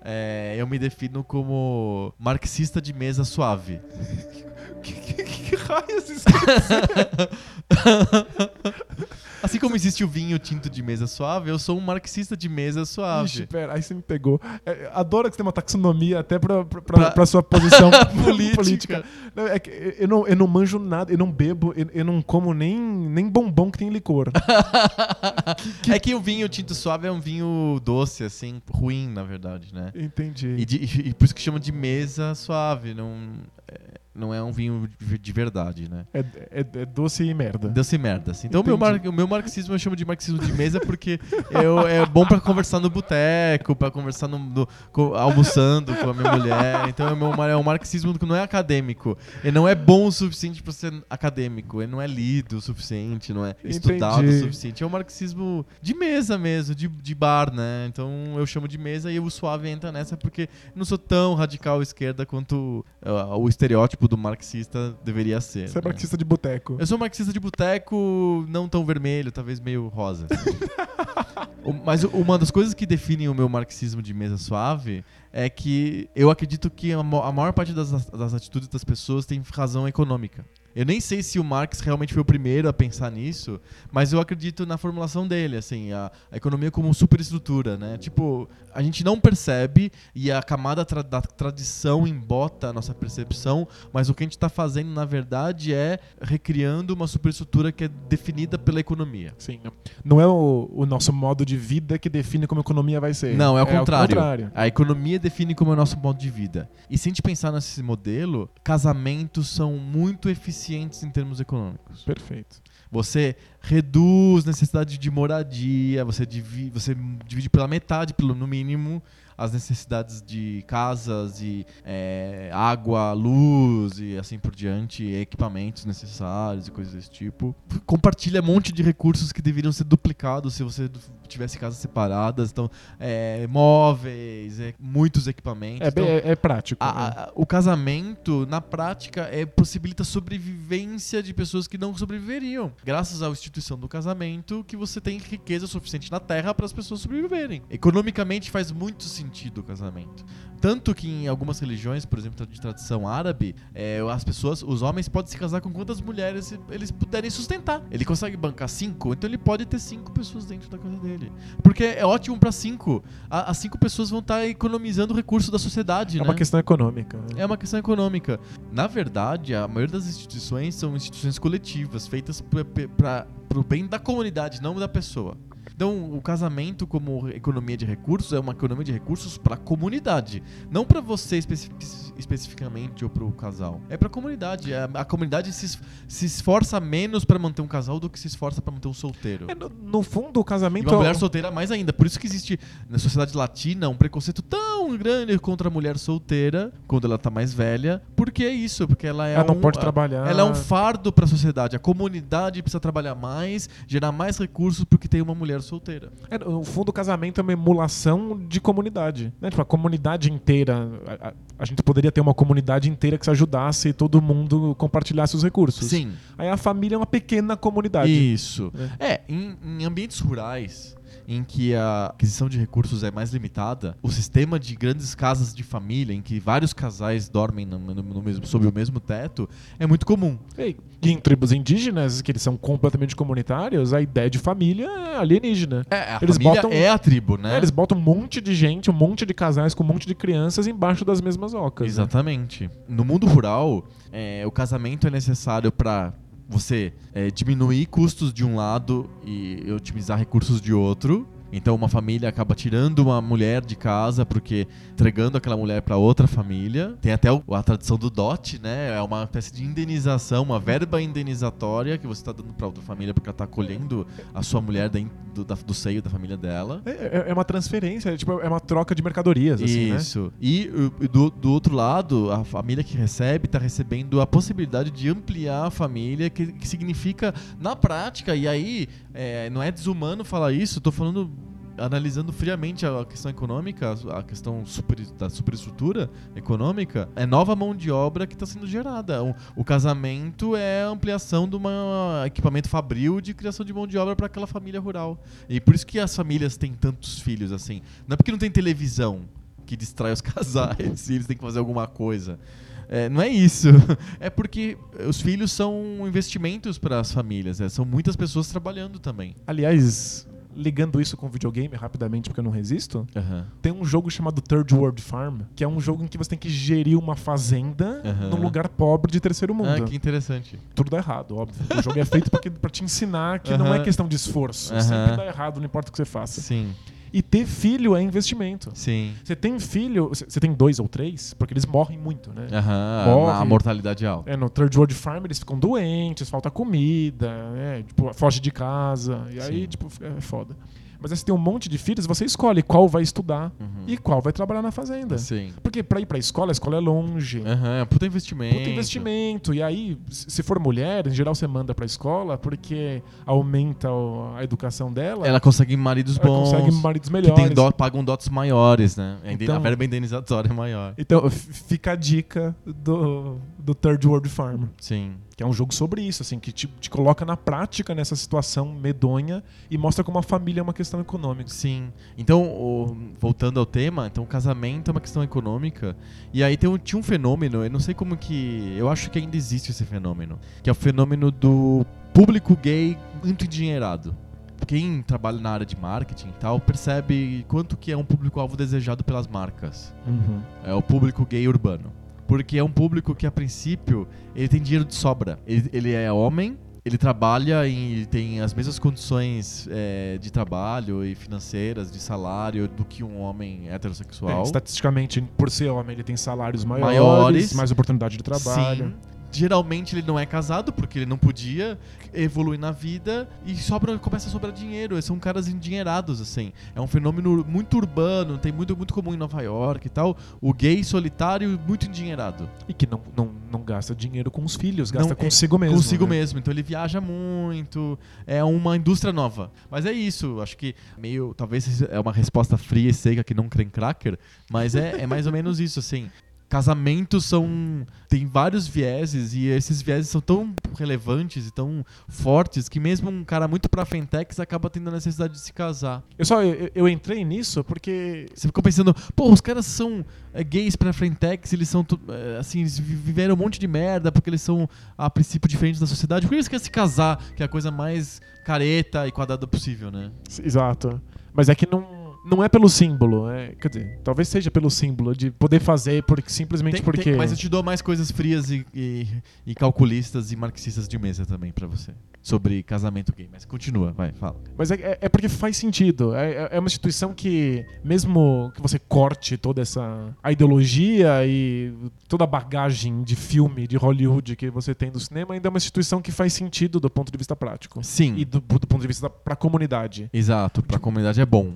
A: é, eu me defino como marxista de mesa suave.
B: Que, que, que
A: <laughs>
B: raios isso
A: Assim como existe o vinho tinto de mesa suave, eu sou um marxista de mesa
B: Ixi,
A: suave.
B: pera, aí você me pegou. É, adoro que você tem uma taxonomia até pra, pra, pra-
A: Pra-
B: pra sua posição
A: <laughs> Política.
B: política. Não, é que eu, não, eu não manjo nada, eu não bebo, eu, eu não como nem, nem bombom que tem licor.
A: <laughs> É que o vinho tinto suave é um vinho doce, assim, ruim, na verdade, né? E,
B: Entendi.
A: de- e- e por isso que chama de mesa suave, não é, não é um vinho de de verdade, né?
B: É, é- é doce e merda.
A: Deu-se merda. Assim. Então, o meu, mar,
B: Entendi.
A: o meu marxismo eu chamo de marxismo de mesa porque eu, é bom pra conversar no boteco, pra conversar no, no- co- almoçando com a minha mulher. Então, é, o meu, mar- é um marxismo que não é acadêmico. Ele não é bom o suficiente pra ser acadêmico. Ele não é lido o suficiente, não é estudado o
B: Entendi.
A: suficiente. É um marxismo de mesa mesmo, de, de bar, né? Então, eu chamo de mesa e o suave entra nessa porque não sou tão radical esquerda quanto ah, o estereótipo do marxista deveria ser.
B: Você é
A: né?
B: marxista de boteco.
A: Eu sou marxista de boteco, não tão vermelho, talvez meio rosa. assim. O- Mas o- uma das coisas que definem o meu marxismo de mesa suave é que eu acredito que a mo- a maior parte das, das atitudes das pessoas tem razão econômica. Eu nem sei se o Marx realmente foi o primeiro a pensar nisso, mas eu acredito na formulação dele, assim, a, a economia como superestrutura, né? Tipo, a gente não percebe e a camada tra- da tradição embota a nossa percepção, mas o que a gente está fazendo, na verdade, é recriando uma superestrutura que é definida pela economia.
B: Sim, não, não é o, o nosso modo de vida que define como a economia vai ser.
A: Não, é o
B: ao
A: contrário. A economia define como é o nosso modo de vida. E se a gente pensar nesse modelo, casamentos são muito eficientes em termos econômicos.
B: Perfeito.
A: Você reduz necessidade de moradia, você divide, você divide pela metade, pelo no mínimo, as necessidades de casas e é, água, luz e assim por diante, equipamentos necessários e coisas desse tipo. Compartilha um monte de recursos que deveriam ser duplicados se você tivesse casas separadas. Então, é, móveis, é, muitos equipamentos.
B: É, bem-
A: Então,
B: é- é prático.
A: a-
B: né?
A: a- o casamento, na prática, é, possibilita sobrevivência de pessoas que não sobreviveriam. Graças à instituição do casamento, que você tem riqueza suficiente na terra para as pessoas sobreviverem. Economicamente faz muito sentido o casamento. Tanto que em algumas religiões, por exemplo, de tradição árabe, é, as pessoas, os homens podem se casar com quantas mulheres eles puderem sustentar. Ele consegue bancar cinco, então ele pode ter cinco pessoas dentro da casa dele. Porque é ótimo para cinco. A- as cinco pessoas vão estar economizando o recurso da sociedade,
B: É
A: né?
B: uma questão econômica. né?
A: É uma questão econômica. Na verdade, a maioria das instituições são instituições coletivas, feitas para o bem da comunidade, não da pessoa. Então, o casamento como economia de recursos é uma economia de recursos para a comunidade, não para você especi- especificamente ou para o casal. É para a comunidade. A, a comunidade se, es- se esforça menos para manter um casal do que se esforça para manter um solteiro.
B: É, no, no fundo, o
A: E
B: casamento.
A: uma mulher
B: é-
A: solteira mais ainda. Por isso que existe na sociedade latina um preconceito tão grande contra a mulher solteira quando ela tá mais velha. Por que isso? Porque ela é
B: Ela não
A: um-
B: pode
A: a-
B: trabalhar.
A: Ela é um fardo pra sociedade. A comunidade precisa trabalhar mais, gerar mais recursos porque tem uma mulher solteira.
B: É, no fundo, o casamento é uma emulação de comunidade. Né? Tipo, a comunidade inteira. A, a- a gente poderia ter uma comunidade inteira que se ajudasse e todo mundo compartilhasse os recursos.
A: Sim.
B: Aí a família é uma pequena comunidade.
A: Isso. É, em, em ambientes rurais, em que a aquisição de recursos é mais limitada, o sistema de grandes casas de família, em que vários casais dormem no- no- no mesmo- sob o mesmo teto, é muito comum.
B: E em tribos indígenas, que eles são completamente comunitários, a ideia de família é alienígena.
A: É, a
B: Eles
A: família
B: botam-
A: é a tribo, né?
B: É, Eles botam um monte de gente, um monte de casais com um monte de crianças embaixo das mesmas ocas. né?
A: Exatamente. No mundo rural, é, o casamento é necessário para você é, diminuir custos de um lado e otimizar recursos de outro. Então uma família acaba tirando uma mulher de casa porque entregando aquela mulher para outra família. Tem até o- a tradição do dote, né? É uma espécie de indenização, uma verba indenizatória que você está dando para outra família porque ela tá acolhendo a sua mulher da in- do, da- do seio da família dela.
B: É, é- é uma transferência, é, tipo, é uma troca de mercadorias, assim, né?
A: Isso. E uh, do, do outro lado, a família que recebe está recebendo a possibilidade de ampliar a família, que, que significa, na prática, e aí é, não é desumano falar isso, estou falando. Analisando friamente a questão econômica, a questão super- da superestrutura econômica, é nova mão de obra que está sendo gerada. O, o casamento é a ampliação de um equipamento fabril de criação de mão de obra para aquela família rural. E por isso que as famílias têm tantos filhos, assim. Não é porque não tem televisão que distrai os <laughs> casais e eles têm que fazer alguma coisa. É, não é isso. <laughs> É porque os filhos são investimentos para as famílias. né? São muitas pessoas trabalhando também.
B: Aliás, ligando isso com videogame rapidamente, porque eu não resisto,
A: Aham.
B: tem um jogo chamado Third World Farm, que é um jogo em que você tem que gerir uma fazenda
A: Aham.
B: num lugar pobre de terceiro mundo.
A: Ah, que interessante.
B: Tudo dá errado, óbvio. O jogo é feito pra que- pra te ensinar que não
A: Aham.
B: é questão de esforço.
A: Aham.
B: Sempre dá errado, não importa o que você faça.
A: Sim,
B: E ter filho é investimento.
A: sim.
B: Você tem filho, você você tem dois ou três, porque eles morrem muito, né?
A: Aham.
B: Morre.
A: A mortalidade é alta.
B: É, no Third World Farm eles ficam doentes, falta comida, né? tipo, foge de casa. E aí,
A: Sim.
B: tipo, é foda. Mas aí você tem um monte de filhos, você escolhe qual vai estudar
A: Uhum.
B: e qual vai trabalhar na fazenda.
A: Sim.
B: Porque pra ir pra escola, a escola é longe.
A: Aham. é um Puta investimento.
B: Puta investimento. E aí, se se for mulher, em geral você manda pra escola porque aumenta o- a educação dela.
A: Ela consegue maridos
B: ela
A: bons.
B: consegue maridos
A: que
B: melhores.
A: tem dó, pagam dotes maiores, né? A inden- A
B: Então-
A: verba indenizatória é maior.
B: Então, f- fica a dica do, do Third World Farm.
A: Sim.
B: Que é um jogo sobre isso, assim, que te, te coloca na prática nessa situação medonha e mostra como a família é uma questão econômica.
A: Sim. Então, o- voltando ao tema, então casamento é uma questão econômica. E aí tem um- tinha um fenômeno, eu não sei como que. Eu acho que ainda existe esse fenômeno. Que é o fenômeno do público gay muito endinheirado. Quem trabalha na área de marketing e tal percebe quanto que é um público-alvo desejado pelas marcas. É o público gay urbano. Porque é um público que, a princípio, ele tem dinheiro de sobra. Ele, ele é homem, ele trabalha e ele tem as mesmas condições é, de trabalho e financeiras, de salário, do que um homem
B: É,
A: heterossexual.
B: estatisticamente, por ser homem, ele tem salários maiores,
A: Maiores.
B: mais oportunidade de trabalho.
A: Sim. Geralmente ele não é casado, porque ele não podia evoluir na vida e sobra, começa a sobrar dinheiro. Eles são caras endinheirados, assim. É um fenômeno muito urbano, tem muito, muito comum em Nova York e tal. O gay solitário muito endinheirado.
B: E que não, não, não gasta dinheiro com os filhos, gasta
A: Não, é,
B: consigo mesmo.
A: Consigo
B: né?
A: mesmo. Então ele viaja muito. É uma indústria nova. Mas é isso. Acho que meio. Talvez é uma resposta fria e seca que não crê em cracker. Mas é, é mais ou menos isso, assim. Casamentos são. tem vários vieses e esses vieses são tão relevantes e tão fortes que mesmo um cara muito pra Fentex acaba tendo a necessidade de se casar.
B: Eu só eu, eu entrei nisso porque
A: Você ficou pensando, pô, os caras são é, gays pra Frentex, eles são, tu- é, assim, eles vi- viveram um monte de merda porque eles são, a princípio, diferentes da sociedade. Por que eles querem se casar, que é a coisa mais careta e quadrada possível, né?
B: Exato. Mas é que não, não é pelo símbolo. É, quer dizer, talvez seja pelo símbolo de poder fazer porque, simplesmente
A: Tem-
B: porque.
A: tem- mas eu te dou mais coisas frias e, e- e calculistas e marxistas de mesa também pra você. Sobre casamento gay. Mas continua, vai, fala.
B: Mas é, é- é porque faz sentido. É, é- é uma instituição que, mesmo que você corte toda essa a ideologia e toda a bagagem de filme, de Hollywood que você tem do cinema, ainda é uma instituição que faz sentido do ponto de vista prático.
A: Sim,
B: E do, do ponto de vista para a comunidade.
A: exato, pra comunidade é bom.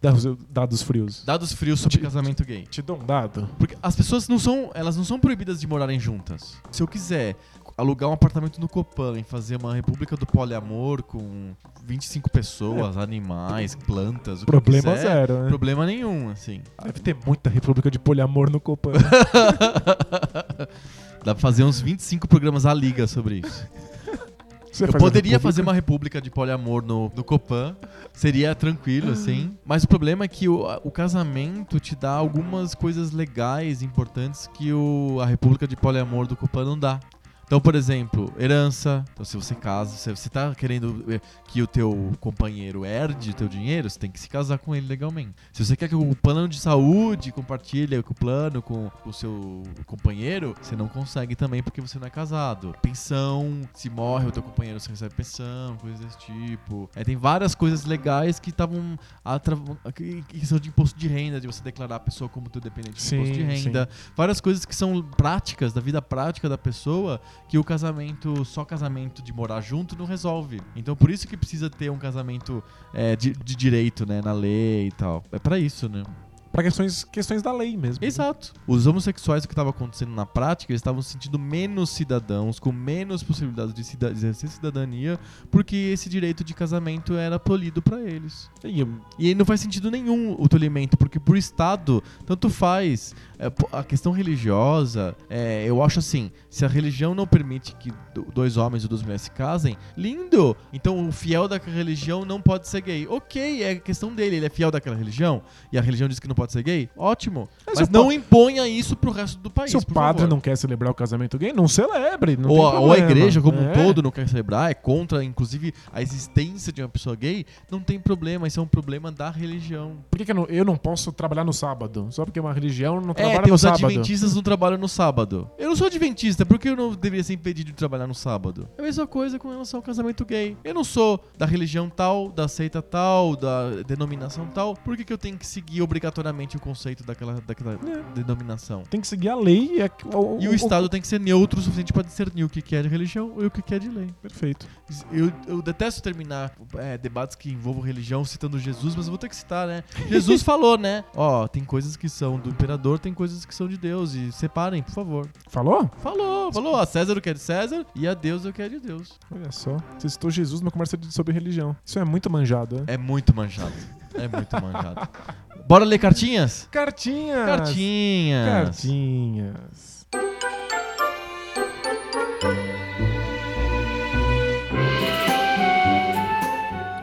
B: Dados, dados frios.
A: Dados frios sobre
B: Ti-
A: casamento gay.
B: Te dou um dado.
A: Porque as pessoas não são. Elas não são proibidas de morarem juntas. Se eu quiser alugar um apartamento no Copan e fazer uma república do poliamor com 25 pessoas, animais, plantas, o que eu
B: Problema
A: quiser,
B: zero, né?
A: Problema nenhum, assim.
B: Deve ter muita república de poliamor no Copan.
A: <laughs> Dá pra fazer uns 25 programas à liga sobre isso.
B: Você
A: eu
B: faz uma
A: poderia
B: república?
A: fazer uma república de poliamor no, no Copan, seria tranquilo, assim. Mas o problema é que o, o casamento te dá algumas coisas legais, importantes, que o, a república de poliamor do Copan não dá. Então, por exemplo, herança. Então, se você casa, se você tá querendo eh, que o teu companheiro herde o teu dinheiro, você tem que se casar com ele legalmente. Se você quer que o plano de saúde compartilhe o plano com o seu companheiro, você não consegue também porque você não é casado. Pensão, se morre o teu companheiro, você recebe pensão, coisas desse tipo. É, tem várias coisas legais que estavam atra- que que são de imposto de renda, de você declarar a pessoa como teu dependente de
B: Sim,
A: imposto de
B: sim.
A: renda. Várias coisas que são práticas, da vida prática da pessoa, que o casamento, só casamento de morar junto não resolve. Então por isso que precisa ter um casamento é, de, de direito, né, na lei e tal. É pra isso, né?
B: Pra questões, questões da lei mesmo.
A: Exato. Os homossexuais, o que estava acontecendo na prática, eles estavam se sentindo menos cidadãos, com menos possibilidades de, cida- de exercer cidadania, porque esse direito de casamento era tolhido pra eles.
B: E eu-
A: E aí não faz sentido nenhum o tolimento, porque por Estado, tanto faz. É, pô, a questão religiosa, é, eu acho assim, se a religião não permite que do- dois homens ou duas mulheres se casem, lindo! Então o fiel da religião não pode ser gay. Ok, é questão dele, ele é fiel daquela religião, e a religião diz que não pode ser gay, ótimo. Mas,
B: Mas o pa-
A: não imponha isso pro resto do país,
B: se o
A: por
B: padre
A: favor.
B: não quer celebrar o casamento gay, não celebre. Não
A: ou, a,
B: tem
A: ou a
B: problema.
A: igreja como um
B: É.
A: todo não quer celebrar, é contra, inclusive, a existência de uma pessoa gay, não tem problema, isso é um problema da religião.
B: Por que, que eu, não, eu não posso trabalhar no sábado? Só porque é uma religião não
A: É,
B: trabalha
A: tem
B: no
A: os
B: sábado.
A: adventistas não trabalham no sábado. Eu não sou adventista, por que eu não deveria ser impedido de trabalhar no sábado? É a mesma coisa com relação ao casamento gay. Eu não sou da religião tal, da seita tal, da denominação tal, por que, que eu tenho que seguir obrigatoriamente o conceito daquela, daquela denominação?
B: Tem que seguir a lei e, a- É. o,
A: E o Estado tem que ser neutro o suficiente para discernir o que que é de religião e o que que é de lei.
B: Perfeito.
A: Eu, eu detesto terminar é, debates que envolvam religião citando Jesus, mas eu vou ter que citar, né? Jesus falou, né? Ó, tem coisas que são do imperador, tem coisas que são de Deus, e separem, por favor.
B: Falou?
A: Falou, falou, a César o que é de César e a Deus o que é de Deus.
B: Olha só. Você citou Jesus numa conversa de- sobre religião. Isso é muito manjado, né?
A: É muito manjado. É muito manjado. Bora ler cartinhas?
B: Cartinhas!
A: Cartinhas.
B: Cartinhas.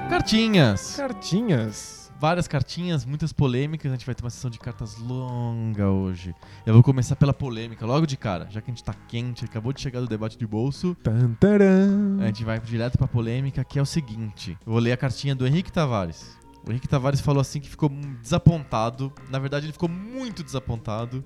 A: Cartinhas.
B: Cartinhas.
A: Várias cartinhas, muitas polêmicas. A gente vai ter uma sessão de cartas longa hoje. Eu vou começar pela polêmica logo de cara, já que a gente tá quente, acabou de chegar do debate de bolso.
B: Tan, taran.
A: A gente vai direto pra polêmica, que é o seguinte. Eu vou ler a cartinha do Henrique Tavares. O Henrique Tavares falou assim que ficou desapontado. Na verdade, ele ficou muito desapontado.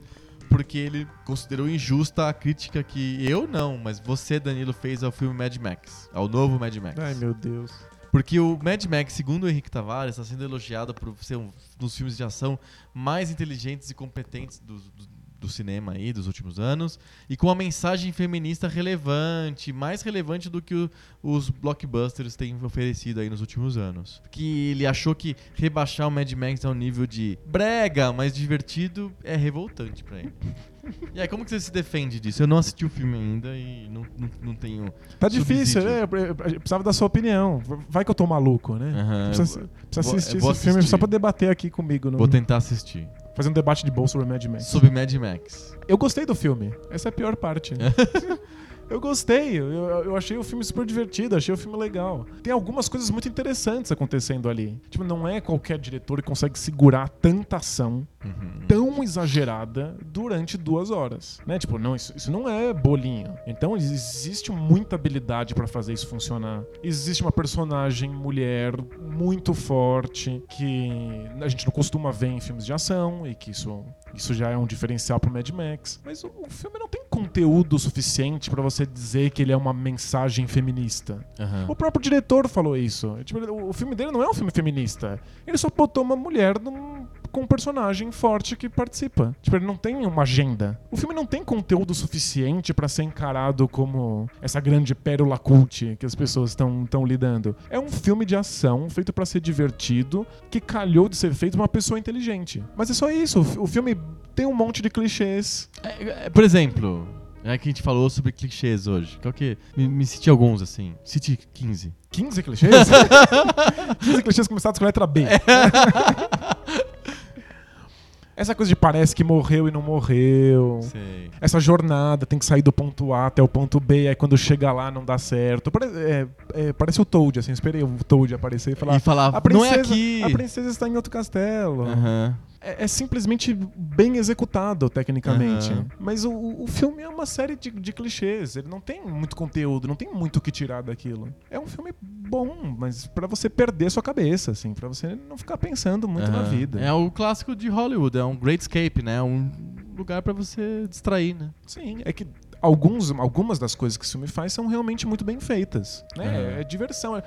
A: Porque ele considerou injusta a crítica que eu não, mas você, Danilo, fez ao filme Mad Max. Ao novo Mad Max.
B: Ai, meu Deus.
A: Porque o Mad Max, segundo o Henrique Tavares, tá está sendo elogiado por ser um dos filmes de ação mais inteligentes e competentes do, do- do cinema aí dos últimos anos e com uma mensagem feminista relevante, mais relevante do que o- os blockbusters têm oferecido aí nos últimos anos. Que ele achou que rebaixar o Mad Max ao nível de brega, mas divertido é revoltante pra ele. E aí, como que você se defende disso? Eu não assisti o filme ainda e não, não, não tenho.
B: Tá difícil,
A: subsídio.
B: né? Eu, eu- eu precisava da sua opinião. Vai que eu tô maluco, né?
A: Aham,
B: Precisa,
A: eu-
B: precisa
A: vou-
B: assistir
A: eu vou
B: esse filme
A: assistir.
B: só pra debater aqui comigo. No,
A: Vou tentar assistir.
B: Fazer um debate de bolsa sobre Mad Max.
A: Sobre Mad Max.
B: Eu gostei do filme. Essa é a
A: <laughs>
B: pior parte. né? eu gostei. Eu, eu achei o filme super divertido, achei o filme legal. Tem algumas coisas muito interessantes acontecendo ali. Tipo, não é qualquer diretor que consegue segurar tanta ação
A: Uhum.
B: tão exagerada durante duas horas, né? Tipo, não, isso, isso não é bolinho. Então ex- existe muita habilidade pra fazer isso funcionar. Existe uma personagem mulher muito forte que a gente não costuma ver em filmes de ação e que isso, isso já é um diferencial pro Mad Max. Mas o, o filme não tem conteúdo suficiente pra você dizer que ele é uma mensagem feminista.
A: Aham.
B: O próprio diretor falou isso. Tipo, ele- o filme dele não é um filme feminista. Ele só botou uma mulher num- com um personagem forte que participa. Tipo, ele não tem uma agenda. O filme não tem conteúdo suficiente pra ser encarado como essa grande pérola cult que as pessoas estão lidando. É um filme de ação feito pra ser divertido, que calhou de ser feito por uma pessoa inteligente. Mas é só isso. O fi- O filme tem um monte de clichês.
A: É, é, por exemplo, é que a gente falou sobre clichês hoje. Qual que. Me, me cite alguns, assim. Cite 15.
B: 15 clichês? <laughs> 15 clichês começados com a
A: <laughs>
B: letra B. Essa coisa de parece que morreu e não morreu.
A: Sei.
B: Essa jornada tem que sair do ponto A até o ponto B, aí quando chega lá não dá certo. Pare- é- é, parece o Toad, assim, eu esperei o Toad aparecer e falar.
A: e falar,
B: "A princesa-
A: não é aqui.
B: A princesa está em outro castelo.
A: Aham.
B: É, é simplesmente bem executado, tecnicamente.
A: Aham.
B: Mas o, o filme é uma série de, de clichês. Ele não tem muito conteúdo, não tem muito o que tirar daquilo. É um filme bom, mas pra você perder sua cabeça, assim. para você não ficar pensando muito na
A: Aham.
B: vida.
A: É o clássico de Hollywood, é um great escape, né? É um lugar pra você distrair, né?
B: Sim, é que alguns, algumas das coisas que o filme faz são realmente muito bem feitas. Né?
A: Aham.
B: É diversão. é-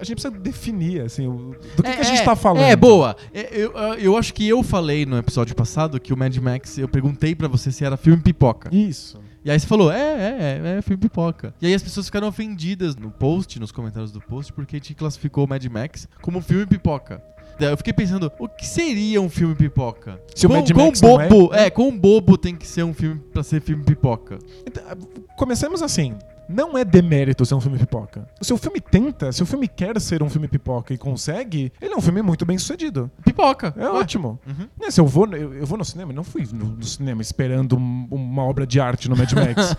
B: a gente precisa definir, assim, o- do que,
A: é,
B: que a gente
A: é,
B: tá falando.
A: É, boa. É, Eu, eu, eu acho que eu falei no episódio passado que o Mad Max, eu perguntei pra você se era filme pipoca.
B: Isso.
A: E aí você falou, é, é, é, é filme pipoca. E aí as pessoas ficaram ofendidas no post, nos comentários do post, porque a gente classificou o Mad Max como um filme pipoca. Daí Eu fiquei pensando, o que seria um filme pipoca?
B: Se o
A: Quão-
B: Mad
A: quão
B: Max não é?
A: bobo, é, quão bobo tem que ser um filme pra ser filme pipoca?
B: Então, comecemos assim. Não é demérito ser um filme pipoca. Se o filme tenta, se o filme quer ser um filme pipoca e consegue, ele é um filme muito bem sucedido.
A: Pipoca.
B: É
A: ué.
B: ótimo.
A: Uhum.
B: Né, se eu vou, eu, eu vou no cinema, eu não fui no, no cinema esperando um- uma obra de arte no
A: <laughs>
B: Mad Max.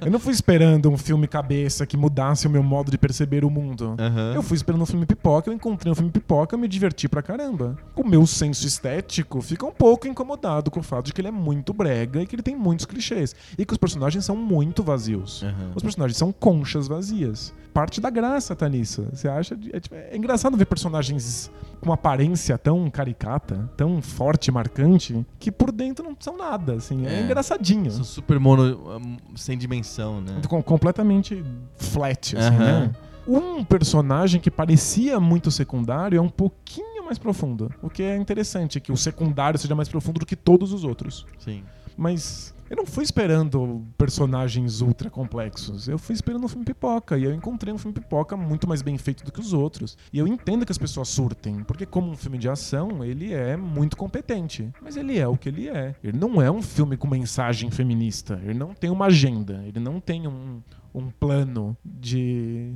B: eu não fui esperando um filme cabeça que mudasse o meu modo de perceber o mundo.
A: Aham.
B: Eu fui esperando um filme pipoca, eu encontrei um filme pipoca, eu me diverti pra caramba. O meu senso estético fica um pouco incomodado com o fato de que ele é muito brega e que ele tem muitos clichês. E que os personagens são muito vazios.
A: Aham.
B: Os personagens são conchas vazias. Parte da graça tá nisso. Você acha. de- É, tipo, é engraçado ver personagens com uma aparência tão caricata, tão forte, e marcante, que por dentro não são nada, assim. É,
A: É.
B: engraçadinho.
A: São super mono, hum, sem dimensão, né?
B: Com- completamente flat, assim,
A: Aham.
B: né? Um personagem que parecia muito secundário é um pouquinho mais profundo. O que é interessante, que o secundário seja mais profundo do que todos os outros.
A: Sim.
B: Mas eu não fui esperando personagens ultra complexos. Eu fui esperando um filme pipoca. E eu encontrei um filme pipoca muito mais bem feito do que os outros. E eu entendo que as pessoas surtem. Porque, como um filme de ação, ele é muito competente. Mas ele é o que ele é. Ele não é um filme com mensagem feminista. Ele não tem uma agenda. Ele não tem um, um plano de.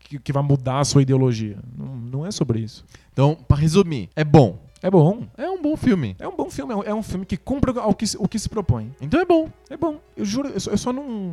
B: Que, que vai mudar a sua ideologia. Não, não é sobre isso.
A: Então, pra resumir, é bom.
B: É bom.
A: É um bom filme.
B: É um bom filme. É um, é um filme que cumpre ao que se- o que se propõe.
A: Então é bom.
B: É bom, eu juro, eu só, eu só não.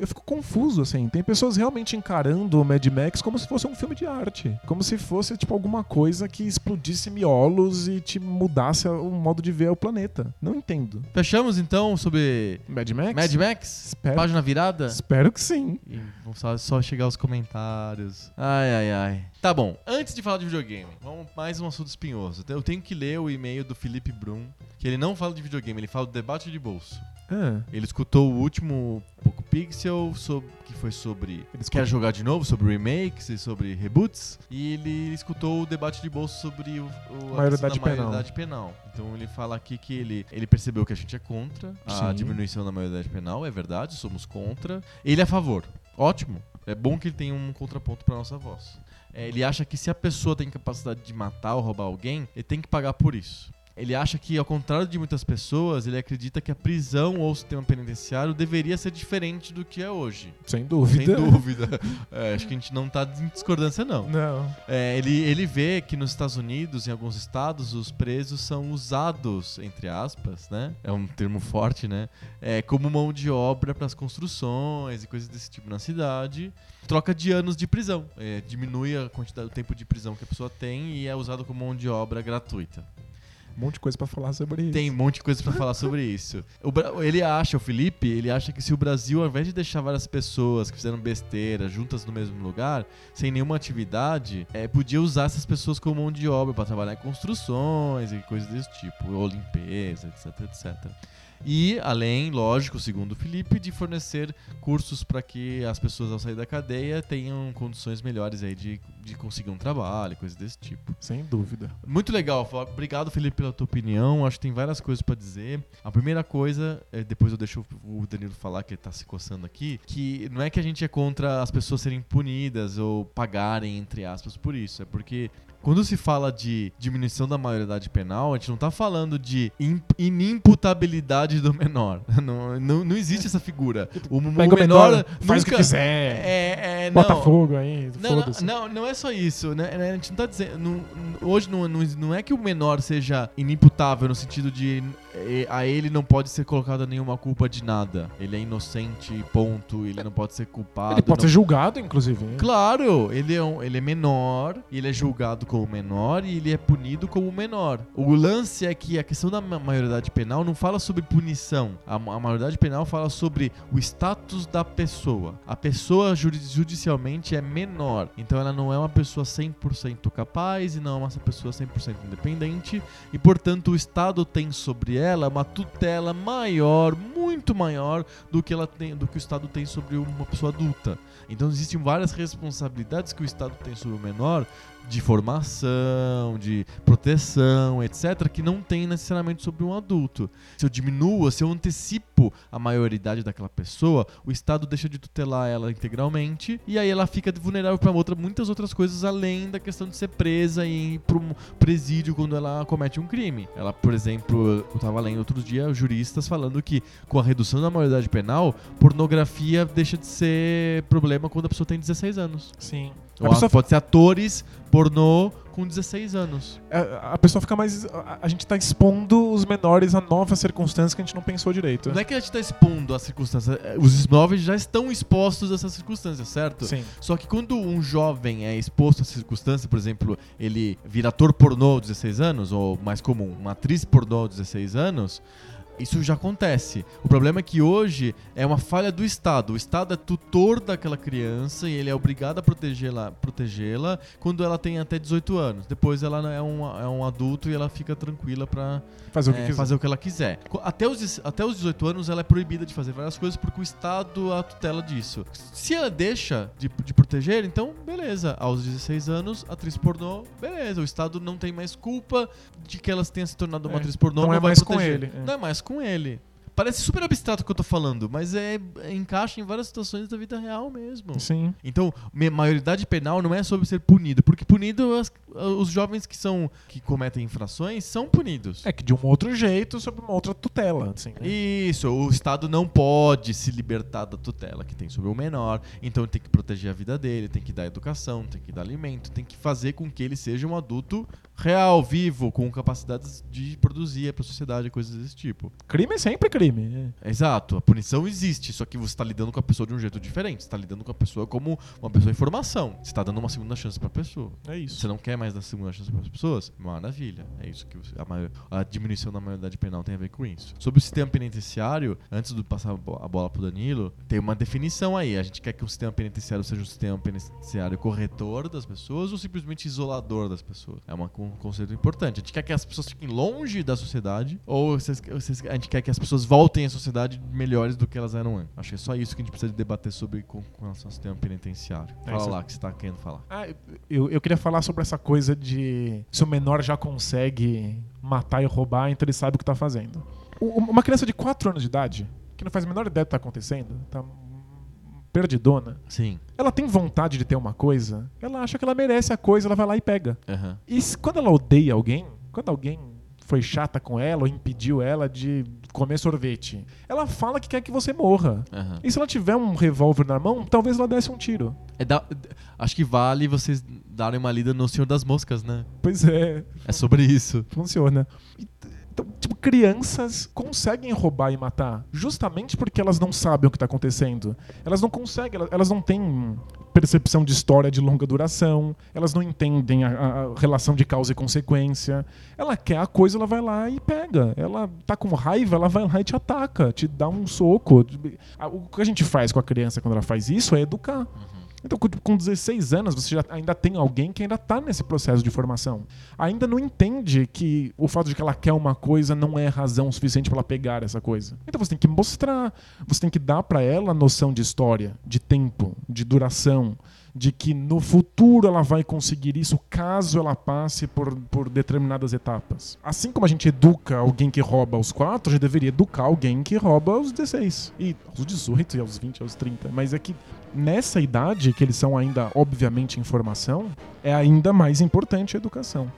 B: Eu fico confuso, assim. Tem pessoas realmente encarando o Mad Max como se fosse um filme de arte. Como se fosse, tipo, alguma coisa que explodisse miolos e te mudasse o modo de ver o planeta. Não entendo.
A: Fechamos então sobre
B: Mad Max?
A: Mad Max?
B: Espero-
A: Página virada?
B: Espero que sim.
A: E vão só, só chegar os comentários. Ai, ai, ai. Tá bom, antes de falar de videogame, vamos mais um assunto espinhoso. Eu tenho que ler o e-mail do Felipe Brum, que ele não fala de videogame, ele fala do debate de bolso.
B: Ah,
A: Ele escutou o último Pixel, sob- que foi sobre.
B: Eles
A: Quer
B: com-
A: jogar de novo? Sobre remakes e sobre reboots. E ele escutou o debate de bolso sobre o, o- a
B: Maioridade
A: questão da
B: penal.
A: maioridade penal. Então ele fala aqui que ele, ele percebeu que a gente é contra a
B: Sim.
A: diminuição da maioridade penal, é verdade, somos contra. Ele é a favor. Ótimo. É bom que ele tenha um contraponto pra nossa voz. É, ele acha que se a pessoa tem capacidade de matar ou roubar alguém, ele tem que pagar por isso. Ele acha que, ao contrário de muitas pessoas, ele acredita que a prisão ou o sistema penitenciário deveria ser diferente do que é hoje.
B: Sem
A: Sem
B: dúvida.
A: dúvida. É, acho que a gente não tá em discordância, não.
B: Não.
A: É, ele, ele vê que nos Estados Unidos, em alguns estados, os presos são usados, entre aspas, né? É um termo forte, né? É, como mão de obra para as construções e coisas desse tipo na cidade. Troca de anos de prisão. É, diminui a quantidade, o tempo de prisão que a pessoa tem e é usado como mão de obra gratuita.
B: Um monte de coisa pra falar sobre
A: Tem um
B: isso.
A: monte de coisa pra falar sobre isso. O Bra- ele acha, o Felipe, ele acha que se o Brasil, ao invés de deixar várias pessoas que fizeram besteira juntas no mesmo lugar, sem nenhuma atividade, eh, podia usar essas pessoas como mão de obra pra trabalhar em construções e coisas desse tipo, ou limpeza, etc, etc. E, além, lógico, segundo o Felipe, de fornecer cursos para que as pessoas ao sair da cadeia tenham condições melhores aí de, de conseguir um trabalho, e coisas desse tipo.
B: Sem dúvida.
A: Muito legal, Fo- obrigado Felipe pela tua opinião. Acho que tem várias coisas pra dizer. A primeira coisa, é, depois eu deixo o Danilo falar que ele tá se coçando aqui, que não é que a gente é contra as pessoas serem punidas ou pagarem entre aspas por isso, é porque quando se fala de diminuição da maioridade penal, a gente não tá falando de im- inimputabilidade do menor. <laughs> Não, não, não existe essa
B: <laughs>
A: figura. O, o
B: Pega o menor, faz o que
A: nunca-
B: quiser.
A: É, é, não.
B: Bota fogo aí,
A: Não, não,
B: foda-se.
A: não, não é só isso. Né? A gente não tá dizendo. não- não- hoje não, não, não é que o menor seja inimputável no sentido de eh, a ele não pode ser colocada nenhuma culpa de nada. Ele é inocente, ponto. Ele não pode ser culpado.
B: Ele pode
A: não-
B: ser julgado, inclusive. hein?
A: Claro, ele é, um- ele é menor, ele é julgado como menor e ele é punido como menor. O lance é que a questão da ma- maioridade penal não fala sobre punição. A, ma- a maioridade penal fala sobre o status da pessoa. A pessoa juri- judicialmente é menor, então ela não é uma pessoa 100% capaz e não é uma pessoa 100% independente e, portanto, o Estado tem sobre ela uma tutela maior, muito maior do que ela tem, do que o Estado tem sobre uma pessoa adulta. Então existem várias responsabilidades que o Estado tem sobre o menor, de formação, de proteção, etc., que não tem necessariamente sobre um adulto. Se eu diminuo, se eu antecipo a maioridade daquela pessoa, o Estado deixa de tutelar ela integralmente e aí ela fica vulnerável para outra, muitas outras coisas além da questão de ser presa e ir para um presídio quando ela comete um crime. Ela, por exemplo, eu estava lendo outro dia juristas falando que com a redução da maioridade penal, pornografia deixa de ser problema quando a pessoa tem 16 anos.
B: Sim. A
A: Ou
B: pessoa,
A: a- pode ser atores pornô com 16 anos.
B: É, a- a pessoa fica mais. A, a gente tá expondo os menores a novas circunstâncias que a gente não pensou direito.
A: Não é que a gente tá expondo a circunstância. eh, Os novos já estão expostos a essas circunstâncias, certo?
B: Sim.
A: Só que quando um jovem é exposto a circunstância, por exemplo, ele vira ator pornô aos 16 anos, ou mais comum, uma atriz pornô aos 16 anos, isso já acontece. O problema é que hoje é uma falha do Estado. O Estado é tutor daquela criança e ele é obrigado a protegê-la protegê-la quando ela tem até 18 anos. Depois ela é um, é um adulto e ela fica tranquila pra
B: Fazer o que
A: é,
B: quiser.
A: fazer o que ela quiser. Co- Até os, dez- até os 18 anos ela é proibida de fazer várias coisas porque o Estado a tutela disso. Se ela deixa de, de proteger, então beleza. Aos 16 anos, atriz pornô, beleza. O Estado não tem mais culpa de que elas tenham se tornado uma
B: É,
A: atriz pornô.
B: não é
A: vai
B: mais com
A: proteger.
B: ele, é.
A: Não é mais com ele. Parece super abstrato o que eu tô falando, mas é, é- encaixa em várias situações da vida real mesmo.
B: Sim.
A: Então, me- maioridade penal não é sobre ser punido, porque punido as- os jovens que são que cometem infrações são punidos.
B: É que de um outro jeito, sob uma outra tutela. Assim, né?
A: É. Isso, o Estado não pode se libertar da tutela que tem sobre o menor, então tem que proteger a vida dele, tem que dar educação, tem que dar alimento, tem que fazer com que ele seja um adulto real, vivo, com capacidades de produzir para a sociedade, coisas desse tipo.
B: Crime é sempre crime. né?
A: Exato, a punição existe, só que você está lidando com a pessoa de um jeito diferente, você está lidando com a pessoa como uma pessoa em formação, você está dando uma tá segunda chance para a pessoa.
B: É isso.
A: Você não quer mais dá segunda chance para as pessoas, maravilha. É isso que você- a, maior- a diminuição da maioridade penal tem a ver com isso. Sobre o sistema penitenciário, antes de passar a bo- a bola pro Danilo, tem uma definição aí. A gente quer que o sistema penitenciário seja um sistema penitenciário corretor das pessoas ou simplesmente isolador das pessoas. É uma- um conceito importante. A gente quer que as pessoas fiquem longe da sociedade ou vocês- vocês- a gente quer que as pessoas voltem à sociedade melhores do que elas eram antes. Acho que é só isso que a gente precisa debater sobre com, com relação ao sistema penitenciário.
B: É,
A: Fala
B: isso-
A: lá o que você tá querendo falar.
B: Ah, eu, eu queria falar sobre essa coisa de se o menor já consegue matar e roubar, então ele sabe o que tá fazendo. U- Uma criança de 4 anos de idade, que não faz a menor ideia do que tá acontecendo, tá perdidona,
A: Sim.
B: ela tem vontade de ter uma coisa, ela acha que ela merece a coisa, ela vai lá e pega.
A: Aham.
B: E se- quando ela odeia alguém, quando alguém foi chata com ela ou impediu ela de comer sorvete, ela fala que quer que você morra.
A: Aham.
B: E se ela tiver um revólver na mão, talvez ela desse um tiro.
A: É da- acho que vale vocês darem uma lida no Senhor das Moscas, né?
B: Pois é,
A: É sobre isso.
B: funciona. E- Então, tipo, crianças conseguem roubar e matar justamente porque elas não sabem o que está acontecendo. Elas não conseguem, elas- elas não têm percepção de história de longa duração, elas não entendem a, a- a relação de causa e consequência. Ela quer a coisa, ela vai lá e pega. Ela tá com raiva, ela vai lá e te ataca, te dá um soco. A- O que a gente faz com a criança quando ela faz isso é educar. Então, com- com 16 anos, você já ainda tem alguém que ainda está nesse processo de formação. Ainda não entende que o fato de que ela quer uma coisa não é razão suficiente para ela pegar essa coisa. Então, você tem que mostrar, você tem que dar para ela a noção de história, de tempo, de duração, de que no futuro ela vai conseguir isso caso ela passe por, por determinadas etapas. Assim como a gente educa alguém que rouba aos 4, a gente deveria educar alguém que rouba aos 16. E aos 18, e aos 20, aos 30. Mas é que nessa idade, que eles são ainda, obviamente, em formação, é ainda mais importante a educação.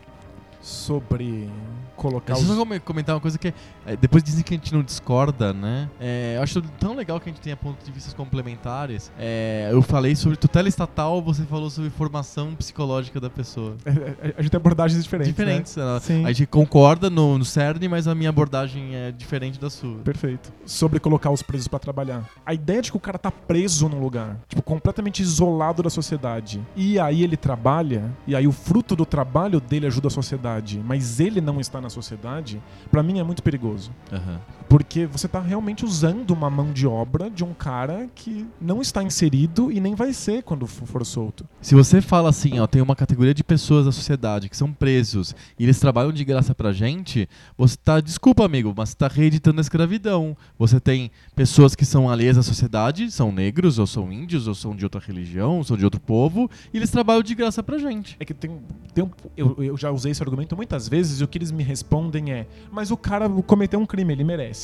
B: Sobre colocar
A: Deixa eu só
B: os...
A: come- comentar uma coisa que é, depois dizem que a gente não discorda, né? É, eu acho tão legal que a gente tenha pontos de vista complementares. É, eu falei sobre tutela estatal, você falou sobre formação psicológica da pessoa.
B: <laughs> É, é, A gente tem abordagens diferentes.
A: Diferentes. ela-
B: Sim.
A: A gente concorda no, no cerne, mas a minha abordagem é diferente da sua.
B: Né? Perfeito. Sobre colocar os presos pra trabalhar. A ideia de que o cara tá preso num lugar, tipo, completamente isolado da sociedade. E aí ele trabalha, e aí o fruto do trabalho dele ajuda a sociedade, mas ele não está na sociedade, pra mim é muito perigoso.
A: Aham.
B: Porque você tá realmente usando uma mão de obra de um cara que não está inserido e nem vai ser quando fo- for solto.
A: Se você fala assim, ó, tem uma categoria de pessoas da sociedade que são presos e eles trabalham de graça pra gente, você tá, desculpa, amigo, mas você tá reeditando a escravidão. Você tem pessoas que são alheias à sociedade, são negros, ou são índios, ou são de outra religião, ou são de outro povo, e eles trabalham de graça pra gente.
B: É que tem, tem um, eu, eu já usei esse argumento muitas vezes e o que eles me respondem é: mas o cara cometeu um crime, ele merece.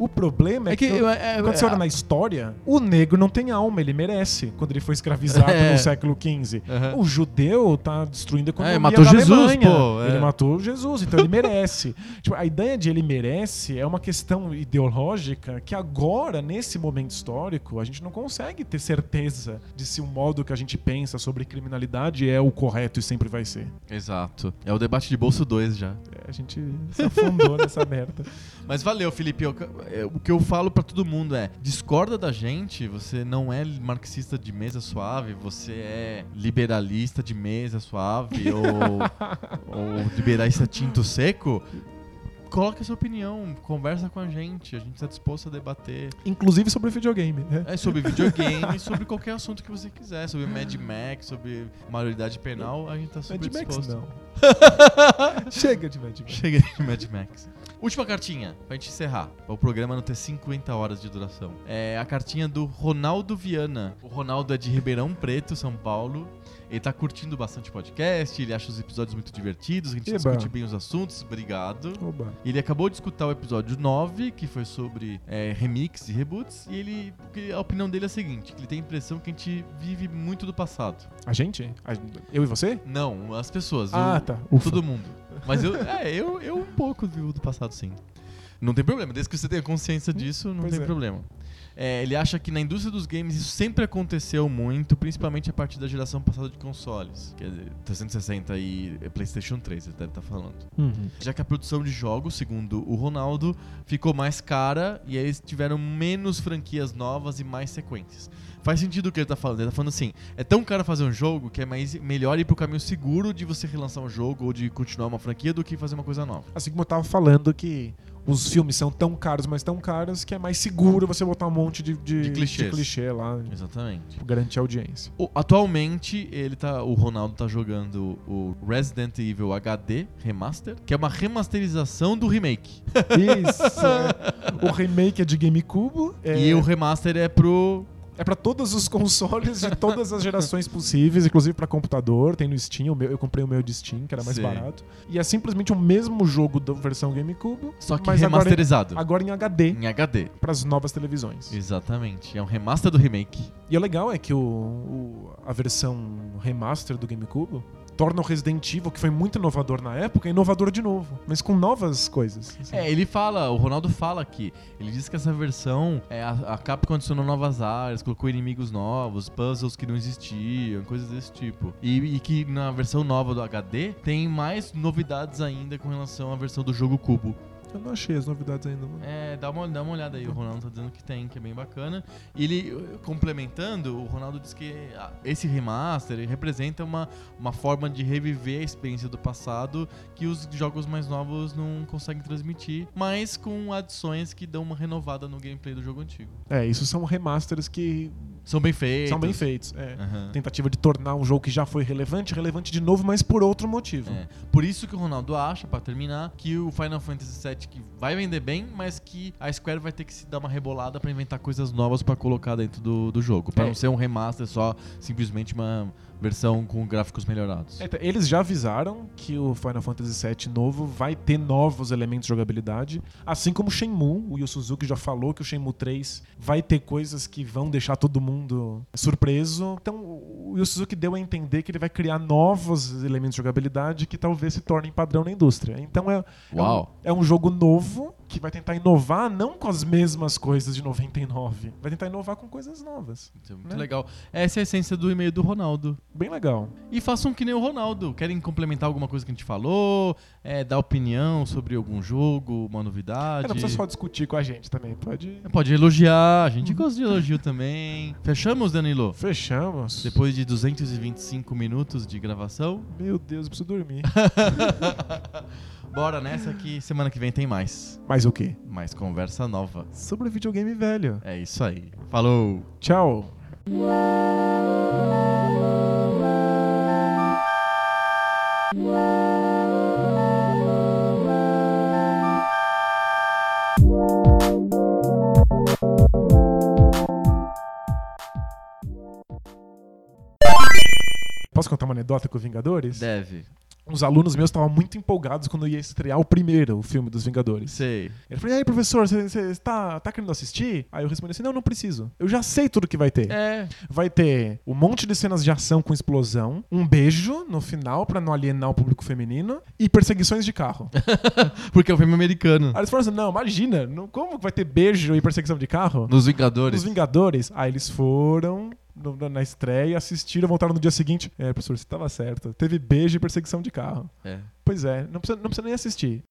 B: O problema é,
A: É que
B: eu-
A: eu- é-
B: quando você
A: é-
B: olha na história, o negro não tem alma, ele merece. Quando ele foi
A: <laughs>
B: escravizado
A: É.
B: no século XV,
A: Aham.
B: o judeu tá destruindo a economia
A: É, matou
B: da
A: Jesus,
B: Alemanha.
A: pô, é.
B: Ele matou Jesus, então ele merece. <laughs> Tipo, a ideia de ele merece é uma questão ideológica que agora, nesse momento histórico, a gente não consegue ter certeza de se o modo que a gente pensa sobre criminalidade é o correto e sempre vai ser.
A: Exato. É o debate de bolso 2 já.
B: É, A gente
A: <laughs>
B: se afundou nessa merda.
A: Mas valeu, Felipe. Eu- eu- o que eu falo pra todo mundo é: discorda da gente, você não é marxista de mesa suave, você é liberalista de mesa
B: <laughs>
A: suave ou, ou liberalista tinto seco. Coloque a sua opinião, conversa com a gente, a gente está disposto a debater
B: Inclusive sobre videogame, né?
A: é sobre videogame, sobre qualquer assunto que você quiser, sobre Mad Max, sobre maioridade penal, a gente tá super
B: Mad Max
A: disposto.
B: não.
A: <laughs>
B: Chega de Mad Max.
A: Chega de Mad Max. Última cartinha, pra gente encerrar. O programa não ter 50 horas de duração. É a cartinha do Ronaldo Viana. O Ronaldo é de Ribeirão Preto, São Paulo. Ele tá curtindo bastante o podcast, ele acha os episódios muito divertidos, a gente
B: Eba.
A: discute bem os assuntos. Obrigado.
B: Oba.
A: Ele acabou de escutar o episódio 9, que foi sobre é, remix e reboots, e ele. que A opinião dele é a seguinte: que ele tem a impressão que a gente vive muito do passado.
B: A gente? A- Eu e você?
A: Não, as pessoas.
B: Ah,
A: o-
B: tá. Ufa.
A: Todo mundo. Mas eu, é, eu, eu um pouco vivo do passado, sim. Não tem problema, desde que você tenha consciência disso, não
B: Pois
A: tem
B: é.
A: problema. É, ele acha que na indústria dos games isso sempre aconteceu muito, principalmente a partir da geração passada de consoles, que é 360 e é, PlayStation 3, ele deve estar falando.
B: Uhum.
A: Já que a produção de jogos, segundo o Ronaldo, ficou mais cara e aí eles tiveram menos franquias novas e mais sequências. Faz sentido o que ele tá falando. Ele tá falando assim: é tão caro fazer um jogo que é mais, melhor ir pro caminho seguro de você relançar um jogo ou de continuar uma franquia do que fazer uma coisa nova.
B: Assim como eu tava falando que os filmes são tão caros, mas tão caros, que é mais seguro você botar um monte de, de,
A: De clichês.
B: clichê lá.
A: Exatamente.
B: pra
A: <laughs>
B: Garantir audiência.
A: O- atualmente, ele tá, o Ronaldo tá jogando o Resident Evil HD Remaster, que é uma remasterização do remake.
B: Isso. é. O remake é de GameCube. É,
A: E o remaster é pro.
B: é pra todos os consoles de todas as gerações possíveis, inclusive pra computador. Tem no Steam. o meu- eu comprei o meu de Steam, que era mais
A: Sim.
B: barato. E é simplesmente o mesmo jogo da versão GameCube,
A: Só que
B: mas agora,
A: remasterizado.
B: agora em HD
A: Em HD.
B: pras novas televisões.
A: Exatamente. É um remaster do remake.
B: E o legal é que o, o- a versão remaster do GameCube torna o Resident Evil, que foi muito inovador na época, inovador de novo, mas com novas coisas. assim.
A: É, ele fala, o Ronaldo fala aqui. Ele diz que essa versão é a, a Capcom adicionou novas áreas, colocou inimigos novos, puzzles que não existiam, coisas desse tipo. E, e que na versão nova do HD tem mais novidades ainda com relação à versão do jogo cubo.
B: Eu não achei as novidades ainda. não.
A: É, dá uma, dá uma olhada aí, o Ronaldo tá dizendo que tem, que é bem bacana. E ele, eh, complementando, o Ronaldo diz que ah, esse remaster ele representa uma, uma forma de reviver a experiência do passado que os jogos mais novos não conseguem transmitir, mas com adições que dão uma renovada no gameplay do jogo antigo.
B: É, isso são remasters que
A: São bem feitos.
B: são bem feitos. é.
A: Aham.
B: Tentativa de tornar um jogo que já foi relevante, relevante de novo, mas por outro motivo.
A: É. Por isso que o Ronaldo acha, pra terminar, que o Final Fantasy VII que vai vender bem, mas que a Square vai ter que se dar uma rebolada pra inventar coisas novas pra colocar dentro do, do jogo. Pra
B: É.
A: não ser um remaster só, simplesmente uma versão com gráficos melhorados.
B: Então, Eles já avisaram que o Final Fantasy VII novo vai ter novos elementos de jogabilidade, assim como o Shenmue. O Yu Suzuki já falou que o Shenmue 3 vai ter coisas que vão deixar todo mundo surpreso. Então, o Yu Suzuki deu a entender que ele vai criar novos elementos de jogabilidade que talvez se tornem padrão na indústria. Então, é,
A: Uau!
B: é um jogo novo que vai tentar inovar não com as mesmas coisas de 99, vai tentar inovar com coisas novas.
A: Isso é muito
B: né?
A: legal. Essa é a essência do e-mail do Ronaldo.
B: Bem legal.
A: E façam que nem o Ronaldo. Querem complementar alguma coisa que a gente falou? É, dar opinião sobre algum jogo, uma
B: É,
A: novidade?
B: não precisa só discutir com a gente também, pode...
A: Pode elogiar, a gente gosta de elogio também. Fechamos, Danilo?
B: Fechamos.
A: Depois de 225 minutos de gravação,
B: Meu Deus, eu preciso dormir. <laughs>
A: bora nessa que semana que vem tem mais.
B: Mas o quê?
A: Mais conversa nova.
B: Sobre videogame velho.
A: É isso aí. Falou!
B: Tchau. Posso contar uma anedota com Vingadores?
A: Deve.
B: Os alunos meus estavam muito empolgados quando eu ia estrear o primeiro, o filme dos Vingadores.
A: Sei.
B: Ele falou: E aí, professor, você tá, tá querendo assistir? Aí eu respondi assim: Não, não preciso. Eu já sei tudo que vai ter.
A: É.
B: Vai ter um monte de cenas de ação com explosão, um beijo no final pra não alienar o público feminino e perseguições
A: <laughs>
B: de carro.
A: Porque é um filme americano.
B: aí eles falaram assim: Não, imagina, não- como que vai ter beijo e perseguição de carro?
A: Nos Vingadores.
B: Os Vingadores. Aí eles foram. no- na- Na estreia, assistiram, voltaram no dia seguinte. É, professor, você tava certo. Teve beijo e perseguição de carro.
A: É.
B: Pois é, não precisa, não precisa nem assistir.